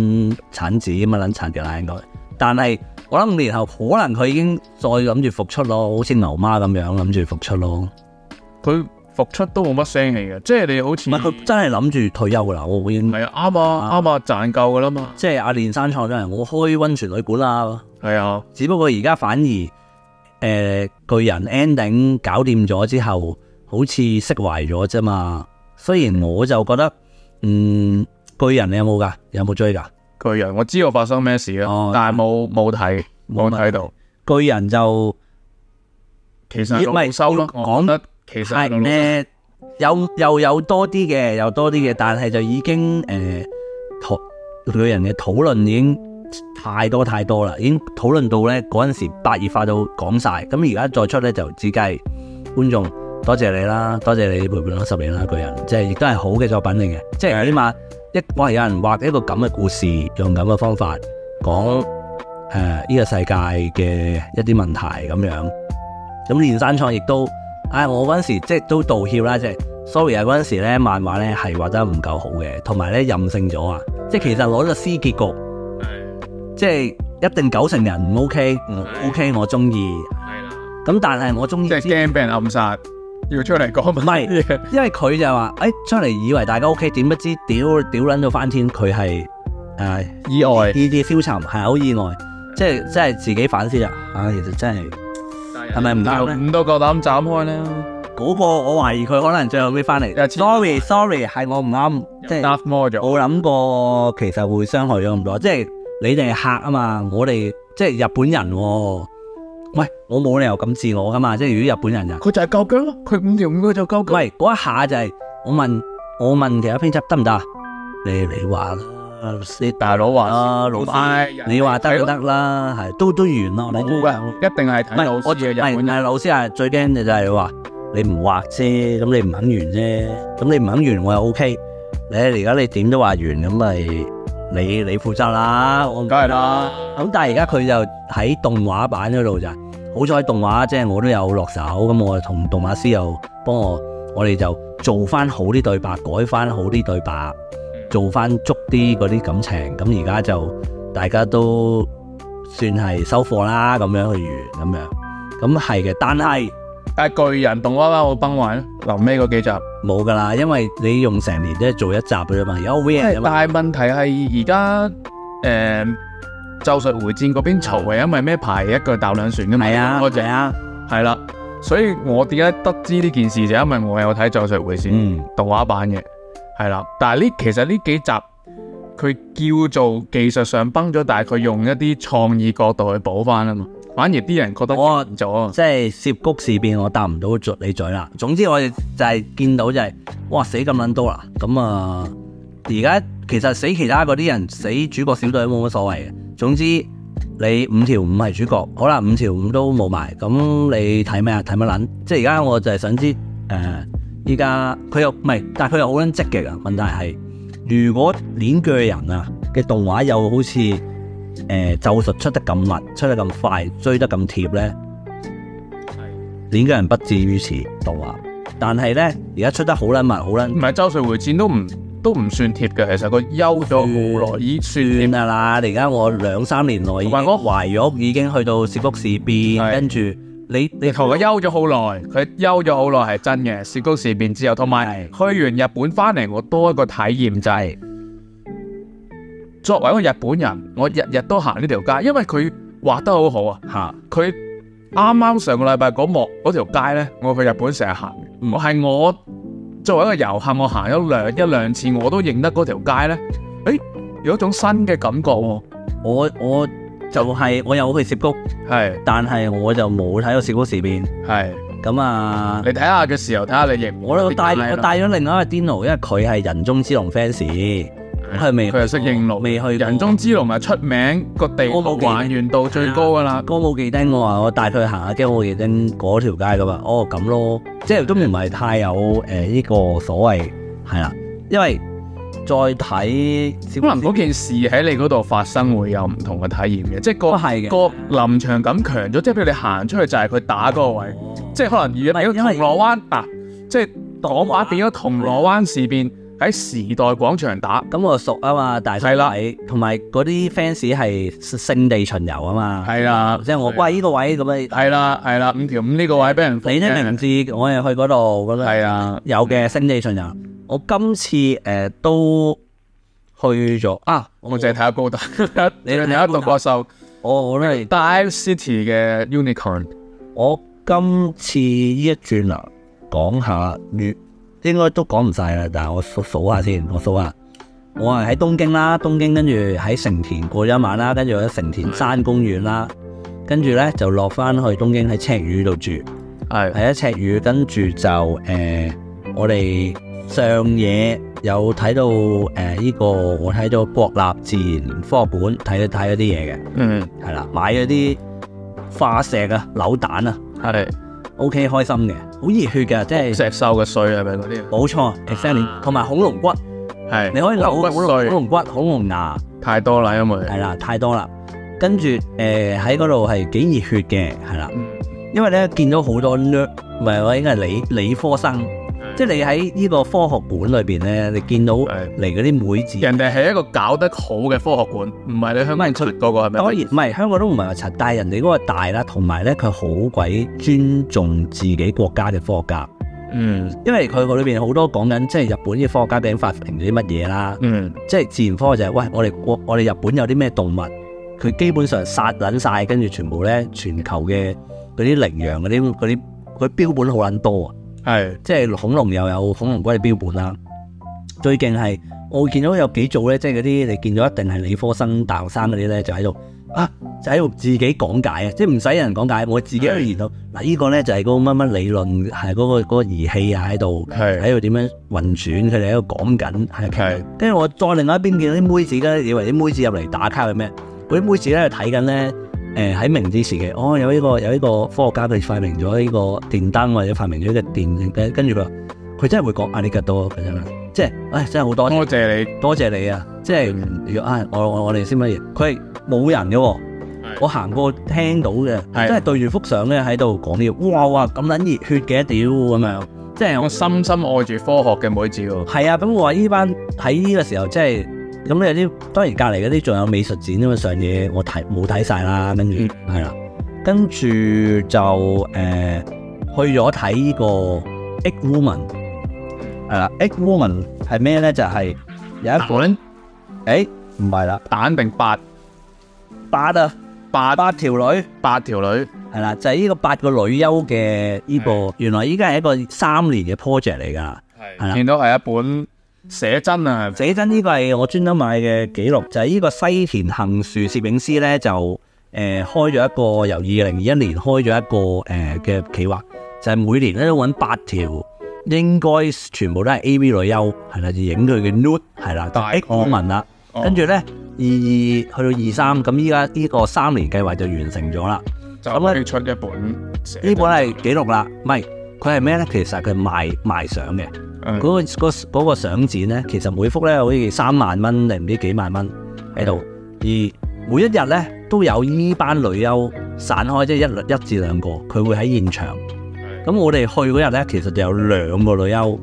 Speaker 2: 產子咁啊撚殘條啦應該，但係我諗五年後可能佢已經再諗住復出咯，好似牛媽咁樣諗住復出咯。
Speaker 1: 佢復出都冇乜聲氣嘅，即係你好似
Speaker 2: 唔係佢真係諗住退休㗎啦，我已
Speaker 1: 嗯唔
Speaker 2: 經
Speaker 1: 係啊，啱啊，啱啊，賺夠噶啦嘛，
Speaker 2: 即係阿連山創真人，我開温泉旅館啦。
Speaker 1: 係啊，
Speaker 2: 只不過而家反而誒、呃巨人 ending 搞掂咗之後，好似釋懷咗啫嘛。雖然我就覺得，嗯，巨人你有冇㗎？有冇追㗎？
Speaker 1: 巨人我知道發生咩事
Speaker 2: 哦
Speaker 1: 啊，但係冇冇睇，冇
Speaker 2: 冇乜
Speaker 1: 睇到。
Speaker 2: 巨人就
Speaker 1: 其
Speaker 2: 咦
Speaker 1: 實
Speaker 2: 唔係
Speaker 1: 老收咯，
Speaker 2: 要講
Speaker 1: 我覺得其實
Speaker 2: 係
Speaker 1: 老收
Speaker 2: 誒呃有又有多啲嘅，有多啲嘅，但係就已經誒討、巨人嘅討論已經太多太多啦，已經討論到咧嗰陣時白熱化到講晒。咁而家再出咧就只計觀眾多謝你啦，多謝你陪伴咗十年啦，巨人，即係亦都係好嘅作品嚟嘅，即係起碼一哇有人畫一個咁嘅故事，用咁嘅方法講誒呢個世界嘅一啲問題咁樣。咁連山創亦都，唉、我嗰陣時即係都道歉啦，即係 sorry 啊，嗰陣時咧漫畫咧係畫得唔夠好嘅，同埋咧任性咗啊，即係其實攞咗 C 結局，即係一定九成人唔 OK，唔 OK 我中意，
Speaker 1: 係啦。
Speaker 2: 咁但係我中意
Speaker 1: 即係
Speaker 2: 之，
Speaker 1: 驚俾人暗殺，要出嚟講唔
Speaker 2: 係
Speaker 1: 係
Speaker 2: 因為佢就話，誒、哎出嚟以為大家 OK，點不知屌屌撚到翻天，佢係誒
Speaker 1: 意外，
Speaker 2: 呢啲消沉係好意外，即係即係自己反思啊，啊其實真係。係咪唔啱咧
Speaker 1: 五都夠膽斬開啦
Speaker 2: 嗰個我懷疑佢可能最後尾翻嚟
Speaker 1: 又切
Speaker 2: ，sorry sorry 係我唔啱，即係
Speaker 1: d More 咗，
Speaker 2: 冇諗過其實會傷害咗咁多，即係你哋係客啊嘛，我哋即係日本人喎、喂我冇理由咁自我噶嘛，即係如果日本人人，啊
Speaker 1: 佢就係夠姜咯，佢五條五佢就夠姜。
Speaker 2: 喂嗰一下就係、我問我問其他編輯得唔得啊？你你話啦，你
Speaker 1: 大佬話
Speaker 2: 啊老
Speaker 1: 唔
Speaker 2: 師，
Speaker 1: 係
Speaker 2: 你話得就得啦，係都都完啦，
Speaker 1: 冇嘅，一定係
Speaker 2: 唔
Speaker 1: 睇
Speaker 2: 係
Speaker 1: 老
Speaker 2: 我
Speaker 1: 師嘅
Speaker 2: 最
Speaker 1: 日
Speaker 2: 唔係唔
Speaker 1: 本人。
Speaker 2: 係老師啊，最驚嘅就係話你唔畫啫，咁你唔肯完啫，咁你唔肯完我又 OK。你而家你點都話完，咁咪你你負責啦。我唔
Speaker 1: 梗係啦，
Speaker 2: 咁但係而家佢就喺動畫版嗰度就係好彩動畫即係我都有落手，咁我同動畫師又幫我，我哋就做翻好啲對白，改翻好啲對白，做翻足啲嗰啲感情。咁而家就大家都算係收貨啦，咁樣去完咁樣，咁係嘅。但係
Speaker 1: 但係巨人動畫版會崩壞咯，臨尾嗰幾集。
Speaker 2: 冇㗎啦，因為你用成年都係做一集嘅啫嘛，有 V
Speaker 1: 但
Speaker 2: 人啊嘛，
Speaker 1: 係問題係而家誒咒術迴戰嗰邊嘈啊係因為咩排一句搭兩船㗎嘛？
Speaker 2: 係啊，
Speaker 1: 嗰隻
Speaker 2: 係啊，
Speaker 1: 係啦，所以我點解得知呢件事就因為我有睇咒術迴戰。
Speaker 2: 嗯，
Speaker 1: 動畫版嘅，係啦。但係呢其實呢幾集佢叫做技術上崩咗，但係佢用一啲創意角度去補翻啊嘛。反而啲人覺得
Speaker 2: 我
Speaker 1: 完咗啊，
Speaker 2: 哦即係涉谷事變，我答唔到嘴你嘴啦。總之我哋就係見到就係、哇死咁撚多啦。咁啊，而家其實死其他嗰啲人死主角小隊都冇乜所謂嘅。總之你五條五係主角，好啦，五條五都冇埋，咁你睇咩啊？睇乜撚？即係而家我就係想知誒，依家佢又唔係，但係佢又好撚積極啊。問題係如果鏈鋸人啊嘅動畫又好似誒、呃咒術出得咁密，出得咁快，追得咁貼咧。年嘅人不至於遲到啊！但係咧，而家出得好撚密，好
Speaker 1: 唔
Speaker 2: 撚
Speaker 1: 係周歲回戰都唔都唔算貼嘅，其實佢休咗好耐，已算貼。
Speaker 2: 亂㗎啦！而家我兩三年內已
Speaker 1: 同
Speaker 2: 經
Speaker 1: 埋我
Speaker 2: 懷咗，已經去到涉谷事變，
Speaker 1: 係
Speaker 2: 跟住你你
Speaker 1: 同佢休咗好耐，佢休咗好耐係真嘅。涉谷事變之後，同埋去完日本翻嚟，我多一個體驗就係、作為一個日本人，我日日都行呢條街，因為佢畫得好好啊。
Speaker 2: 嚇
Speaker 1: 佢啱啱上個禮拜嗰幕嗰條街呢，我去日本成日行
Speaker 2: 嗯，
Speaker 1: 我係我作為一個遊客，我行咗兩一兩次，我都認得嗰條街呢。誒有一種新嘅感覺喎，
Speaker 2: 我我就係我有去涉谷，
Speaker 1: 係
Speaker 2: 但係我就冇睇到涉谷事變。
Speaker 1: 係
Speaker 2: 咁啊
Speaker 1: 你，睇下嘅時候，睇下你認啊唔
Speaker 2: 我
Speaker 1: 認
Speaker 2: 我
Speaker 1: 啲
Speaker 2: 帶
Speaker 1: 街啦
Speaker 2: 我帶咗另外一個 Dino，因為佢係人中之龍 fans，佢未
Speaker 1: 佢又識認路，
Speaker 2: 未去過
Speaker 1: 人中之龍咪出名個地
Speaker 2: 我冇
Speaker 1: 圖
Speaker 2: 記啊
Speaker 1: 還原度最高噶啦。
Speaker 2: 歌舞伎町我話我帶佢行下歌舞伎町嗰條街噶嘛，哦咁咯，即係都唔係太有誒呢、個所謂係啦，因為再睇小
Speaker 1: 可能嗰件事喺你嗰度發生會有唔同嘅體驗嘅，即係個
Speaker 2: 都係嘅
Speaker 1: 個臨場感強咗，即係譬如你行出去就係佢打嗰個位，即係可能而家
Speaker 2: 唔係
Speaker 1: 變
Speaker 2: 因
Speaker 1: 咗
Speaker 2: 為
Speaker 1: 銅鑼灣嗱，即係港版變咗銅鑼灣事變喺時代廣場打，
Speaker 2: 咁我熟啊嘛，大
Speaker 1: 係啦
Speaker 2: 細同埋嗰啲 fans 係聖地巡遊啊嘛，
Speaker 1: 係啊啦，
Speaker 2: 即係我喂呢個位咁樣，
Speaker 1: 係啦係啦，五條五呢個位俾人
Speaker 2: 你
Speaker 1: 呢
Speaker 2: 都明唔知我係去嗰度咁樣。
Speaker 1: 係啊，
Speaker 2: 有嘅聖地巡遊，我今次誒、都去咗啊！
Speaker 1: 我淨係睇下高達，
Speaker 2: 你
Speaker 1: 你睇下獨角獸
Speaker 2: 我我咧，
Speaker 1: Dive City 嘅 Unicorn。
Speaker 2: 我今次呢一轉啊，講下粵，應該都講唔晒啦，但係我數數下先，我數下，我係喺東京啦，東京跟住喺成田過一晚啦，跟住喺成田山公園啦，跟住咧就落翻去東京喺赤羽度住。
Speaker 1: 係
Speaker 2: 係一啊赤雨，跟住就誒、呃我哋上嘢有睇到誒呢、個，我睇到國立自然科學館睇咗睇咗啲嘢嘅，
Speaker 1: 嗯
Speaker 2: 係啦，買咗啲化石啊、扭蛋啊
Speaker 1: 係
Speaker 2: ，OK 開心嘅，好熱血嘅，即係
Speaker 1: 石獸嘅碎係咪嗰啲？
Speaker 2: 冇錯，exactly，同埋恐龍骨，
Speaker 1: 係
Speaker 2: 你可以扭
Speaker 1: 骨
Speaker 2: 恐龍恐
Speaker 1: 碎
Speaker 2: 龍骨、恐龍牙。
Speaker 1: 太多啦，因為
Speaker 2: 係啦，太多啦。跟住誒喺嗰度係幾熱血嘅，係啦
Speaker 1: 嗯，
Speaker 2: 因為咧見到好多 nerd，唔係我應該係理理科生，即係你喺呢個科學館裏邊咧，你見到
Speaker 1: 係
Speaker 2: 嚟嗰啲妹子，
Speaker 1: 人哋係一個搞得好嘅科學館，唔係你香港出嗰個係
Speaker 2: 當
Speaker 1: 咪？
Speaker 2: 然唔係香港都唔係話柒，但係人哋嗰個大啦，同埋咧佢好鬼尊重自己國家嘅科學家，
Speaker 1: 嗯
Speaker 2: 因為佢個裏邊好多講緊即係日本啲科學家究竟發明咗啲乜嘢啦。
Speaker 1: 嗯
Speaker 2: 即係自然科學就係、喂，我哋國我哋日本有啲咩動物，佢基本上殺撚晒，跟住全部咧全球嘅嗰啲羚羊嗰啲嗰啲佢標本好撚多啊！
Speaker 1: 係
Speaker 2: 即係恐龍又有恐龍龜嘅標本啦。最勁係我見到有幾組咧，即係嗰啲你見到一定係理科生、大學生嗰啲咧，就喺度啊，就喺度自己講解啊，即係唔使有人講解，我自己去研究。嗱，呢個咧就係嗰個乜乜理論，係嗰、個嗰、個儀器啊喺度。
Speaker 1: 係
Speaker 2: 喺度點樣運轉，佢哋喺度講緊，
Speaker 1: 係
Speaker 2: 係。啊跟住我再另外一邊見到啲妹子咧，以為啲妹子入嚟打卡嘅咩？嗰啲妹子咧睇緊咧，誒喺明治時期，哦有呢個有呢個科學家佢發明咗呢個電燈或者發明咗呢個電，跟跟住佢話佢真係會講阿里吉多嘅真係，即係唉真係好多謝
Speaker 1: 多謝你
Speaker 2: 多謝你啊！即係如果啊我我我哋先乜嘢，佢係冇人嘅喎。我行過聽到嘅，
Speaker 1: 係
Speaker 2: 真係對住幅相咧喺度講呢啲，哇哇咁撚熱血嘅屌咁樣，即係我
Speaker 1: 我深深愛住科學嘅妹子喎。
Speaker 2: 係啊，咁我話呢班喺呢個時候即係咁你有啲，當然隔離嗰啲仲有美術展咁嘅上嘢，我睇冇睇晒啦，跟住
Speaker 1: 嗯
Speaker 2: 係啦，跟住就誒、呃去咗睇呢個 Egg Woman 係啦，Egg Woman 係咩咧？就係、有一個
Speaker 1: 蛋
Speaker 2: 誒唔係啦，
Speaker 1: 蛋定八
Speaker 2: 八啊
Speaker 1: 八
Speaker 2: 八條女。
Speaker 1: 八條女
Speaker 2: 係啦，就係、呢個八個女優嘅呢個，原來依家係一個三年嘅 project 嚟㗎。係啦
Speaker 1: 見到係一本寫真啊，係
Speaker 2: 寫真呢個係我專登買嘅記錄，就係、呢個西田杏樹攝影師咧就誒、呃、開咗一個由二零二一年開咗一個誒嘅、企劃，就係、每年咧都揾八條應該全部都係 A.V. 女優係啦，就影佢嘅 nude 係啦，
Speaker 1: 大
Speaker 2: 大網民啦，
Speaker 1: 哦
Speaker 2: 跟住咧二二去到二三，咁依家呢個三年計劃就完成咗啦。
Speaker 1: 就
Speaker 2: 咁啊
Speaker 1: 可以出一本寫真
Speaker 2: 呢本啊係記錄啦，唔係佢係咩咧？其實佢係賣賣相嘅。
Speaker 1: 嗯
Speaker 2: 嗰、個嗰、嗰個相展咧，其實每幅咧好似三萬蚊定唔知幾萬蚊喺度，而每一日咧都有呢班女優散開，即係一兩一至兩個，佢會喺現場。咁我哋去嗰日咧，其實就有兩個女優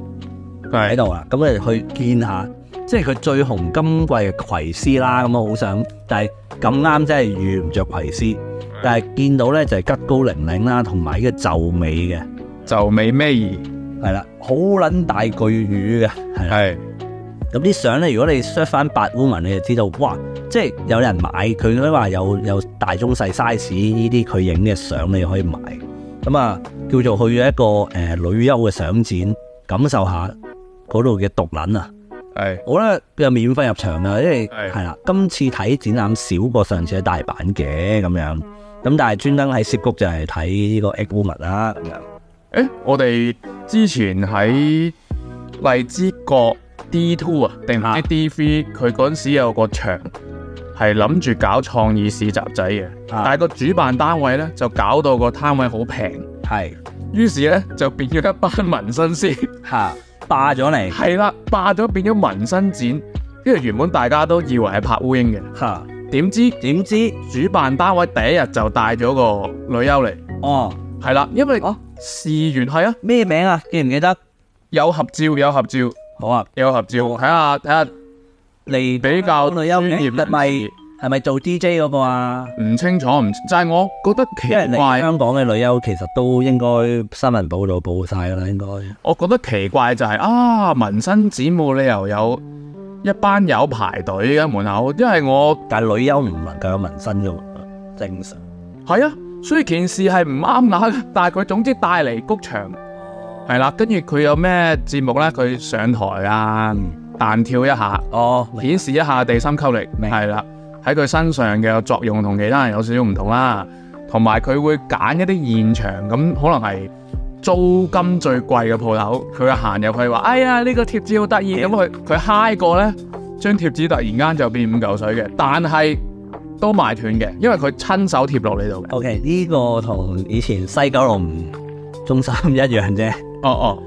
Speaker 2: 喺
Speaker 1: 係
Speaker 2: 度啊啦，咁我哋去見下，即係佢最紅今季嘅葵絲啦，咁我啊好想，但係咁啱真係遇唔着葵絲，但係見到咧就係、吉高玲玲啦，同埋呢個就尾嘅，
Speaker 1: 就尾尾兒
Speaker 2: 係啦，好撚大巨魚嘅，係啦。
Speaker 1: 係
Speaker 2: 咁啲相咧，如果你 search 翻八 woman，你就知道，哇！即係有人買，佢都話有有大中細 size 呢啲佢影嘅相，你可以買。咁啊，叫做去咗一個誒、呃女優嘅相展，感受下嗰度嘅毒撚啊！
Speaker 1: 係
Speaker 2: 我咧又免費入場啊，因為
Speaker 1: 係
Speaker 2: 係啦，今次睇展覽少過上次喺大阪嘅咁樣，咁但係專登喺涉谷就係睇呢個 Egg Woman 啦咁樣，
Speaker 1: 誒，我哋之前喺荔枝角 D Two 啊，定唔
Speaker 2: 啊
Speaker 1: 知 D Three，佢嗰陣時有個場係諗住搞創意市集仔嘅，但係個主辦單位咧就搞到個攤位好平，
Speaker 2: 係
Speaker 1: 於是咧就變咗一班紋身師。
Speaker 2: 嚇霸咗你
Speaker 1: 係啦，霸咗變咗紋身展，跟住原本大家都以為係拍烏蠅嘅，
Speaker 2: 嚇，
Speaker 1: 點知
Speaker 2: 點知
Speaker 1: 主辦單位第一日就帶咗個女優嚟，
Speaker 2: 哦
Speaker 1: 係啦，因為
Speaker 2: 哦
Speaker 1: 試完係啊，
Speaker 2: 咩名啊？記唔記得？
Speaker 1: 有合照有合照
Speaker 2: 好啊，
Speaker 1: 有合照，睇下睇下
Speaker 2: 你
Speaker 1: 比較
Speaker 2: 女優
Speaker 1: 專業
Speaker 2: 係咪係咪做 DJ 嗰個啊？
Speaker 1: 唔清楚唔，就係我覺得
Speaker 2: 因為
Speaker 1: 奇
Speaker 2: 你
Speaker 1: 怪，
Speaker 2: 香港嘅女優其實都應該新聞報道報晒㗎啦，應該
Speaker 1: 我覺得奇怪就係、
Speaker 2: 嗯
Speaker 1: 啊紋身展冇理由有一班友排隊嘅門口，因為我
Speaker 2: 但係女優唔能夠有紋身嘅喎，正常。
Speaker 1: 係啊，所以件事係唔啱眼嘅，但係佢總之帶嚟谷場，係啦，跟住佢有咩節目呢？佢上台啊，彈跳一下，
Speaker 2: 哦，
Speaker 1: 顯示一下地心吸力，
Speaker 2: 明
Speaker 1: 係啦，喺佢身上嘅作用同其他人有少少唔同啦，同埋佢會揀一啲現場咁，可能係租金最貴嘅鋪頭，佢行入去話：哎呀，呢、個貼紙好得意，咁佢佢嗨過呢，張貼紙突然間就變五嚿水嘅，但係都賣斷嘅，因為佢親手貼落你度嘅。
Speaker 2: OK，呢個同以前西九龍中心一樣啫，
Speaker 1: 哦哦，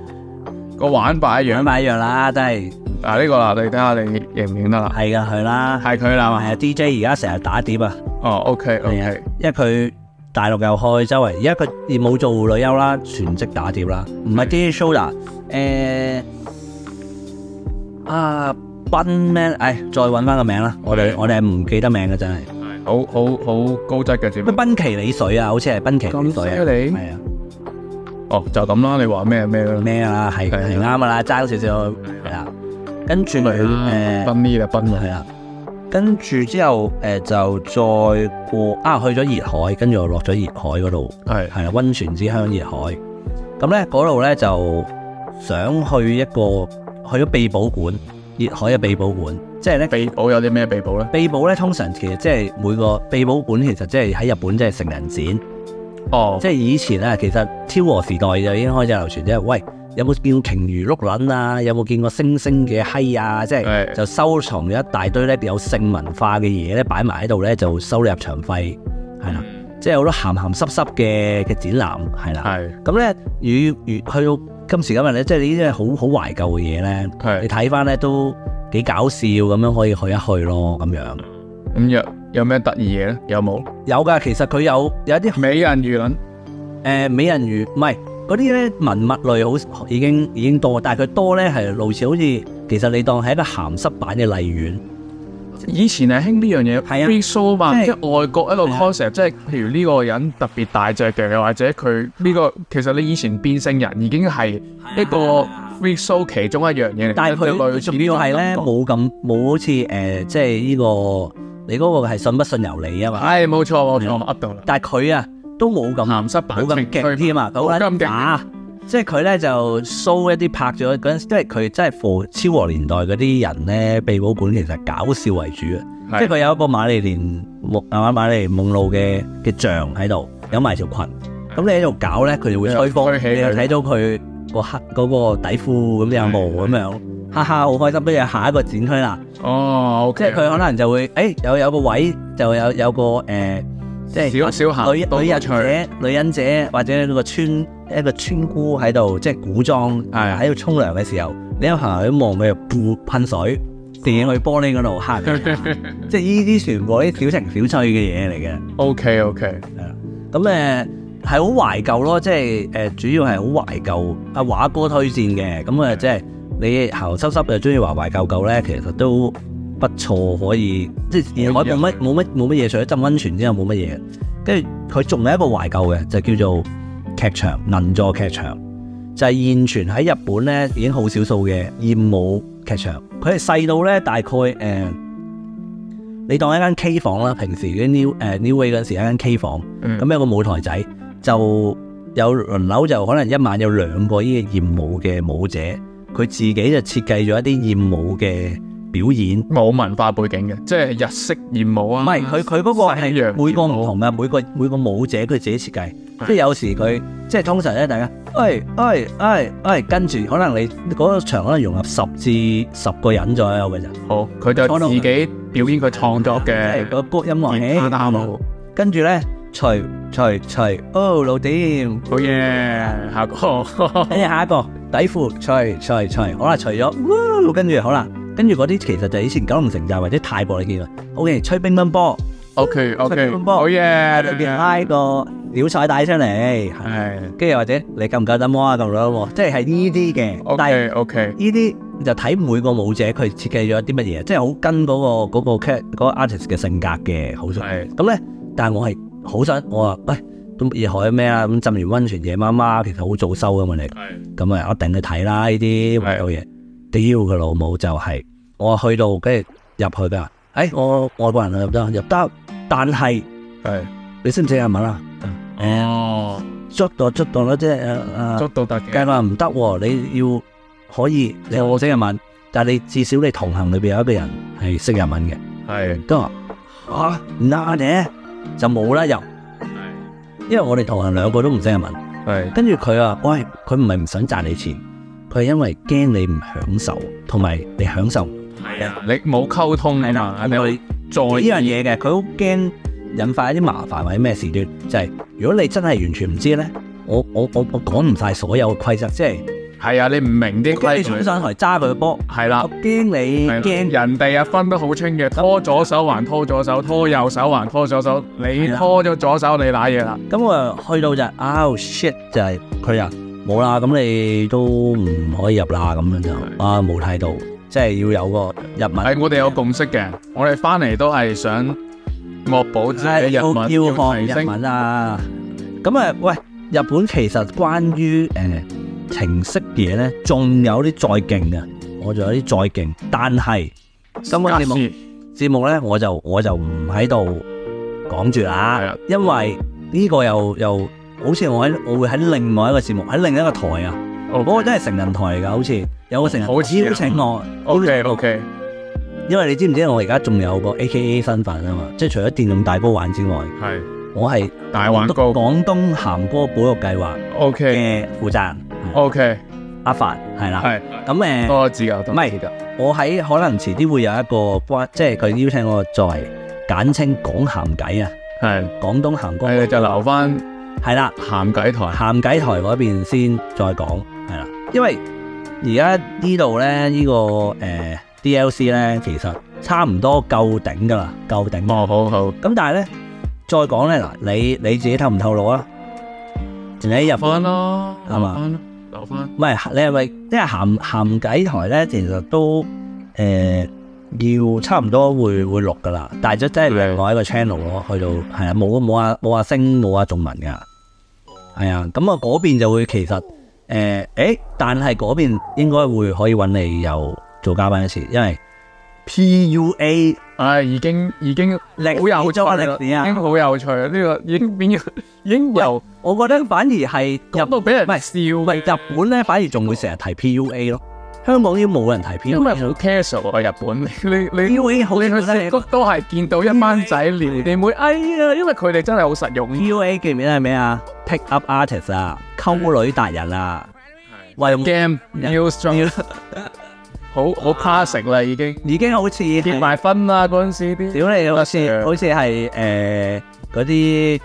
Speaker 1: 個玩法一
Speaker 2: 樣
Speaker 1: 樣。
Speaker 2: 咪一樣啦，真係
Speaker 1: 嗱呢個啦，你睇下你認唔認得啦？
Speaker 2: 係噶佢啦，係
Speaker 1: 係佢啦嘛。
Speaker 2: 啊 DJ 而家成日打碟啊，
Speaker 1: 哦，OK
Speaker 2: 係啊
Speaker 1: OK，，
Speaker 2: 因為佢大陸又開周圍，而家佢冇做女優啦，全職打碟啦，唔係 DJ show 啦，誒啊斌咩？唉，再揾翻個名啦，我哋
Speaker 1: 係
Speaker 2: 我哋係唔記得名嘅真係，
Speaker 1: 好好好高質嘅節
Speaker 2: 咩
Speaker 1: 目。
Speaker 2: 賓奇里水啊，好似係賓奇里水啊，
Speaker 1: 咁犀利
Speaker 2: 係啊。
Speaker 1: 哦，就咁啦，你話咩咩啦？
Speaker 2: 咩啦，係
Speaker 1: 係啊
Speaker 2: 係啱噶啦，爭少少係啊啦。跟住佢誒
Speaker 1: 奔呢就奔啦。啊
Speaker 2: 係啦，跟住之後誒、就再過啊去咗熱海，跟住我落咗熱海嗰度，
Speaker 1: 係
Speaker 2: 係啦，温泉之鄉熱海。咁咧嗰度咧就想去一個去咗秘寶館，熱海嘅秘寶館，即係咧
Speaker 1: 秘寶有啲咩秘寶咧？
Speaker 2: 秘寶咧通常其實即係每個秘寶館其實即係喺日本即係成人展。
Speaker 1: 哦，
Speaker 2: 即係以前啊，其實昭和時代就已經開始流傳，即係喂有冇見過鯨魚碌撚啊？有冇見過星星嘅閪啊？即係
Speaker 1: 係
Speaker 2: 就收藏咗一大堆咧有性文化嘅嘢咧擺埋喺度咧，就收你入場費，係啦。即係好多鹹鹹濕濕嘅嘅展覽，係啦。
Speaker 1: 係
Speaker 2: 咁咧，與與去到今時今日咧，即係呢啲係好好懷舊嘅嘢咧，
Speaker 1: 係
Speaker 2: 你睇翻咧都幾搞笑咁樣，可以去一去咯咁樣。
Speaker 1: 咁有有咩得意嘢咧？有冇
Speaker 2: 有㗎，其實佢有有一啲
Speaker 1: 美人魚卵？
Speaker 2: 誒、美人魚唔係嗰啲咧文物類好已經已經多，但係佢多咧係類似好似其實你當係一個鹹濕版嘅荔園，
Speaker 1: 以前係興呢樣嘢
Speaker 2: 係啊
Speaker 1: ，free show 嘛，
Speaker 2: 即
Speaker 1: 即
Speaker 2: 係
Speaker 1: 係外國一個
Speaker 2: 係啊
Speaker 1: concept，即係譬如呢個人特別大隻嘅，又或者佢呢個其實你以前變性人已經係一個 free show 其中一樣嘢嚟，
Speaker 2: 啊但係
Speaker 1: 即
Speaker 2: 佢
Speaker 1: 類似
Speaker 2: 仲
Speaker 1: 呢
Speaker 2: 要
Speaker 1: 種
Speaker 2: 係咧
Speaker 1: 感覺
Speaker 2: 冇咁冇好似誒、即係呢、個你嗰個係信不信由你啊嘛，
Speaker 1: 唉，冇錯冇錯，噏到啦，
Speaker 2: 但係佢啊都冇咁
Speaker 1: 鹹濕版
Speaker 2: 冇咁勁添啊，好
Speaker 1: 冇咁
Speaker 2: 撚
Speaker 1: 勁
Speaker 2: 假。即係佢咧就 show 一啲拍咗嗰陣時，因為佢真係 for 昭和年代嗰啲人咧，秘寶館其實搞笑為主嘅。即係佢有一個瑪麗蓮夢係嘛瑪麗蓮夢露嘅嘅像喺度，有埋條裙。咁你喺度搞咧，佢就會吹風，
Speaker 1: 啊吹起佢
Speaker 2: 你又睇到佢個黑嗰個底褲咁有毛咁樣，哈哈，好開心。跟住下一個展區啦，
Speaker 1: 哦
Speaker 2: 即係
Speaker 1: ，OK，
Speaker 2: 佢可能就會誒、有有個位就有有個誒、即係
Speaker 1: 少少行
Speaker 2: 女
Speaker 1: 多
Speaker 2: 女
Speaker 1: 多
Speaker 2: 忍
Speaker 1: 趣
Speaker 2: 者、女忍者或者個村一個村姑喺度，即係古裝
Speaker 1: 係
Speaker 2: 喺度沖涼嘅時候，你有朋友喺望佢又噗噴水，射去玻璃嗰度嚇人， 即係呢啲全部啲小情小趣嘅嘢嚟嘅。
Speaker 1: OK OK，
Speaker 2: 啊咁誒係好懷舊咯，即係誒、呃主要係好懷舊。阿華哥推薦嘅，咁啊即係你鹹濕濕又中意懷懷舊舊咧，其實都不錯，可以即係我冇乜冇乜冇乜嘢，除咗浸温泉之後冇乜嘢。跟住佢仲有一個懷舊嘅，就叫做劇場銀座劇場，就係、現存喺日本咧已經好少數嘅豔舞劇場。佢係細到咧大概誒、你當一間 K 房啦，平時嗰啲 new 誒、new way 嗰陣時一間 K 房。
Speaker 1: 嗯
Speaker 2: 咁有個舞台仔就有輪流就可能一晚有兩個呢個豔舞嘅舞者，佢自己就設計咗一啲豔舞嘅表演，唔
Speaker 1: 冇文化背景嘅，即係日式艳舞啊，
Speaker 2: 係佢佢嗰個係
Speaker 1: 西洋
Speaker 2: 每個
Speaker 1: 跳
Speaker 2: 唔
Speaker 1: 舞
Speaker 2: 同嘅，每個每個舞者佢自己設計，
Speaker 1: 係
Speaker 2: 即係有時佢即係通常咧，大家喂喂喂喂，跟住可能你嗰個場可能融合十至十個人左右嘅咋，
Speaker 1: 好，哦佢就自己表演佢創作嘅
Speaker 2: 係個谷音樂
Speaker 1: 吉他
Speaker 2: 器，
Speaker 1: 舞，
Speaker 2: 跟住咧除除除，哦老點。
Speaker 1: 好嘢，下 個
Speaker 2: 跟住哎下一個底褲除除除，好啦，除咗，哇跟住好啦，跟住嗰啲其實就係以前九龍城寨或者泰國你見嘅。O.K. 吹乒乓波，
Speaker 1: ，OK
Speaker 2: 乒
Speaker 1: OK，
Speaker 2: 乓波
Speaker 1: 好
Speaker 2: 裏邊
Speaker 1: 嘢，
Speaker 2: 拉個鳥彩帶出嚟，
Speaker 1: 係
Speaker 2: 跟住或者你夠唔夠膽摸啊，夠唔夠膽摸，即係係呢啲嘅。但
Speaker 1: ，OK
Speaker 2: 係
Speaker 1: OK，
Speaker 2: 呢啲就睇每個舞者佢設計咗啲乜嘢，即係好跟嗰、個嗰、個 cat 嗰個 artist 嘅性格嘅，好想。
Speaker 1: 係
Speaker 2: 咁咧，但係我係好想我話喂。都乜嘢海咩啊？咁浸完溫泉夜媽媽，其實好早收噶嘛你。
Speaker 1: 係
Speaker 2: 咁啊，一定去睇啦呢啲
Speaker 1: 係
Speaker 2: 有嘢。屌佢老母就係、我去到跟住入去㗎。誒、哎我外國人啊入得入得，但係
Speaker 1: 係，
Speaker 2: 你識唔識日文啊？
Speaker 1: 嗯哦，
Speaker 2: 捉到捉到啦，即係啊誒誒
Speaker 1: 捉，到得
Speaker 2: 計
Speaker 1: 嘅，
Speaker 2: 話唔得喎，你要可以你我識日文，但係你至少你同行裏邊有一個人係識日文嘅。
Speaker 1: 係
Speaker 2: 都話嚇唔啱嘅，就冇啦又，因為我哋同行兩個都唔識日文。
Speaker 1: 係
Speaker 2: 跟住佢啊，喂，佢唔係唔想賺你錢，佢係因為驚你唔享受，同埋你享受唔
Speaker 1: 係啊，你冇溝通啊嘛，你
Speaker 2: 佢
Speaker 1: 再
Speaker 2: 呢樣嘢嘅，佢好驚引發一啲麻煩或者咩事
Speaker 1: 嗯
Speaker 2: 端，就係、如果你真係完全唔知咧，我我我我講唔晒所有嘅規則，即係
Speaker 1: 係啊，你唔明啲
Speaker 2: 我驚
Speaker 1: 規
Speaker 2: 你衝
Speaker 1: 矩，
Speaker 2: 上台揸佢嘅波，
Speaker 1: 係啦
Speaker 2: 我。驚你
Speaker 1: 係啦
Speaker 2: 驚
Speaker 1: 人哋啊分得好清嘅，拖左手還拖左手，拖右手還拖左手，你
Speaker 2: 係啦
Speaker 1: 拖咗左手，你揦嘢啦。
Speaker 2: 咁我啊去到就係 oh shit 就係佢啊冇啦，咁你都唔可以入啦，咁樣就啊冇態度，即係要有個日文。
Speaker 1: 係我哋有共識嘅，我哋翻嚟都係想惡補自呃己日文
Speaker 2: 要要
Speaker 1: 提
Speaker 2: 學日
Speaker 1: 升，
Speaker 2: 文啊！咁啊，喂，日本其實關於誒、呃程式嘢咧，仲有啲再勁嘅，我仲有啲再勁，但係今
Speaker 1: 啊
Speaker 2: 個節目
Speaker 1: 是
Speaker 2: 節目咧，我就我就唔喺度講住
Speaker 1: 係
Speaker 2: 啦
Speaker 1: 啊，
Speaker 2: 因為呢個又又好似我喺我會喺另外一個節目喺另一個台啊，
Speaker 1: OK
Speaker 2: 嗰個真係成人台嚟㗎，好似有個成人
Speaker 1: 好似啊
Speaker 2: 邀請我。
Speaker 1: OK OK，
Speaker 2: 因為你知唔知我而家仲有個 A.K.A 身份啊嘛，即係除咗電動大波玩之外，
Speaker 1: 係
Speaker 2: 我係
Speaker 1: 大玩高
Speaker 2: 廣東鹹波保育計劃
Speaker 1: OK
Speaker 2: 嘅啊負責人
Speaker 1: OK，
Speaker 2: 阿凡係啦。
Speaker 1: 哦係哦
Speaker 2: 咁誒，
Speaker 1: 多指教，多
Speaker 2: 咪
Speaker 1: 指教，
Speaker 2: 我喺可能遲啲會有一個關，即係佢邀請我作為簡稱講鹹偈啊，
Speaker 1: 係
Speaker 2: 廣東鹹歌
Speaker 1: 誒就留翻
Speaker 2: 係啦，
Speaker 1: 鹹鬼台，
Speaker 2: 鹹偈台嗰邊先再講係啦，因為而家呢度咧呢個誒 D.L.C 咧其實差唔多夠頂㗎啦，夠頂。
Speaker 1: 哦好好，
Speaker 2: 咁但係咧再講咧嗱，你你自己透唔透露啊？你入
Speaker 1: 留翻咯，
Speaker 2: 係嘛
Speaker 1: 留翻咯，留翻，
Speaker 2: 唔係你係咪即係鹹鹹計台咧？其實都誒、呃要差唔多會會錄噶啦，但係即係另外一
Speaker 1: 嗯
Speaker 2: 個 channel 咯，去到係啊冇冇啊冇啊星冇啊仲文噶，係啊咁啊嗰邊就會其實誒誒、呃誒但係嗰邊應該會可以揾你又做嘉賓一次，因為 PUA
Speaker 1: 唉已經已經。
Speaker 2: 歷
Speaker 1: 好有趣
Speaker 2: 中
Speaker 1: 啦
Speaker 2: 啊歷史
Speaker 1: 已經
Speaker 2: 啊，
Speaker 1: 好有趣啊！呢、個已經變咗，已經由
Speaker 2: 我覺得反而係
Speaker 1: 入
Speaker 2: 入
Speaker 1: 到俾人
Speaker 2: 唔係
Speaker 1: 笑
Speaker 2: 唔係
Speaker 1: 嘅，
Speaker 2: 日本咧，反而仲會成日提 PUA 咯，香港已經冇人提 PUA
Speaker 1: 因。為好 casual 啊！日本，你你你
Speaker 2: PUA 好
Speaker 1: 你去
Speaker 2: 咧
Speaker 1: 食谷都係見到一班仔聊地妹，哎呀，因為佢哋真係好實用。
Speaker 2: ，PUA 記唔記得係咩啊？Pick up artist 啊，溝女達人啊，
Speaker 1: 嗯
Speaker 2: 喂，
Speaker 1: game new strong，好
Speaker 2: 嗯
Speaker 1: 好 classic 啦，已經
Speaker 2: 已經好似
Speaker 1: 結
Speaker 2: 係
Speaker 1: 埋婚啦嗰陣時啲，
Speaker 2: 屌你好似
Speaker 1: Sir
Speaker 2: 好似係誒嗰啲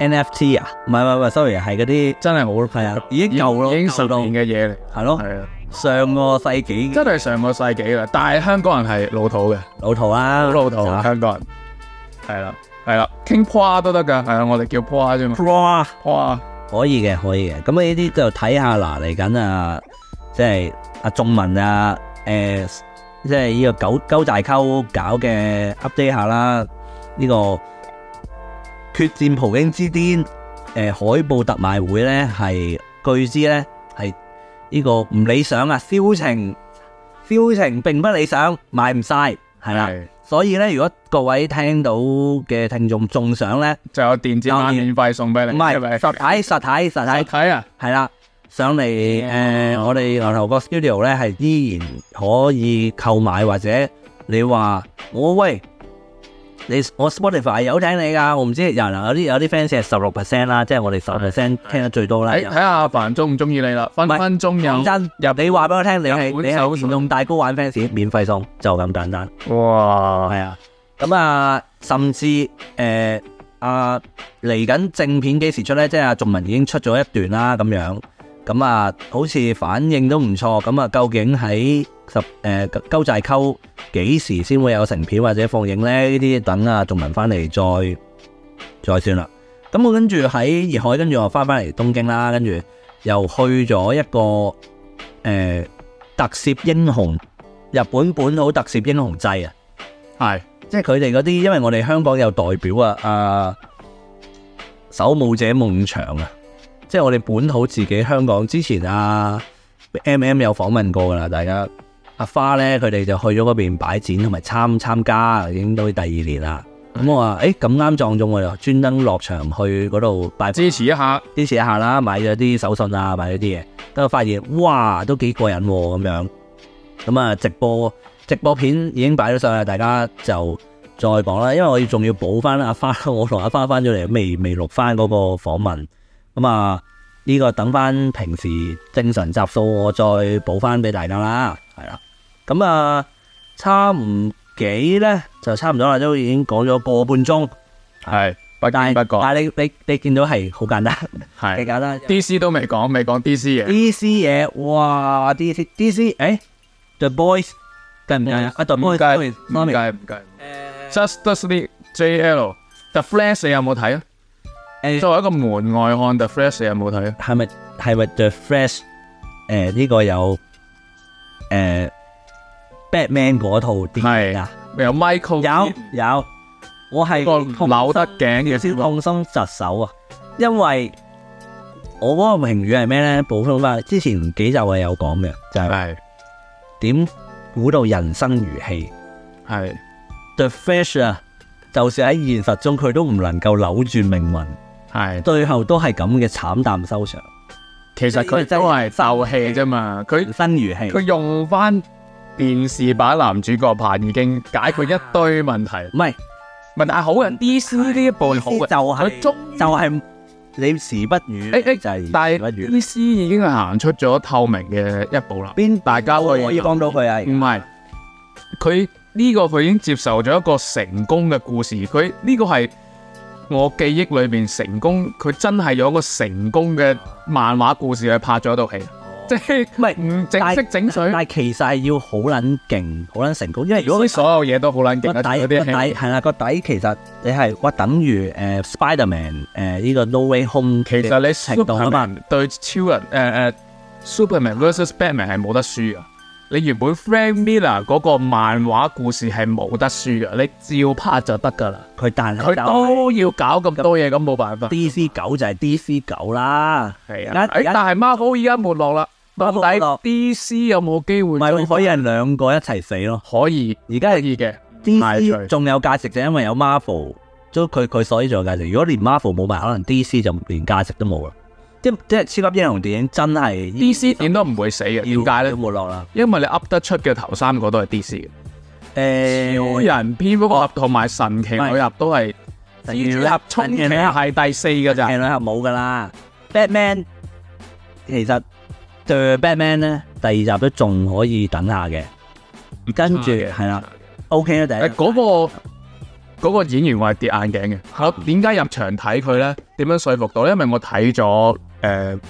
Speaker 2: NFT 啊，唔係唔係唔係，sorry 係嗰啲
Speaker 1: 真係好
Speaker 2: 係啊，已經夠咯，哦
Speaker 1: 已經十
Speaker 2: 夠到
Speaker 1: 年嘅嘢嚟，
Speaker 2: 係咯，
Speaker 1: 係啊，
Speaker 2: 上個世紀
Speaker 1: 真係上個世紀啦。但係香港人係老土嘅。
Speaker 2: 老土啊，
Speaker 1: 好老土啊！香港人係啦，係啦，傾 p 都得㗎，係啊，我哋叫 p 啫嘛 p
Speaker 2: 哇！可以嘅，可以嘅。咁啊，呢啲就睇下嗱，嚟緊啊，即係阿仲文啊，誒、即係呢個九九大溝搞嘅 update 下啦。呢、個決戰葡京之巔誒、海報特賣會咧，係據知咧係呢個唔理想啊，銷情銷情並不理想，賣唔晒係啦。
Speaker 1: 係
Speaker 2: 所以咧，如果各位聽到嘅聽眾仲想咧，
Speaker 1: 就有電子版免費送俾你，
Speaker 2: 唔
Speaker 1: 係
Speaker 2: 係
Speaker 1: 咪？
Speaker 2: 實體實體實體
Speaker 1: 睇啊，
Speaker 2: 係啦，上嚟誒、呃我哋牛頭角 studio 咧係依然可以購買，或者你話我喂你我 Spotify 有聽你㗎，我唔知有人有啲有啲 fans 係十六 percent 啦，即係我哋十 percent 聽得最多啦。
Speaker 1: 睇睇下阿凡中唔中意你啦，分
Speaker 2: 唔係
Speaker 1: 分鐘
Speaker 2: 講
Speaker 1: 有
Speaker 2: 真，你話俾我聽，你係
Speaker 1: 日本
Speaker 2: 你
Speaker 1: 手
Speaker 2: 係
Speaker 1: 信
Speaker 2: 電動大 GO 玩 fans 免費送，就咁簡單。
Speaker 1: 哇！
Speaker 2: 係啊，咁啊，甚至誒啊嚟緊正片幾時出咧？即係阿仲文已經出咗一段啦，咁樣咁啊，好似反應都唔錯。咁啊，究竟喺十誒鳩寨溝幾時先會有成片或者放映咧？呢啲等啊仲文翻嚟再再算啦。咁我跟住喺熱海，跟住我翻翻嚟東京啦，跟住又去咗一個誒、呃特攝英雄，日本本土特攝英雄祭啊！
Speaker 1: 係
Speaker 2: 即係佢哋嗰啲，因為我哋香港有代表啊，啊守武者夢翔啊，即係我哋本土自己香港之前啊，M M 有訪問過噶啦，大家阿花咧，佢哋就去咗嗰邊擺展同埋參參加，已經都第二年啦。咁我話誒咁啱撞中我又專登落場去嗰度拜
Speaker 1: 支持一下，
Speaker 2: 支持一下啦，買咗啲手信啊，買咗啲嘢，咁啊發現哇都幾過癮喎咁樣，咁啊直播直播片已經擺咗上啦，大家就再講啦，因為我要仲要補啊翻阿花，我同阿花翻咗嚟未未 錄翻嗰個訪問，咁啊呢個等翻平時正常集數我再補翻俾大家啦，係啦，咁啊差唔幾呢，就差唔多啦，都已經講咗個半鐘，
Speaker 1: 係不
Speaker 2: 但
Speaker 1: 經
Speaker 2: 係
Speaker 1: 不覺
Speaker 2: 但係你你你見到係好簡單，幾
Speaker 1: 係
Speaker 2: 簡單。
Speaker 1: DC 都未講，未講 DC 嘢，
Speaker 2: DC 嘢，哇！DC DC，誒，The Boys 計
Speaker 1: Dạ.
Speaker 2: 唔計啊？啊，The À,
Speaker 1: 唔
Speaker 2: Boys，
Speaker 1: 計唔
Speaker 2: sorry，
Speaker 1: 計唔計，Justice League JL The Flash 你有冇睇啊？
Speaker 2: 誒
Speaker 1: 作為一個門外漢，The Flash 你有冇睇啊？
Speaker 2: 係咪係咪 The À, Flash？誒呢個有誒 À, Batman 嗰套電影啊？
Speaker 1: 有 Michael
Speaker 2: 有有，我係
Speaker 1: 個
Speaker 2: 痛
Speaker 1: 扭得頸嘅
Speaker 2: 先痛心疾首啊！因為我嗰個評語係咩咧？補充翻之前幾集我有講嘅，就係
Speaker 1: 係
Speaker 2: 點估到人生如戲。
Speaker 1: 係
Speaker 2: The Flash 啊，就算喺現實中佢都唔能夠扭轉命運，
Speaker 1: 係，
Speaker 2: 最後都係咁嘅慘淡收場，
Speaker 1: 其實佢都係鬥氣啫嘛，佢
Speaker 2: 人生如戲
Speaker 1: 佢。用翻電視版男主角拍已經解決一堆問題，
Speaker 2: 唔係，
Speaker 1: 問題係好人 DC 呢一部好
Speaker 2: 就
Speaker 1: 嘅，佢
Speaker 2: 係、
Speaker 1: 終於
Speaker 2: 就係、你時不語，
Speaker 1: 誒誒
Speaker 2: 就係
Speaker 1: 但
Speaker 2: 時不
Speaker 1: 係
Speaker 2: 語。
Speaker 1: DC 已經係行出咗透明嘅一步啦。
Speaker 2: 邊
Speaker 1: 大家可以
Speaker 2: 可以幫到佢啊？
Speaker 1: 唔係，佢呢個佢已經接受咗一個成功嘅故事，佢呢個係我記憶裏面成功，佢真係有一個成功嘅漫畫故事去拍咗一套戲，即係
Speaker 2: 唔係，
Speaker 1: 唔整色整水
Speaker 2: 但，係其實係要好撚勁，好撚成功，因為如
Speaker 1: 如
Speaker 2: 果
Speaker 1: 果
Speaker 2: 佢
Speaker 1: 啲所有嘢都好撚勁
Speaker 2: 個
Speaker 1: 啦，
Speaker 2: 底
Speaker 1: 嗰
Speaker 2: 個
Speaker 1: 啲
Speaker 2: 底
Speaker 1: 戲
Speaker 2: 係啦，個底其實你係哇，等於誒、呃 Spiderman 誒、呃、呢、個 No Way Home
Speaker 1: 其實你
Speaker 2: 程度啊嘛
Speaker 1: Superman 對超人誒誒、呃 Superman vs Batman 係冇得輸噶。你原本 Frank Miller 嗰個漫畫故事係冇得輸噶，你照拍就得噶啦。
Speaker 2: 佢但係
Speaker 1: 佢都要搞咁多嘢，咁冇辦法。
Speaker 2: DC 九就係 DC 九啦。
Speaker 1: 係
Speaker 2: 而
Speaker 1: 啊，誒
Speaker 2: 家
Speaker 1: 但係 Marvel 依家沒落啦，到
Speaker 2: Marvel
Speaker 1: 底
Speaker 2: 沒落
Speaker 1: DC 有冇機會
Speaker 2: 唔係
Speaker 1: 追
Speaker 2: 喎，可以啊係兩個一齊死咯。
Speaker 1: 可以
Speaker 2: 而家
Speaker 1: 可
Speaker 2: 係
Speaker 1: 以嘅，排除
Speaker 2: DC 仲有價值，就因為有 Marvel，都佢佢所以仲有價值。如果連 Marvel 冇埋，可能 DC 就連價值都冇啦。即即係超級英雄電影真係
Speaker 1: DC 點都唔會死嘅。點解
Speaker 2: 要
Speaker 1: 咧？
Speaker 2: 沒落啦。
Speaker 1: 因為你噏得出嘅頭三個都係 DC 嘅，超
Speaker 2: 誒，
Speaker 1: 人、蝙蝠
Speaker 2: 哦
Speaker 1: 俠同埋神奇女俠都係。
Speaker 2: 神奇
Speaker 1: 蜘
Speaker 2: 女
Speaker 1: 蛛
Speaker 2: 俠
Speaker 1: 俠衝其實係第四噶咋
Speaker 2: 係，女俠冇噶啦。Batman 其實對 Batman 咧，第二集都仲可以等下嘅。跟住係啦
Speaker 1: 誒
Speaker 2: ，OK 啦，第一。
Speaker 1: 嗰個嗰個演員我係跌眼鏡嘅，係點解入場睇佢咧？點樣說服到咧？因為我睇咗誒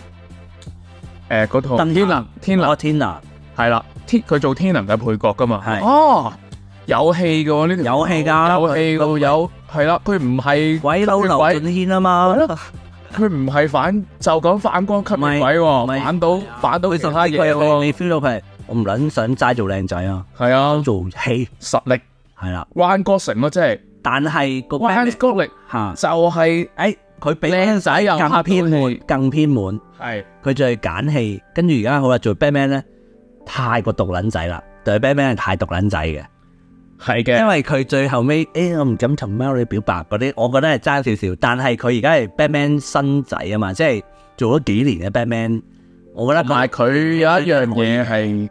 Speaker 1: 誒嗰套
Speaker 2: 鄧
Speaker 1: 天能天能
Speaker 2: 哦，天能
Speaker 1: 係啦，天佢做天能嘅配角噶嘛，
Speaker 2: 係
Speaker 1: 哦有戲嘅喎呢條
Speaker 2: 有戲㗎
Speaker 1: 有戲嘅喎有係啦，佢唔係
Speaker 2: 鬼佬劉
Speaker 1: 鬼
Speaker 2: 俊軒啊嘛。
Speaker 1: 佢唔係反就咁反光吸血
Speaker 2: 唔係
Speaker 1: 鬼
Speaker 2: 唔
Speaker 1: 喎，
Speaker 2: 係
Speaker 1: 反到反到
Speaker 2: 佢
Speaker 1: 其他嘢
Speaker 2: 佢
Speaker 1: 喎，
Speaker 2: 你 feel 到佢係我唔撚想齋做靚仔啊，
Speaker 1: 係啊
Speaker 2: 做戲
Speaker 1: 實力
Speaker 2: 係啦。
Speaker 1: 彎哥成咯，即係
Speaker 2: 但係個 b a
Speaker 1: 彎哥力
Speaker 2: 嚇，
Speaker 1: 就係
Speaker 2: 誒佢比
Speaker 1: 靚仔又
Speaker 2: 更偏門，更偏門。
Speaker 1: 係
Speaker 2: 佢就係揀戲，跟住而家好啦，做 Batman 咧太過獨撚仔啦，對 Batman 係太獨撚仔嘅，
Speaker 1: 係
Speaker 2: 因
Speaker 1: 嘅，
Speaker 2: 為佢最後尾誒、我唔敢同 Mary 表白嗰啲，我覺得係爭少少。但係佢而家係 Batman 新仔啊嘛，即係做咗幾年嘅 Batman，我覺得
Speaker 1: 同埋
Speaker 2: 佢
Speaker 1: 佢有一樣嘢係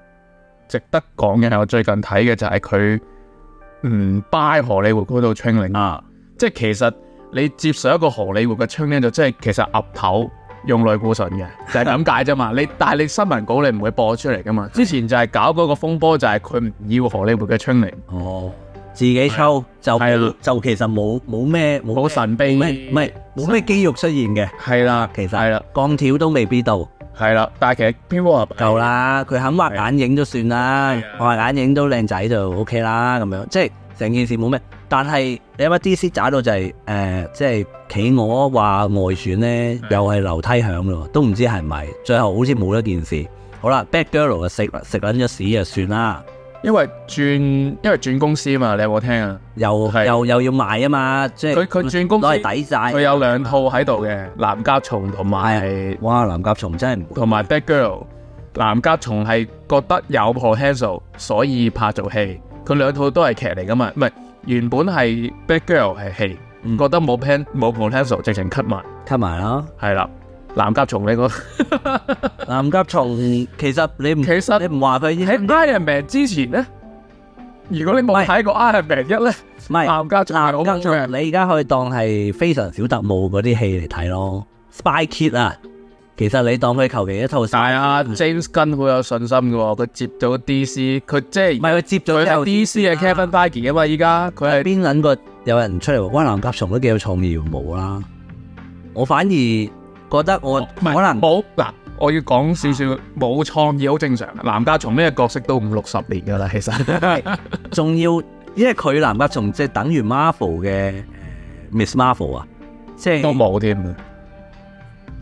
Speaker 1: 值得講嘅，係我最近睇嘅就係佢唔 buy 荷里活嗰度 training，
Speaker 2: 啊，
Speaker 1: 即係其實你接上一個荷里活嘅 training 就即係其實岌頭用類固醇嘅，就 係咁解啫嘛。你但係你新聞稿你唔會播出嚟噶嘛。 之前就係搞嗰個風波，就係佢唔要荷里活嘅 training，
Speaker 2: 哦，自己抽就
Speaker 1: 係啦
Speaker 2: 就其實冇冇咩冇
Speaker 1: 好神秘，
Speaker 2: 咩唔係冇咩肌肉出現嘅，
Speaker 1: 係啦，
Speaker 2: 其實
Speaker 1: 係啦，
Speaker 2: 鋼條都未必到。
Speaker 1: 係啦。但係其實蝙蝠俠
Speaker 2: 夠，啦，佢肯畫眼影都算啦
Speaker 1: 係啊，
Speaker 2: 畫眼影都靚仔就 O K 啦，咁樣即係成件事冇咩。但係你諗下 D C 渣到就係、誒、即係企鵝話外選咧，
Speaker 1: 係
Speaker 2: 又係樓梯響咯，都唔知係咪，最後好似冇一件事。好啦，Bad Girl 就食食撚咗屎就算啦，
Speaker 1: 因為轉因為轉公司嘛，你有冇聽啊？
Speaker 2: 又
Speaker 1: 係
Speaker 2: 又又要賣啊嘛，即係
Speaker 1: 佢佢轉公司
Speaker 2: 攞嚟抵債。
Speaker 1: 佢有兩套喺度
Speaker 2: 嗯
Speaker 1: 嘅，藍甲蟲同埋
Speaker 2: 哇，藍甲蟲真係唔
Speaker 1: 同埋 Bad Girl。藍甲蟲係覺得有 potential，所以拍做戲。佢兩套都係劇嚟噶嘛，唔係原本係 Bad Girl 係戲，
Speaker 2: 嗯
Speaker 1: 覺得冇 pen 冇 potential，直情 cut 埋，
Speaker 2: 吸埋啦。
Speaker 1: 係啦。藍甲蟲你 個
Speaker 2: 藍甲蟲其實你唔
Speaker 1: 其實
Speaker 2: 你唔話佢已
Speaker 1: 喺 Iron Man 之前咧，如果你冇睇過 Iron Man 一咧，
Speaker 2: 唔係。
Speaker 1: 藍甲蟲係好
Speaker 2: 嗱，
Speaker 1: 猛
Speaker 2: 跟住
Speaker 1: 嘅，
Speaker 2: 你而家可以當係非常小特務嗰啲戲嚟睇咯，Spy Kid 啊，其實你當佢求其一套，唔
Speaker 1: 但係
Speaker 2: 係
Speaker 1: 啊 James Gunn 好有信心嘅喎，佢接到 DC，佢即係
Speaker 2: 佢接咗
Speaker 1: 佢
Speaker 2: 之
Speaker 1: 係
Speaker 2: 後
Speaker 1: DC 嘅 Kevin Feige 啊嘛，依家佢係。
Speaker 2: 邊撚個有人出嚟話哇藍甲蟲都幾有創意喎，冇啦，我反而覺得我
Speaker 1: 哦唔係
Speaker 2: 可能
Speaker 1: 冇嗱，我要講少少冇創意好正常。藍家松呢個角色都五六十年㗎啦，其實
Speaker 2: 仲要，因為佢藍甲蟲即係等於 Marvel 嘅呃 Miss Marvel 啊，即
Speaker 1: 都
Speaker 2: 係
Speaker 1: 冇添。啊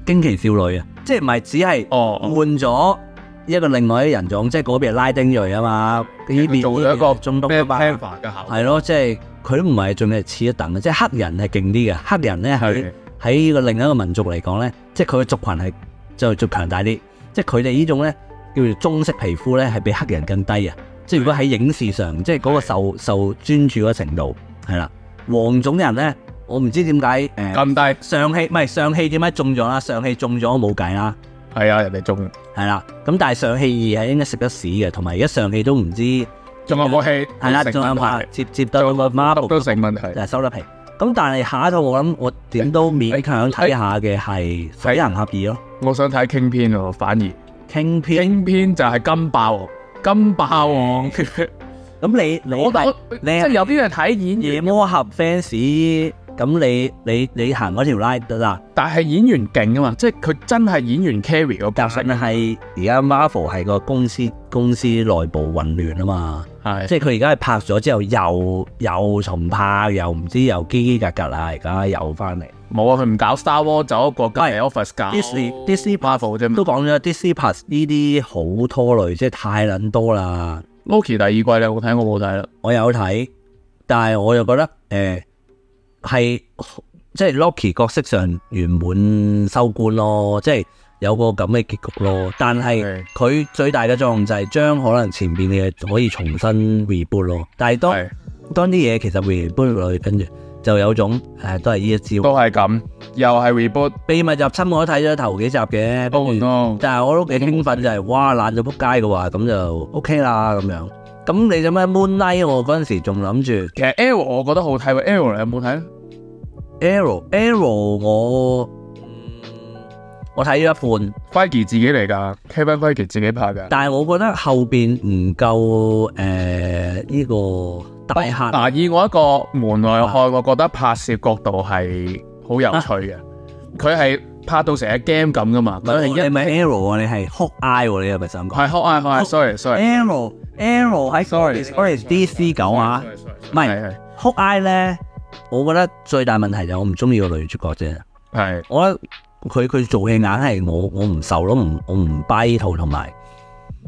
Speaker 2: 驚奇少女啊，即係唔係只係換
Speaker 1: 哦，
Speaker 2: 咗一個另外一人種，即係嗰邊係拉丁裔啊嘛，呢邊
Speaker 1: 做咗一個
Speaker 2: 中東
Speaker 1: 咩
Speaker 2: 啊嘛
Speaker 1: p 嘅效果
Speaker 2: 係咯，即係佢都唔係仲係似一等嘅，即係黑人係勁啲嘅，黑人咧喺喺呢個另一個民族嚟講咧，即係佢嘅族群係就就強大啲，即係佢哋呢種咧叫做棕色皮膚咧係比黑人更低啊！即係如果喺影視上，即係嗰個受受專注嘅程度係啦，黃種人咧，我唔知點解誒
Speaker 1: 咁低，
Speaker 2: 上戲唔係上戲點解中咗啦？上戲中咗冇計啦。
Speaker 1: 係啊，人哋仲
Speaker 2: 係啦，咁但係上戲二係應該食得屎嘅，同埋而家上戲都唔知係
Speaker 1: 仲有冇戲？
Speaker 2: 啦，
Speaker 1: 成
Speaker 2: 仲有
Speaker 1: 問
Speaker 2: 排
Speaker 1: 題
Speaker 2: 接接到個 Marvel
Speaker 1: 都成問題。
Speaker 2: 就係收得皮。咁但係下一套我諗我點都勉強睇下嘅係《水人合二》咯，
Speaker 1: 我想睇傾篇喎，反而
Speaker 2: 傾篇。
Speaker 1: 傾篇就係金霸王，金霸王。
Speaker 2: 咁你你
Speaker 1: 我
Speaker 2: 係
Speaker 1: 我即係有啲人睇演
Speaker 2: 夜
Speaker 1: 員，
Speaker 2: 魔俠 fans，咁你你你行嗰條 line 得啦。
Speaker 1: 但係演員勁啊嘛，即係佢真係演員 carry 個角
Speaker 2: 但
Speaker 1: 色。
Speaker 2: 係而家 Marvel 係個公司公司內部混亂啊嘛，
Speaker 1: 係
Speaker 2: 即係佢而家係拍咗之後又又重拍，又唔知又基基格格啦，而家又翻嚟。
Speaker 1: 冇啊，佢唔搞 Star Wars 走國家
Speaker 2: 喂
Speaker 1: office 搞
Speaker 2: Disney- Disney
Speaker 1: Marvel 啫嘛。
Speaker 2: 都講咗 Disney Plus 呢啲好拖累，即係太撚多啦。
Speaker 1: Loki 第二季你有冇睇？我冇睇啦。
Speaker 2: 我有睇，但係我又覺得誒係、即係 Loki 角色上圓滿收官咯，即係有個咁嘅結局咯。但係
Speaker 1: 係
Speaker 2: 佢最大嘅作用就係將可能前邊嘅嘢可以重新 reboot 咯。但係當
Speaker 1: 係
Speaker 2: 當啲嘢其實 reboot 落去，跟住就有種誒、都係呢一招
Speaker 1: 都係咁，又係 reboot。
Speaker 2: 秘密入侵，我都睇咗頭幾集嘅。跟
Speaker 1: Oh
Speaker 2: 住
Speaker 1: no！
Speaker 2: 但係我都幾興奮，就係哇爛咗撲街嘅話，咁就 OK 啦咁樣。咁你做咩 Moonlight？我嗰陣時仲諗住
Speaker 1: 其實 Arrow 我覺得好睇喎，Arrow 你有冇睇？
Speaker 2: Arrow，Arrow 我嗯我睇咗一半，
Speaker 1: Feige 自己嚟㗎，Kevin Feige 自己拍㗎。
Speaker 2: 但係我覺得後邊唔夠誒呢個大客
Speaker 1: 嗱，以我一個門外漢，我覺得拍攝角度係好有趣嘅。佢係拍到成一 game 咁㗎嘛，
Speaker 2: 唔
Speaker 1: 佢係
Speaker 2: 係你
Speaker 1: 一
Speaker 2: 咪 Arrow 啊，你係 Hawkeye 喎，你係咪想講
Speaker 1: 係 hot eye hot sorry sorry
Speaker 2: ？Arrow，Arrow 喺
Speaker 1: sorry
Speaker 2: sorry DC 九啊。唔係
Speaker 1: 係係
Speaker 2: Hawkeye 咧，我覺得最大問題就係我唔中意個女主角啫。
Speaker 1: 係
Speaker 2: 我覺得佢佢做戲硬係我我唔受咯，唔我唔 buy 呢套同埋。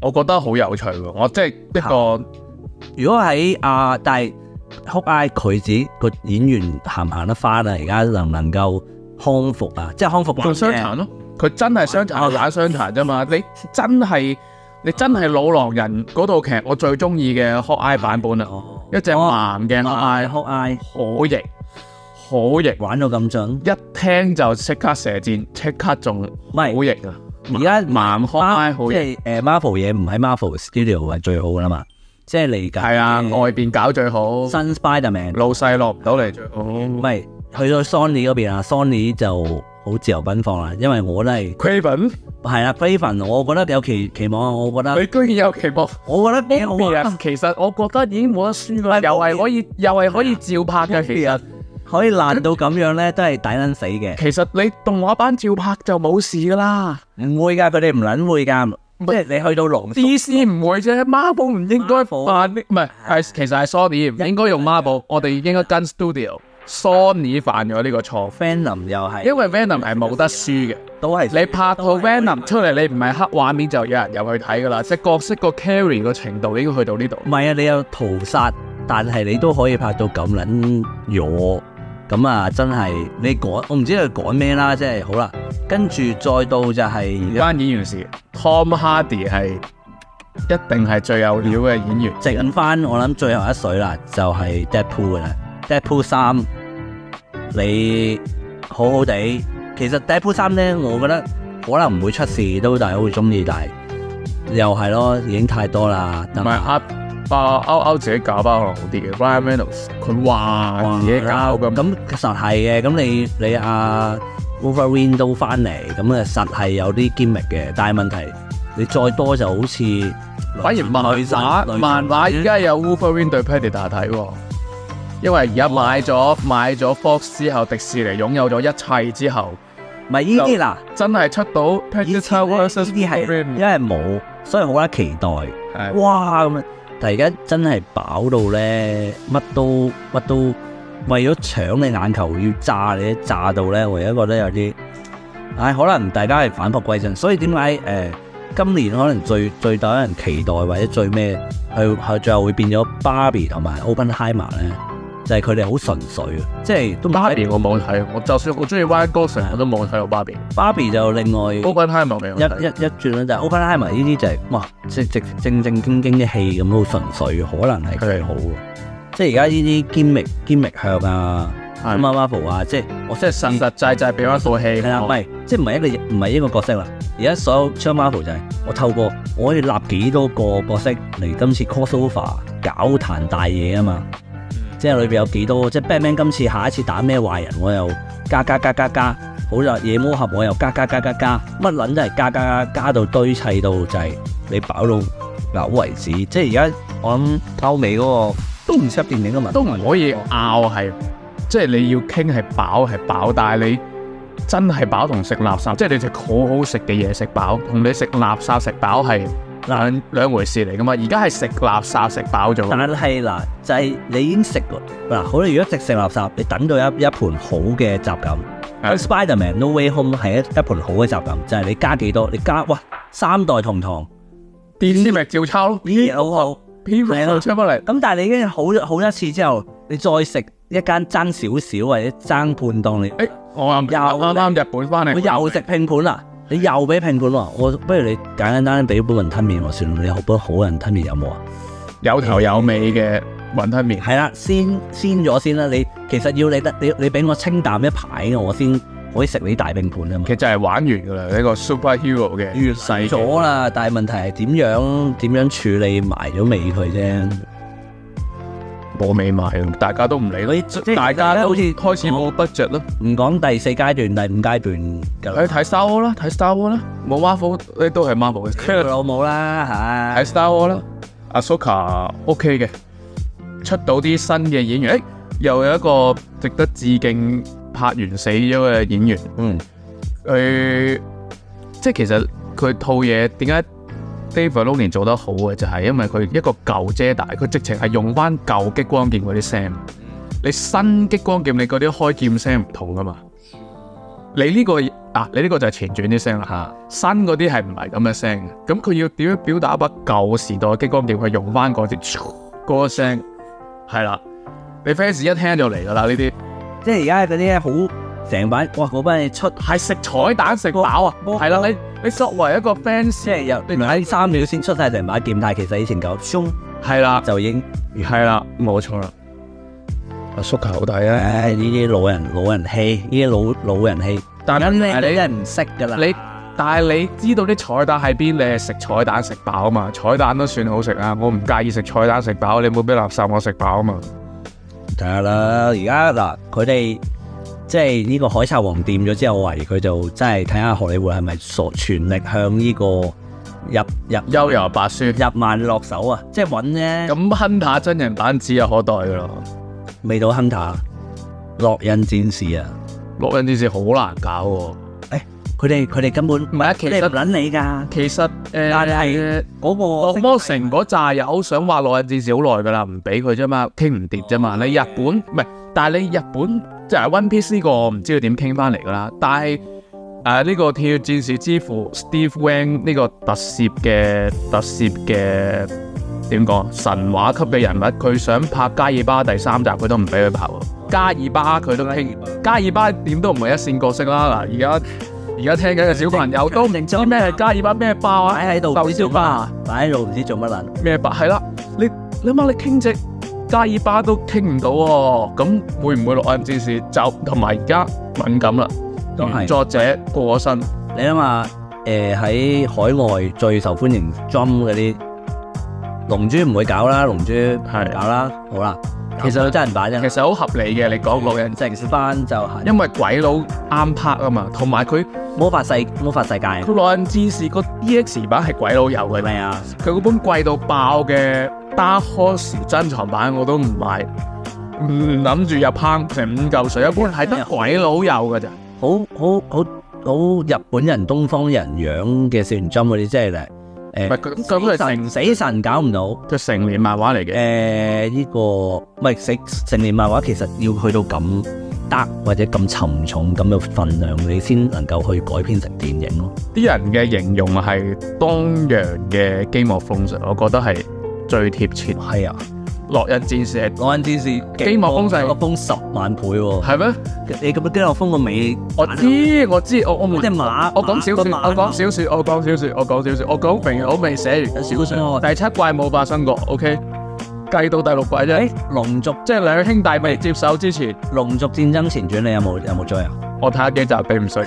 Speaker 1: 我覺得好有趣喎。我即係一個
Speaker 2: 如果喺啊，但係 Hawkeye 佢自己個啊演員行唔行得翻啊？而家能唔能夠康復啊？即係康復
Speaker 1: 佢傷殘咯，佢真係傷殘，
Speaker 2: 啊
Speaker 1: 係懶傷殘啫 嘛。你真係你真係老狼人嗰套劇，我最中意嘅 Hot Eye 版本啊，
Speaker 2: 哦，
Speaker 1: 一隻盲嘅 Hot Eye，
Speaker 2: Hawkeye
Speaker 1: 好型，好型，
Speaker 2: 玩到咁準，
Speaker 1: 一聽就即刻射箭，即刻中，
Speaker 2: 唔係
Speaker 1: 好型啊！
Speaker 2: 而家
Speaker 1: 盲開
Speaker 2: 啊
Speaker 1: 好
Speaker 2: 即
Speaker 1: 嘢，
Speaker 2: 係誒 Marvel 嘢唔喺 Marvel Studio 係最好噶啦嘛，即係嚟緊
Speaker 1: 係啊，外邊搞最好，
Speaker 2: 新 Spiderman
Speaker 1: 老細落唔到嚟最好。
Speaker 2: 唔係去到 Sony 嗰邊啊，Sony 就好自由奔放啦，因為我都係
Speaker 1: Craven，
Speaker 2: 係啦 c r a v e n 我覺得有期期望啊，我覺得
Speaker 1: 你居然有期望？
Speaker 2: 我覺得幾好啊，
Speaker 1: 其實我覺得已經冇得輸啦，
Speaker 2: 係
Speaker 1: 又係可以，又係可以照拍嘅。其實
Speaker 2: 可以爛到咁樣咧，都係抵撚死嘅，
Speaker 1: 其實你動畫版照拍就冇事噶啦
Speaker 2: 唔會㗎，佢哋唔撚會㗎，即係你去到龍珠
Speaker 1: ，DC 唔會啫，Marvel 唔應該
Speaker 2: Marvel
Speaker 1: 扮呢，唔係係其實係 Sony 唔應該用 Marvel，我哋應該跟 Studio。Sony 犯咗呢個錯，
Speaker 2: Venom 又係
Speaker 1: 因為 Venom 係冇得輸嘅。
Speaker 2: 都係
Speaker 1: 你拍套 Venom 出嚟，你唔係黑畫面就有人入去睇噶啦，即係角色個 carry 個程度已經去到呢度。
Speaker 2: 唔係啊，你有屠殺，但係你都可以拍到咁撚弱，咁啊真係你趕，我唔知佢趕咩啦，即係好啦，跟住再到就係
Speaker 1: 唔關演員事，Tom Hardy 係一定係最有料嘅演員。
Speaker 2: 剩翻我諗最後一水啦，就係 Deadpool 啦，Deadpool 三，你好好地，其實 Deadpool 三咧，我覺得可能唔會出事，都大家會中意，但係又係咯，已經太多啦，
Speaker 1: 唔
Speaker 2: 得
Speaker 1: 係
Speaker 2: 啦
Speaker 1: 阿阿歐歐自己搞包可能好啲嘅，Ryan Reynolds 佢話自己搞咁，
Speaker 2: 咁實係嘅。咁你你阿 Wolverine 都翻嚟，咁啊實係有啲 gimmick 嘅。但係問題你再多就好似
Speaker 1: 反而漫
Speaker 2: 女神
Speaker 1: 畫漫畫而家有 Wolverine 對 Predator 睇喎，因為而家買咗買咗 Fox 之後，迪士尼擁有咗一切之後，
Speaker 2: 唔係呢啲嗱，
Speaker 1: 真係出到
Speaker 2: 以前
Speaker 1: Predator
Speaker 2: 呢
Speaker 1: vs
Speaker 2: 呢啲係
Speaker 1: Wolverine
Speaker 2: 因為冇，所以好啦期待。
Speaker 1: 係
Speaker 2: 哇咁樣，啊但係而家真係飽到咧，乜都乜都為咗搶你眼球要炸你，炸到咧，我而家覺得有啲，唉，可能大家係反璞歸真，所以點解誒今年可能最最多人期待或者最咩，係係最後會變咗芭比同埋 Oppenheimer 咧，就係佢哋好純粹啊，即係都唔
Speaker 1: 芭比我冇睇，我就算我中意 Ryan Gosling 我都冇睇過芭比。
Speaker 2: 芭比就另外。
Speaker 1: Oppenheimer 未有
Speaker 2: 一
Speaker 1: 睇
Speaker 2: 一一轉啦，就係 Oppenheimer 呢啲就係、哇，即係直正正經經嘅戲咁，好純粹，可能係佢係好嘅。即係而家呢啲堅力堅力向啊，
Speaker 1: 係
Speaker 2: 咁啊 Marvel 啊，即係我
Speaker 1: 即係實啊實際際俾翻套戲
Speaker 2: 係啦，唔
Speaker 1: 我，
Speaker 2: 係即係唔係一個唔係一個角色啦。而家所有出 Marvel 就係我透過我可以立幾多個角色嚟今次 crossover 搞壇大嘢啊嘛。即係裏邊有幾多？即係 Batman 今次下一次打咩壞人，我又加加加加加，好啦，夜魔俠我又加加加加加，乜撚都係加加加加到堆砌到就係你飽到嘔為止。即係而家我諗歐美嗰、個都唔適合電影嘅啊文化
Speaker 1: 都唔可以拗係，即係你要傾係飽係飽，但係你真係飽同食垃圾，即係你食好好食嘅嘢食飽，同你食垃圾食飽係兩兩回事嚟噶嘛。而家係食垃圾食飽咗，
Speaker 2: 但係嗱，就係、你已經食過嗱，好啦，如果直食垃圾，你等到一一盤好嘅雜錦。啊嗯
Speaker 1: 係
Speaker 2: Spiderman No Way Home 係一一盤好嘅雜錦，就係、你加幾多，你加哇三代同堂，
Speaker 1: 電視咪照抄咯，
Speaker 2: 呢啲好好。
Speaker 1: 編
Speaker 2: 係啊
Speaker 1: 出翻嚟。
Speaker 2: 咁但係你已經好好一次之後，你再食一間爭少少或者爭半檔，你
Speaker 1: 誒，我啱
Speaker 2: 又
Speaker 1: 啱啱日本翻
Speaker 2: 我
Speaker 1: 嚟，
Speaker 2: 又食拼盤啦，你又俾拼盤喎，我不如你簡簡單單俾杯雲吞麵我算啦，你好杯好雲吞麵有冇啊？
Speaker 1: 有頭有尾嘅雲吞麵，
Speaker 2: 係啦，先先咗先啦，你其實要你得你你俾我清淡一排我先可以食你大拼盤啊嘛。
Speaker 1: 其實係玩完噶啦呢個 superhero 嘅越細
Speaker 2: 咗啦，但係問題係點樣點樣處理埋咗尾佢啫？
Speaker 1: 冇尾賣，大家都唔理
Speaker 2: 你
Speaker 1: 咯
Speaker 2: 即係，
Speaker 1: 大家都
Speaker 2: 好似
Speaker 1: 開始冇 budget 咯。
Speaker 2: 唔講第四階段、第五階段㗎啦
Speaker 1: 你睇 Star War 啦，睇 Star War 啦，冇 Marvel 你都係 Marvel
Speaker 2: 佢
Speaker 1: 嘅。
Speaker 2: 老母啦嚇
Speaker 1: 睇。Star War 啦，Ahsoka OK 嘅，出到啲新嘅演員，誒、又有一個值得致敬拍完死咗嘅演員，
Speaker 2: 嗯，
Speaker 1: 佢呃即係其實佢套嘢點解 Dave Filoni 做得好嘅，就係、因為佢一個舊遮大，佢直情係用翻舊激光劍嗰啲聲。你新激光劍你嗰啲開劍聲唔同噶嘛？你呢、個啊，你呢個就係前傳啲聲啦。
Speaker 2: 嚇，
Speaker 1: 新嗰啲係唔係咁嘅聲嘅？咁佢要點樣表達一把舊時代嘅激光劍去用翻嗰啲嗰個聲？係啦，你 fans 一聽就嚟噶啦，呢啲
Speaker 2: 即係而家嗰啲啊好成版，哇！嗰班嘢出，
Speaker 1: 係食彩蛋食飽啊！係啦，你你作為一個 fans，
Speaker 2: 即係又原來喺三秒先出晒成把劍，但係其實以前九衝
Speaker 1: 係啦，
Speaker 2: 就已經，
Speaker 1: 係啦，冇錯啦。阿叔球好睇啊！
Speaker 2: 唉！呢啲老人老人戲，呢啲老老人戲，
Speaker 1: 但
Speaker 2: 咁你
Speaker 1: 係
Speaker 2: 真係唔識㗎啦。
Speaker 1: 你但係你知道啲彩蛋喺邊，你係食彩蛋食飽啊嘛，彩蛋都算好食啊，我唔介意食彩蛋食飽，你冇俾垃圾我食飽啊嘛。
Speaker 2: 睇下啦，而家嗱，佢哋即係呢個海賊王掂咗之後，我懷疑佢就真係睇下荷里活係咪傻全力向呢、個入入
Speaker 1: 優柔白雪，
Speaker 2: 入萬落手啊！即係揾呢
Speaker 1: 咁 Hunter 真人版指日可待噶咯。
Speaker 2: 未到 Hunter 落印戰士啊！
Speaker 1: 落印戰士好難搞喎。
Speaker 2: 佢哋佢哋根本唔
Speaker 1: 係啊其實
Speaker 2: 唔撚你㗎，
Speaker 1: 其實誒，
Speaker 2: 但係
Speaker 1: 誒
Speaker 2: 嗰個
Speaker 1: 惡魔城哦嗰扎友想話落印戰士好耐㗎啦，唔俾佢啫嘛，傾唔掂啫嘛。你日本唔係，但係你日本就係 One Piece 呢個，我唔知佢點傾翻嚟㗎啦。但係誒呢個《鐵血戰士之父》Steve Wang 呢個特攝嘅特攝嘅點講神話級嘅人物，佢想拍加爾巴第三集，佢都唔俾佢拍喎。加爾巴佢都傾，加爾巴點都唔係一線角色啦。嗱，而家而家聽緊嘅小朋友都唔知咩係加爾巴咩巴啊，
Speaker 2: 擺喺度，
Speaker 1: 豆燒巴啊！
Speaker 2: 擺喺度唔知做乜撚。
Speaker 1: 咩白係啦，你你諗下你傾只加爾巴都傾唔到喎，咁會唔會落暗戰士就同埋而家敏感啦？
Speaker 2: 都係
Speaker 1: 原作者過咗身，
Speaker 2: 你諗下，誒喺海外最受歡迎 drum 嗰啲，龍珠唔會搞啦，龍珠
Speaker 1: 係
Speaker 2: 唔搞啦，好啦，其實佢真人版啫，
Speaker 1: 其實好合理嘅。你講老人，
Speaker 2: 成班就係
Speaker 1: 因為鬼佬啱拍啊嘛，同埋佢
Speaker 2: 魔法世魔法世界，
Speaker 1: 佢落暗戰士個 DX 版係鬼佬有
Speaker 2: 係
Speaker 1: 嘅，
Speaker 2: 咪啊？
Speaker 1: 佢嗰本貴到爆嘅 Dark Horse 珍藏版我都唔買，唔諗住入坑成五嚿水，一般係
Speaker 2: 啊
Speaker 1: 得鬼佬有㗎咋。
Speaker 2: 好好好好日本人、東方人樣嘅少年 drum 嗰啲，即係咧
Speaker 1: 唔係
Speaker 2: 誒，
Speaker 1: 佢佢佢係成
Speaker 2: 神死神搞唔到，
Speaker 1: 佢成年漫畫嚟嘅。
Speaker 2: 誒呃呢個唔係成成年漫畫，其實要去到咁得或者咁沉重咁嘅份量，你先能夠去改編成電影咯。
Speaker 1: 啲人嘅形容係東洋嘅 Game of Thrones，我覺得係最貼切。
Speaker 2: 係啊。
Speaker 1: 落日戰士係
Speaker 2: 我嗰陣時
Speaker 1: 機幕風勢
Speaker 2: 個風十萬倍喎、
Speaker 1: 係咩？
Speaker 2: 你咁樣機幕風個尾，
Speaker 1: 我知我知，我我唔
Speaker 2: 即係馬，
Speaker 1: 我講小
Speaker 2: 個
Speaker 1: 説，
Speaker 2: 馬
Speaker 1: 我講小説，我講小説，我講小説，我講明我未寫完小
Speaker 2: 哦
Speaker 1: 説，第七季冇發生過，OK，計到第六季啫。
Speaker 2: 誒龍族
Speaker 1: 即係兩兄弟未接手之前，
Speaker 2: 龍族戰爭前傳，你有冇有冇追啊？
Speaker 1: 我睇下幾集俾唔衰。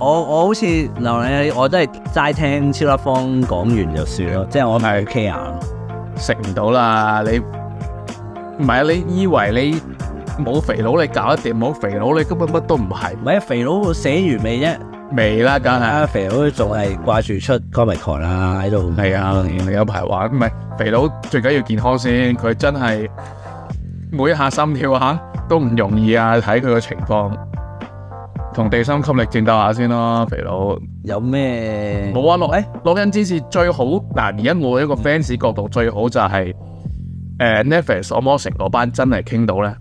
Speaker 2: 我我好似嗱你，我都係齋聽超立方講完就算咯，即係我唔
Speaker 1: 係
Speaker 2: care。
Speaker 1: 食唔到啦！你唔係啊？你以為你冇肥佬你搞得掂，冇肥佬你根本乜都唔係
Speaker 2: 唔，係肥佬寫完未啫？
Speaker 1: 未啦，梗係。
Speaker 2: 啊，肥佬仲係掛住出 Comic Con 啦，喺度
Speaker 1: 係啊，有排玩，唔係肥佬最緊要健康先，佢真係每一下心跳下都唔容易啊！睇佢個情況，同地心吸力戰鬥下先咯，肥佬。
Speaker 2: 有咩？
Speaker 1: 冇啊，落誒落音之士最好嗱，而家我一個 fans 角度最好就係、誒 Netflix 惡魔城嗰班真係傾到咧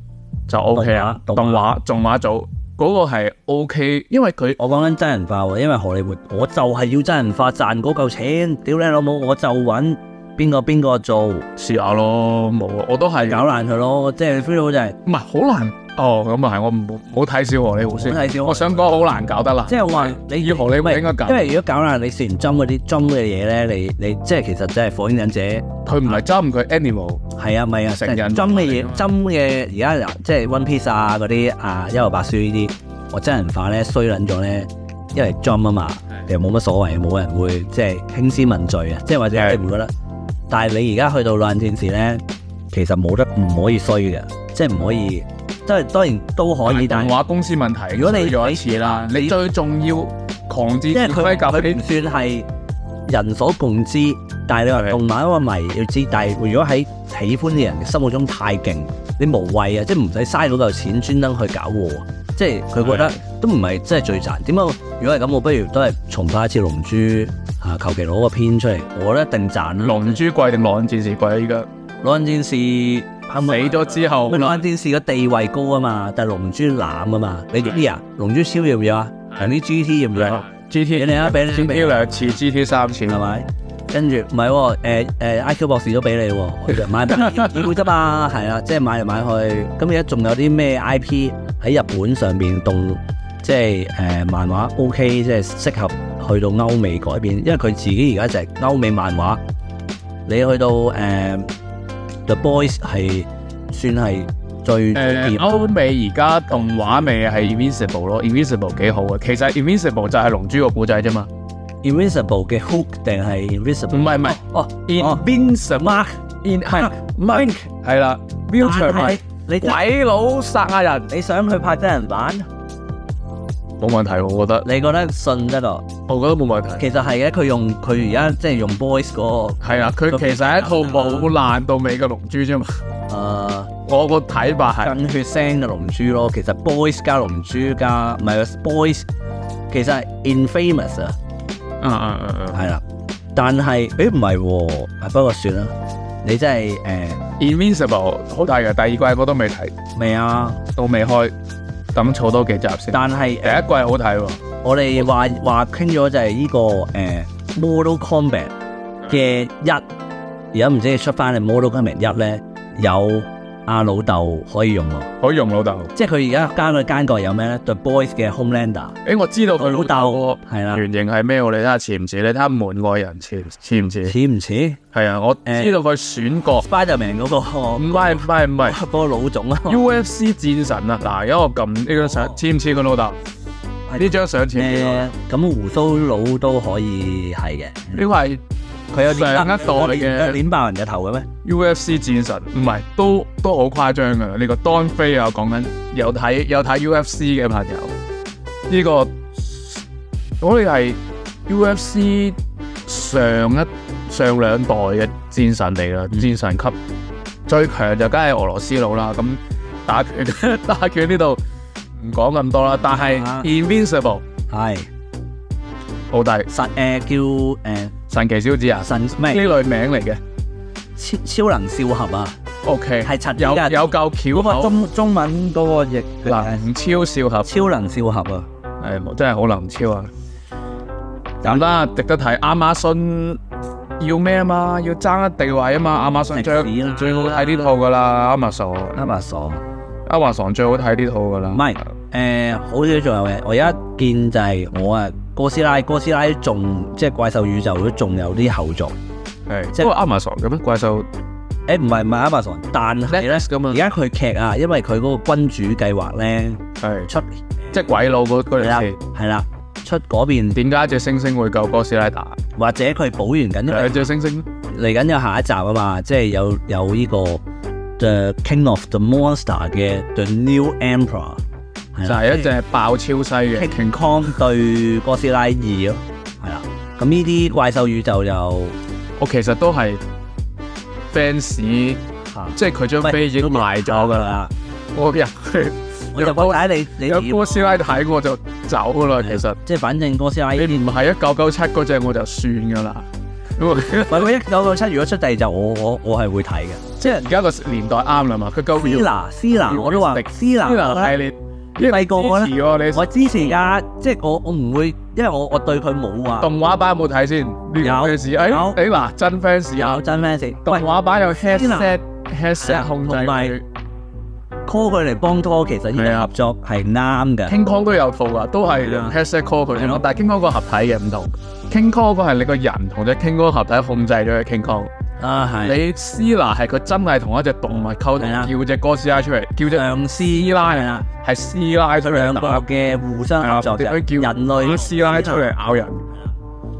Speaker 1: 就 OK 啊，
Speaker 2: 動
Speaker 1: 動
Speaker 2: 畫
Speaker 1: 畫動畫組嗰個係 OK，因為佢
Speaker 2: 我講緊真人化喎，因為荷里活我就係要真人化賺嗰嚿錢，屌你老母，我就揾邊個邊個做。
Speaker 1: 試下咯，冇啊我都係
Speaker 2: 搞爛佢咯，即係 feel 到就係，
Speaker 1: 唔係好難哦，咁啊係，我唔好睇小荷里活先。
Speaker 2: 唔好睇小荷里活
Speaker 1: 我想講好難搞得啦。
Speaker 2: 即係我話你
Speaker 1: 以荷里活應該搞，
Speaker 2: 因為如果搞爛你試完針嗰啲針嘅嘢咧，你你即係其實真係火影忍者
Speaker 1: 佢唔係針佢 animal，
Speaker 2: 係啊，咪啊，
Speaker 1: 成人
Speaker 2: 針嘅嘢，針嘅而家嗱即係 One Piece 啊嗰啲啊幽遊白書呢啲，我真人化咧衰撚咗咧，因為針啊嘛，其實冇乜所謂，冇人會即係興師問罪啊，即係或者
Speaker 1: 係
Speaker 2: 你唔覺得，但係你而家去到爛戰士咧，其實冇得唔可以衰嘅，即係唔可以，即係當然都可以，
Speaker 1: 動
Speaker 2: 但係。
Speaker 1: 畫公司問題。
Speaker 2: 如果你
Speaker 1: 咗一次啦，
Speaker 2: 你
Speaker 1: 你最重要狂之
Speaker 2: 因為
Speaker 1: 指
Speaker 2: 佢
Speaker 1: 揮甲
Speaker 2: 佢唔
Speaker 1: 你
Speaker 2: 算係人所共知，但係你話
Speaker 1: 係
Speaker 2: 動漫嗰個迷要知，但係如果喺喜歡嘅人嘅心目中太勁，你無謂啊，即係唔使嘥到嚿錢專登去搞喎，即係佢覺得都唔係真係最賺。點解我？如果係咁，我不如都係重拍一次《龍珠》啊，求其攞個片出嚟，我覺得一定賺啦。
Speaker 1: 龍珠貴定狼人戰士貴？依家
Speaker 2: 攞緊戰士啱唔啱
Speaker 1: 死咗之啊後
Speaker 2: 咪，攞緊戰士個地位高啊嘛，但係龍珠攬啊嘛，你啲啊，龍珠超要唔要啊？同啲 GT 要唔要啊？
Speaker 1: G T
Speaker 2: 你嚟啊俾你啊
Speaker 1: ，G
Speaker 2: 俾
Speaker 1: T 兩次，G T 三次，
Speaker 2: 係咪？跟住唔係喎，誒誒 IQ 博士都俾你喎，我就買唔會啫嘛，係啦，即係買嚟買去。咁而家仲有啲咩 IP 喺日本上邊動，即係誒、呃漫畫 OK，即係適合去到歐美改編，因為佢自己而家就係歐美漫畫。你去到誒、呃 The Boys 係算係最專
Speaker 1: 誒
Speaker 2: 業
Speaker 1: 歐美而家動畫味係 Invincible 咯，Invincible 幾好啊。其實 Invincible 就係龍珠個故仔啫嘛。
Speaker 2: Invincible 嘅 Hook 定係
Speaker 1: 唔
Speaker 2: Invisible？
Speaker 1: 係唔係
Speaker 2: 哦哦
Speaker 1: ，Invincible
Speaker 2: ，Mark
Speaker 1: in 係 Mark 係啦
Speaker 2: 但
Speaker 1: ，Vulture
Speaker 2: 係
Speaker 1: 咪
Speaker 2: 你
Speaker 1: 鬼佬殺亞人，
Speaker 2: 你想佢拍真人版，
Speaker 1: 冇問題，我覺得，
Speaker 2: 你覺得信得落？
Speaker 1: 我覺得冇問題。
Speaker 2: 其實係嘅，佢用佢而家即係用 Boys 嗰、
Speaker 1: 係啦，佢其實係一套冇爛到尾嘅龍珠啫嘛。
Speaker 2: 個呃
Speaker 1: 我個睇法係
Speaker 2: 更血腥嘅龍珠咯。其實 Boys 加龍珠加唔係 Boys，其實係 Infamous 啊，
Speaker 1: 嗯嗯嗯嗯
Speaker 2: 係啦。但係誒唔係喎，啊不過算啦，你真係呃誒
Speaker 1: ，Invincible 好大嘅，第二季我都未睇，
Speaker 2: 未啊？
Speaker 1: 到未開，咁儲多幾集先。
Speaker 2: 但係、
Speaker 1: 第一
Speaker 2: 呃
Speaker 1: 季好睇喎，
Speaker 2: 我哋話話傾咗就係呢、個誒、呃 Mortal Kombat 嘅一，而家唔知你出翻嚟 Mortal Kombat 一咧有阿老豆可以用喎。
Speaker 1: 可以用老豆。
Speaker 2: 即係佢而家加個奸角有咩咧？The Boys 嘅 Homelander
Speaker 1: 誒，我知道佢老豆嗯
Speaker 2: 係
Speaker 1: 個
Speaker 2: 啦，
Speaker 1: 原型係咩喎？你睇下似唔似？你睇下門外人似唔似唔似？
Speaker 2: 似唔似
Speaker 1: 係啊，我
Speaker 2: 誒
Speaker 1: 知道佢選角，
Speaker 2: Spiderman 嗰、個
Speaker 1: 唔係唔係唔係
Speaker 2: 嗰個老總
Speaker 1: 哦
Speaker 2: 啊？
Speaker 1: UFC 戰神啊！嗱，而家我撳呢張相，似唔似佢老豆？
Speaker 2: 係
Speaker 1: 呢張相似唔似佢老豆？
Speaker 2: 誒咁胡鬚佬都可以係嘅，
Speaker 1: 呢個係
Speaker 2: 佢有呃
Speaker 1: 上一代嘅
Speaker 2: 碾爆人嘅頭嘅咩？
Speaker 1: UFC 戰神，唔係都都好誇張噶啦！呢個 Don 飛啊，講緊有睇有睇 UFC 嘅朋友，呢個我哋係 UFC 上一上兩代嘅戰神嚟
Speaker 2: 嗯
Speaker 1: 啦，戰神級最強就梗係俄羅斯佬啦。咁打 拳打拳呢度唔講咁多啦，但係
Speaker 2: 啊
Speaker 1: Invincible
Speaker 2: 係
Speaker 1: 好帝
Speaker 2: 神誒叫誒、
Speaker 1: 神奇小子啊，
Speaker 2: 神
Speaker 1: 呢
Speaker 2: 咩
Speaker 1: 類名嚟嘅。
Speaker 2: 超超能少俠啊？
Speaker 1: OK，
Speaker 2: 係柒
Speaker 1: 有
Speaker 2: 啲㗎
Speaker 1: 有夠巧
Speaker 2: 嗰個
Speaker 1: 口，
Speaker 2: 中中文嗰個譯
Speaker 1: 林超少俠。
Speaker 2: 超能少俠啊！
Speaker 1: 係冇真係好能超啊！咁啊啦，值得睇。亞馬遜要咩啊嘛？要爭地位啊嘛！亞馬遜
Speaker 2: 食屎
Speaker 1: 最
Speaker 2: 啦
Speaker 1: 最好睇呢套噶啦，亞馬遜，
Speaker 2: 啱啊嗯傻。
Speaker 1: 亞馬遜最好睇呢套噶啦。
Speaker 2: 唔係誒，呃好少仲有嘅。我而家見就係我啊，哥斯拉，哥斯拉仲即係怪獸宇宙都仲有啲後續。
Speaker 1: 係即
Speaker 2: 即係
Speaker 1: 係亞馬遜嘅咩？怪獸
Speaker 2: 誒唔係唔係 Amazon，但係咧
Speaker 1: Netflix 咁
Speaker 2: 而
Speaker 1: 啊，
Speaker 2: 家佢劇啊，因為佢嗰個君主計劃咧
Speaker 1: 係
Speaker 2: 出
Speaker 1: 即係鬼佬嗰嗰
Speaker 2: 係啦
Speaker 1: 條線。
Speaker 2: 係啦，出嗰邊
Speaker 1: 點解隻猩猩會夠哥斯拉打？
Speaker 2: 或者佢補完緊，因為
Speaker 1: 兩隻猩猩
Speaker 2: 嚟緊有下一集啊嘛，即係有有呢個 The King of the Monster 嘅 The New Emperor
Speaker 1: 就
Speaker 2: 係啦
Speaker 1: 係一隻爆超西嘅
Speaker 2: King Kong 對哥斯拉二咯，係啦。咁呢啲怪獸宇宙就
Speaker 1: 我其實都係 fans，即
Speaker 2: 嚇。
Speaker 1: 係佢張飛已經賣咗噶啦。
Speaker 2: 啦。
Speaker 1: 我入去
Speaker 2: 我就覺得你你
Speaker 1: 有
Speaker 2: 點
Speaker 1: 哥斯拉睇我就走噶啦，其實。
Speaker 2: 即係反正哥斯拉，
Speaker 1: 你唔係一九九七嗰只我就算噶啦。咁
Speaker 2: 喂喂一九九七如果出第二集，我我我係會睇嘅。即係
Speaker 1: 而家個年代啱啦嘛，佢夠
Speaker 2: 斯拿斯拿，我都話斯拿
Speaker 1: 呢個系列，呢
Speaker 2: 啊細個我
Speaker 1: 支持喎你。
Speaker 2: 我支持㗎，即係我我唔會，因為我我對佢冇話
Speaker 1: 動畫版有冇睇先？呢
Speaker 2: 有
Speaker 1: 個 fans，哎
Speaker 2: 有
Speaker 1: 哎嗱，真 fans
Speaker 2: 有
Speaker 1: 啊！
Speaker 2: 真 fans。
Speaker 1: 動
Speaker 2: 喂
Speaker 1: 畫版有
Speaker 2: 拿
Speaker 1: headset headset 控制
Speaker 2: 啊同埋
Speaker 1: 佢
Speaker 2: ，call 佢嚟幫拖，其實呢
Speaker 1: 係
Speaker 2: 個
Speaker 1: 啊
Speaker 2: 合作係啱嘅。
Speaker 1: ，King Kong 都有套啊，都係
Speaker 2: 係啊
Speaker 1: 用 headset call
Speaker 2: 係
Speaker 1: 佢
Speaker 2: 咯，
Speaker 1: 但係 King Kong 個合體嘅唔同。King Kong 個係你個人同只 King Kong 合體控制咗嘅 King Kong，
Speaker 2: 啊係，
Speaker 1: 你斯拿係佢真係同一隻動物溝通，
Speaker 2: 係啊
Speaker 1: 叫只哥斯拉出嚟，叫只
Speaker 2: 上司
Speaker 1: 師奶
Speaker 2: 係啦，
Speaker 1: 係師奶出嚟
Speaker 2: 兩個
Speaker 1: 打
Speaker 2: 嘅互相合作就
Speaker 1: 啊點
Speaker 2: 係
Speaker 1: 樣叫
Speaker 2: 人類
Speaker 1: 師奶出嚟咬人？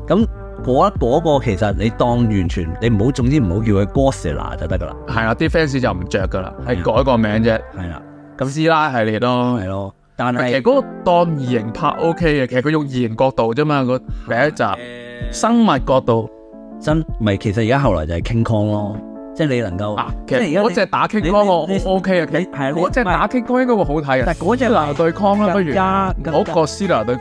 Speaker 2: 咁嗰嗰個其實你當完全你唔好，總之唔好叫佢哥斯拉就得㗎啦。
Speaker 1: 係啦，啲 fans 就唔着噶啦，
Speaker 2: 啊
Speaker 1: 係改個名啫。
Speaker 2: 係啦，
Speaker 1: 咁師奶系列咯，
Speaker 2: 係咯，但
Speaker 1: 其
Speaker 2: 係
Speaker 1: 實。嗰個當異形拍 OK 嘅，其實佢用異形角度啫嘛，個第一
Speaker 2: 啊
Speaker 1: 集生物角度
Speaker 2: 真咪其實而家後來就係 King Kong 咯，即係你能夠，
Speaker 1: 啊，其
Speaker 2: 即係
Speaker 1: 實
Speaker 2: 而
Speaker 1: 嗰
Speaker 2: 家
Speaker 1: 隻
Speaker 2: 你
Speaker 1: 打 King
Speaker 2: 你
Speaker 1: Kong 我我
Speaker 2: 你
Speaker 1: 我 OK 嘅，
Speaker 2: 你係你
Speaker 1: 嗰隻打 King Kong 應該會好睇啊嘅
Speaker 2: 但。係嗰隻
Speaker 1: 嗱對 Kong 啦，不如
Speaker 2: 加
Speaker 1: 唔好
Speaker 2: 個
Speaker 1: 過斯拿對，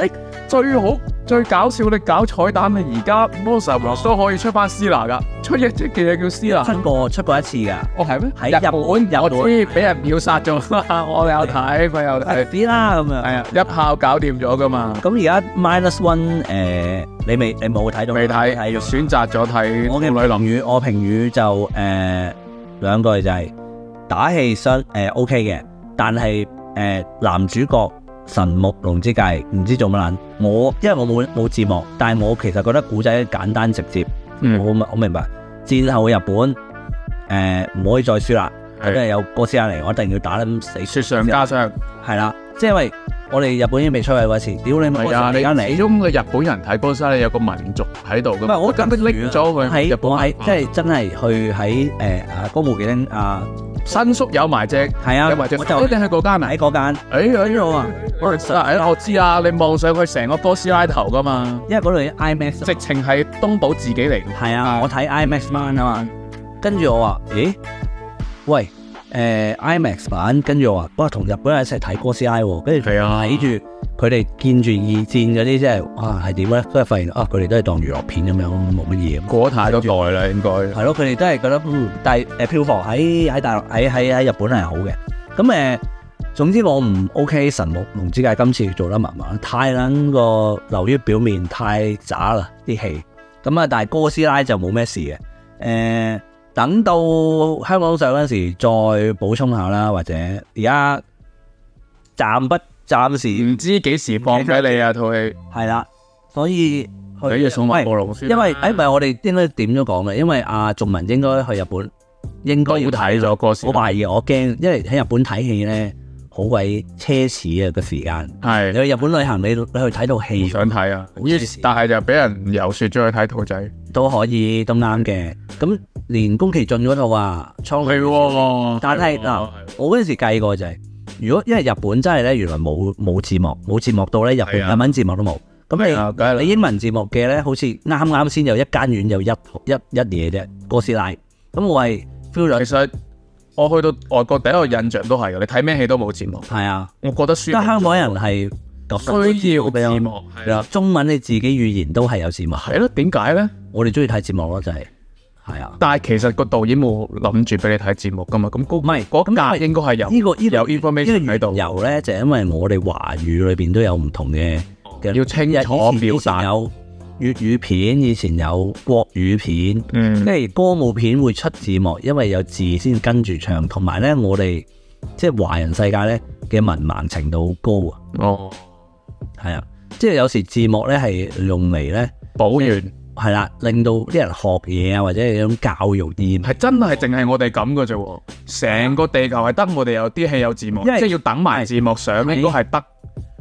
Speaker 2: 哎
Speaker 1: 誒最好最搞笑你搞彩蛋啊！而家 Monster Wars 都可以出翻斯拿噶，出一隻嘅嘢叫斯拿。
Speaker 2: 出過出過一次㗎，
Speaker 1: 哦，係咩？
Speaker 2: 喺
Speaker 1: 日
Speaker 2: 日本
Speaker 1: 本，
Speaker 2: 日本
Speaker 1: 我知俾人秒殺咗啦， 我有睇，佢有睇，
Speaker 2: 啲啦咁樣，
Speaker 1: 係啊，一炮搞掂咗噶嘛，
Speaker 2: 咁而家 Minus One 誒，你未你冇睇到？
Speaker 1: 未睇，
Speaker 2: 睇咗。
Speaker 1: 選擇咗睇
Speaker 2: 啊我
Speaker 1: 《
Speaker 2: 嘅評
Speaker 1: 女林
Speaker 2: 語，我評語就誒、呃、兩句就係、打戲相誒、呃 OK 嘅，但係誒、呃男主角神木龍之介唔知做乜撚。我因為我冇冇字幕，但係我其實覺得古仔簡單直接，
Speaker 1: 嗯
Speaker 2: 呃我我明白戰後嘅日本誒唔、可以再輸啦，因為有哥斯拉嚟，我一定要打得死。
Speaker 1: 雪上加霜。
Speaker 2: 係啦，即係因為我哋日本已經被摧毀過一次，屌你咪
Speaker 1: 係
Speaker 2: 哥斯拉
Speaker 1: 啊，
Speaker 2: 而家
Speaker 1: 你
Speaker 2: 嚟
Speaker 1: 始。終嘅日本人睇哥斯拉有個民族喺度噶嘛，
Speaker 2: 唔
Speaker 1: 啊
Speaker 2: 係啊我
Speaker 1: 特登拎咗佢
Speaker 2: 喺
Speaker 1: 日本文
Speaker 2: 我喺
Speaker 1: 化
Speaker 2: 即係真係去喺誒啊高木幾丁啊，
Speaker 1: 新宿有埋隻，
Speaker 2: 係啊，
Speaker 1: 有埋隻，
Speaker 2: 我就
Speaker 1: 一定係嗰間啊嚟。
Speaker 2: 喺嗰間，
Speaker 1: 誒誒
Speaker 2: 我啊，
Speaker 1: 哎我知啊我知啊，你望上去成個哥斯拉頭噶嘛，
Speaker 2: 因為嗰度 IMAX
Speaker 1: 直情係東寶自己嚟㗎。
Speaker 2: 啊係啊，我睇 IMAX 版啊嘛，跟住我話，咦，喂，誒、IMAX 版，跟住我話，哇，同日本人一齊睇哥斯拉喎，跟住
Speaker 1: 係啊
Speaker 2: 睇住佢哋見住二戰嗰啲，即係哇係點咧？都係發現啊，佢哋都係當娛樂片咁樣，冇乜嘢咁。
Speaker 1: 過咗太多代啦，應該。
Speaker 2: 係咯，佢哋都係覺得嗯，但係誒票房喺喺大陸喺喺喺日本係好嘅。咁誒、呃，總之我唔 OK 神木龍之介今次做得麻麻，太撚個流於表面，太渣啦啲戲。咁啊，但係哥斯拉就冇咩事嘅。誒、等到香港上嗰陣時再補充下啦，或者而家暫不暫時
Speaker 1: 唔知幾時放俾你啊套戲，
Speaker 2: 係啦，所以去
Speaker 1: 俾隻寵
Speaker 2: 喂
Speaker 1: 物暴龍先。
Speaker 2: 因為誒哎唔係我哋應該點都講嘅，因為阿仲文應該去日本，應該
Speaker 1: 都
Speaker 2: 要
Speaker 1: 要
Speaker 2: 睇
Speaker 1: 睇
Speaker 2: 咗。啊
Speaker 1: 咗哥斯
Speaker 2: 我
Speaker 1: 拉，
Speaker 2: 懷疑我驚，因為喺日本睇戲咧好鬼奢侈啊個時間。你
Speaker 1: 係
Speaker 2: 去日本旅行，你你去睇套
Speaker 1: 唔
Speaker 2: 戲
Speaker 1: 想睇啊。於是但係就俾人遊說咗去睇兔仔。
Speaker 2: 都可以，都啱嘅。咁連宮崎駿嗰套啊，《蒼
Speaker 1: 係喎，
Speaker 2: 但係嗱，我嗰陣時計過就係、如果因為日本真係咧，原來冇冇字幕，冇字幕到咧，日本
Speaker 1: 係啊
Speaker 2: 日文字幕都冇。咁你
Speaker 1: 啊，梗係啦
Speaker 2: 你英文字幕嘅咧，好似啱啱先有一間院有一一一嘢啫，哥斯拉。咁我係啊 feel 咗，
Speaker 1: 其實我去到外國第一個印象都係嘅，你睇咩戲都冇字幕，
Speaker 2: 係啊，
Speaker 1: 我覺得舒服
Speaker 2: 但香港人係咁
Speaker 1: 需要字幕，係啦，
Speaker 2: 中文你自己語言都係有字幕，
Speaker 1: 係咯，點解咧？
Speaker 2: 我哋中意睇字幕咯，就係係啊。
Speaker 1: 但係其實個導演冇諗住俾你睇字幕噶嘛，咁嗰
Speaker 2: 唔係咁
Speaker 1: 嗰
Speaker 2: 因
Speaker 1: 格
Speaker 2: 為
Speaker 1: 應該係有
Speaker 2: 呢個呢個
Speaker 1: 有 information 喺度，
Speaker 2: 由咧就係因為我哋華語裏邊都有唔同嘅嘅
Speaker 1: 哦要清楚
Speaker 2: 以前
Speaker 1: 表
Speaker 2: 以前
Speaker 1: 達，
Speaker 2: 有粵語片，以前有國語片，即
Speaker 1: 嗯，
Speaker 2: 係歌舞片會出字幕，因為有字先跟住唱，同埋咧我哋即係華人世界咧嘅文盲程度高啊，
Speaker 1: 哦，
Speaker 2: 係啊，即係有時字幕咧係用嚟咧
Speaker 1: 補完
Speaker 2: 係啦，令到啲人學嘢啊，或者係一種教育意義。
Speaker 1: 係真係淨係我哋咁嘅啫喎，成個地球係得我哋有啲戲有字幕，即
Speaker 2: 因為
Speaker 1: 係要等埋字幕上，
Speaker 2: 係
Speaker 1: 應該係得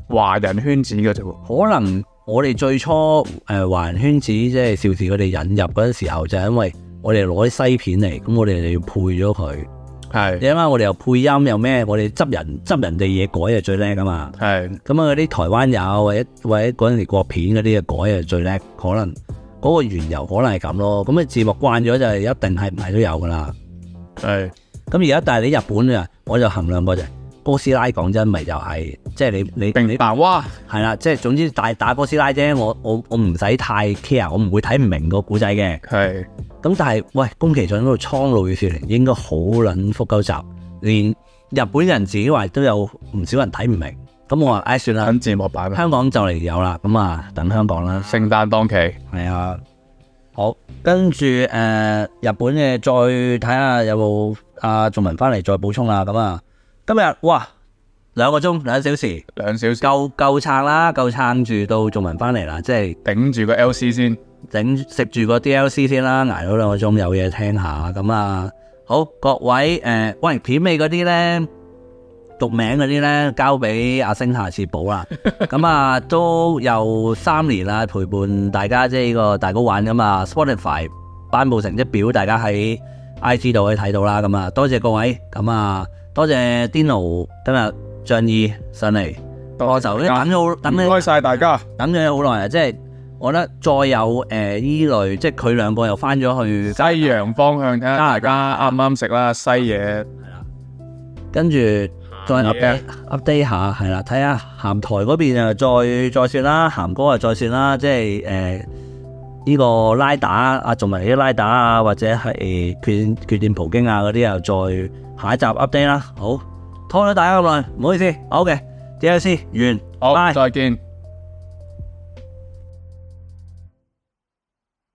Speaker 1: 華人圈子嘅啫喎，
Speaker 2: 可能我哋最初誒、呃、華人圈子即係邵氏佢哋引入嗰陣時候，就係因為我哋攞啲西片嚟，咁我哋就要配咗佢。你
Speaker 1: 係
Speaker 2: 諗下，我哋又配音又咩？我哋執人執人哋嘢改就最叻噶嘛。
Speaker 1: 係
Speaker 2: 咁啊，嗰啲台灣有或者或者嗰陣時國片嗰啲嘅改就最叻，可能嗰個緣由可能係咁咯。咁啊字幕慣咗就係一定係唔係都有噶啦。
Speaker 1: 係
Speaker 2: 咁而家但係你日本啊，我就衡量過就係哥斯拉講真咪就係即係你你
Speaker 1: 明
Speaker 2: 你
Speaker 1: 白哇，
Speaker 2: 係啦，即係總之大打哥斯拉啫，我我我唔使太 care，我唔會睇唔明個古仔嘅。
Speaker 1: 係
Speaker 2: 咁但係喂，宮崎駿嗰度蒼鷺與少年應該好撚復鳩集，連日本人自己話都有唔少人睇唔明。咁我話唉算啦，
Speaker 1: 等字幕版啊，
Speaker 2: 香港就嚟有啦，咁啊等香港啦。
Speaker 1: 聖誕檔期。
Speaker 2: 係啊，好，跟住誒、呃日本嘅再睇下有冇阿仲文翻嚟再補充啦。咁啊，今日哇兩個鐘兩小時。
Speaker 1: 兩小時
Speaker 2: 夠夠撐啦，夠撐住到仲文翻嚟啦，即係
Speaker 1: 頂住個 LC 先，
Speaker 2: 整食住個 DLC 先啦，捱咗兩個鐘有嘢聽下咁啊。好，各位誒、呃喂片尾嗰啲咧，讀名嗰啲咧，交俾阿星下次補啦。咁啊，都有三年啦，陪伴大家即係呢個大哥玩咁啊。Spotify 頒布成績表，大家喺 IG 度可以睇到啦。咁啊，多謝各位，咁啊，多謝 Dino 今日仗義上嚟。我就等
Speaker 1: 唔
Speaker 2: 咗好等咗
Speaker 1: 該晒大家，
Speaker 2: 等咗好耐啊！即係我覺得再有誒依、類，即係佢兩個又翻咗去，
Speaker 1: 西洋方向睇下大家啱唔啱食啦，西嘢
Speaker 2: 跟住再
Speaker 1: 鹹嘢
Speaker 2: update update 下，係啦，睇下鹹台嗰邊啊，再再算啦，鹹哥啊再算啦，即係誒呢個拉打啊，仲埋啲拉打啊，或者係決決戰葡京啊嗰啲又再下一集 update 啦。好，拖咗大家咁耐，唔好意思。好嘅，DLC 完，
Speaker 1: 好，
Speaker 2: 拜
Speaker 1: 再見。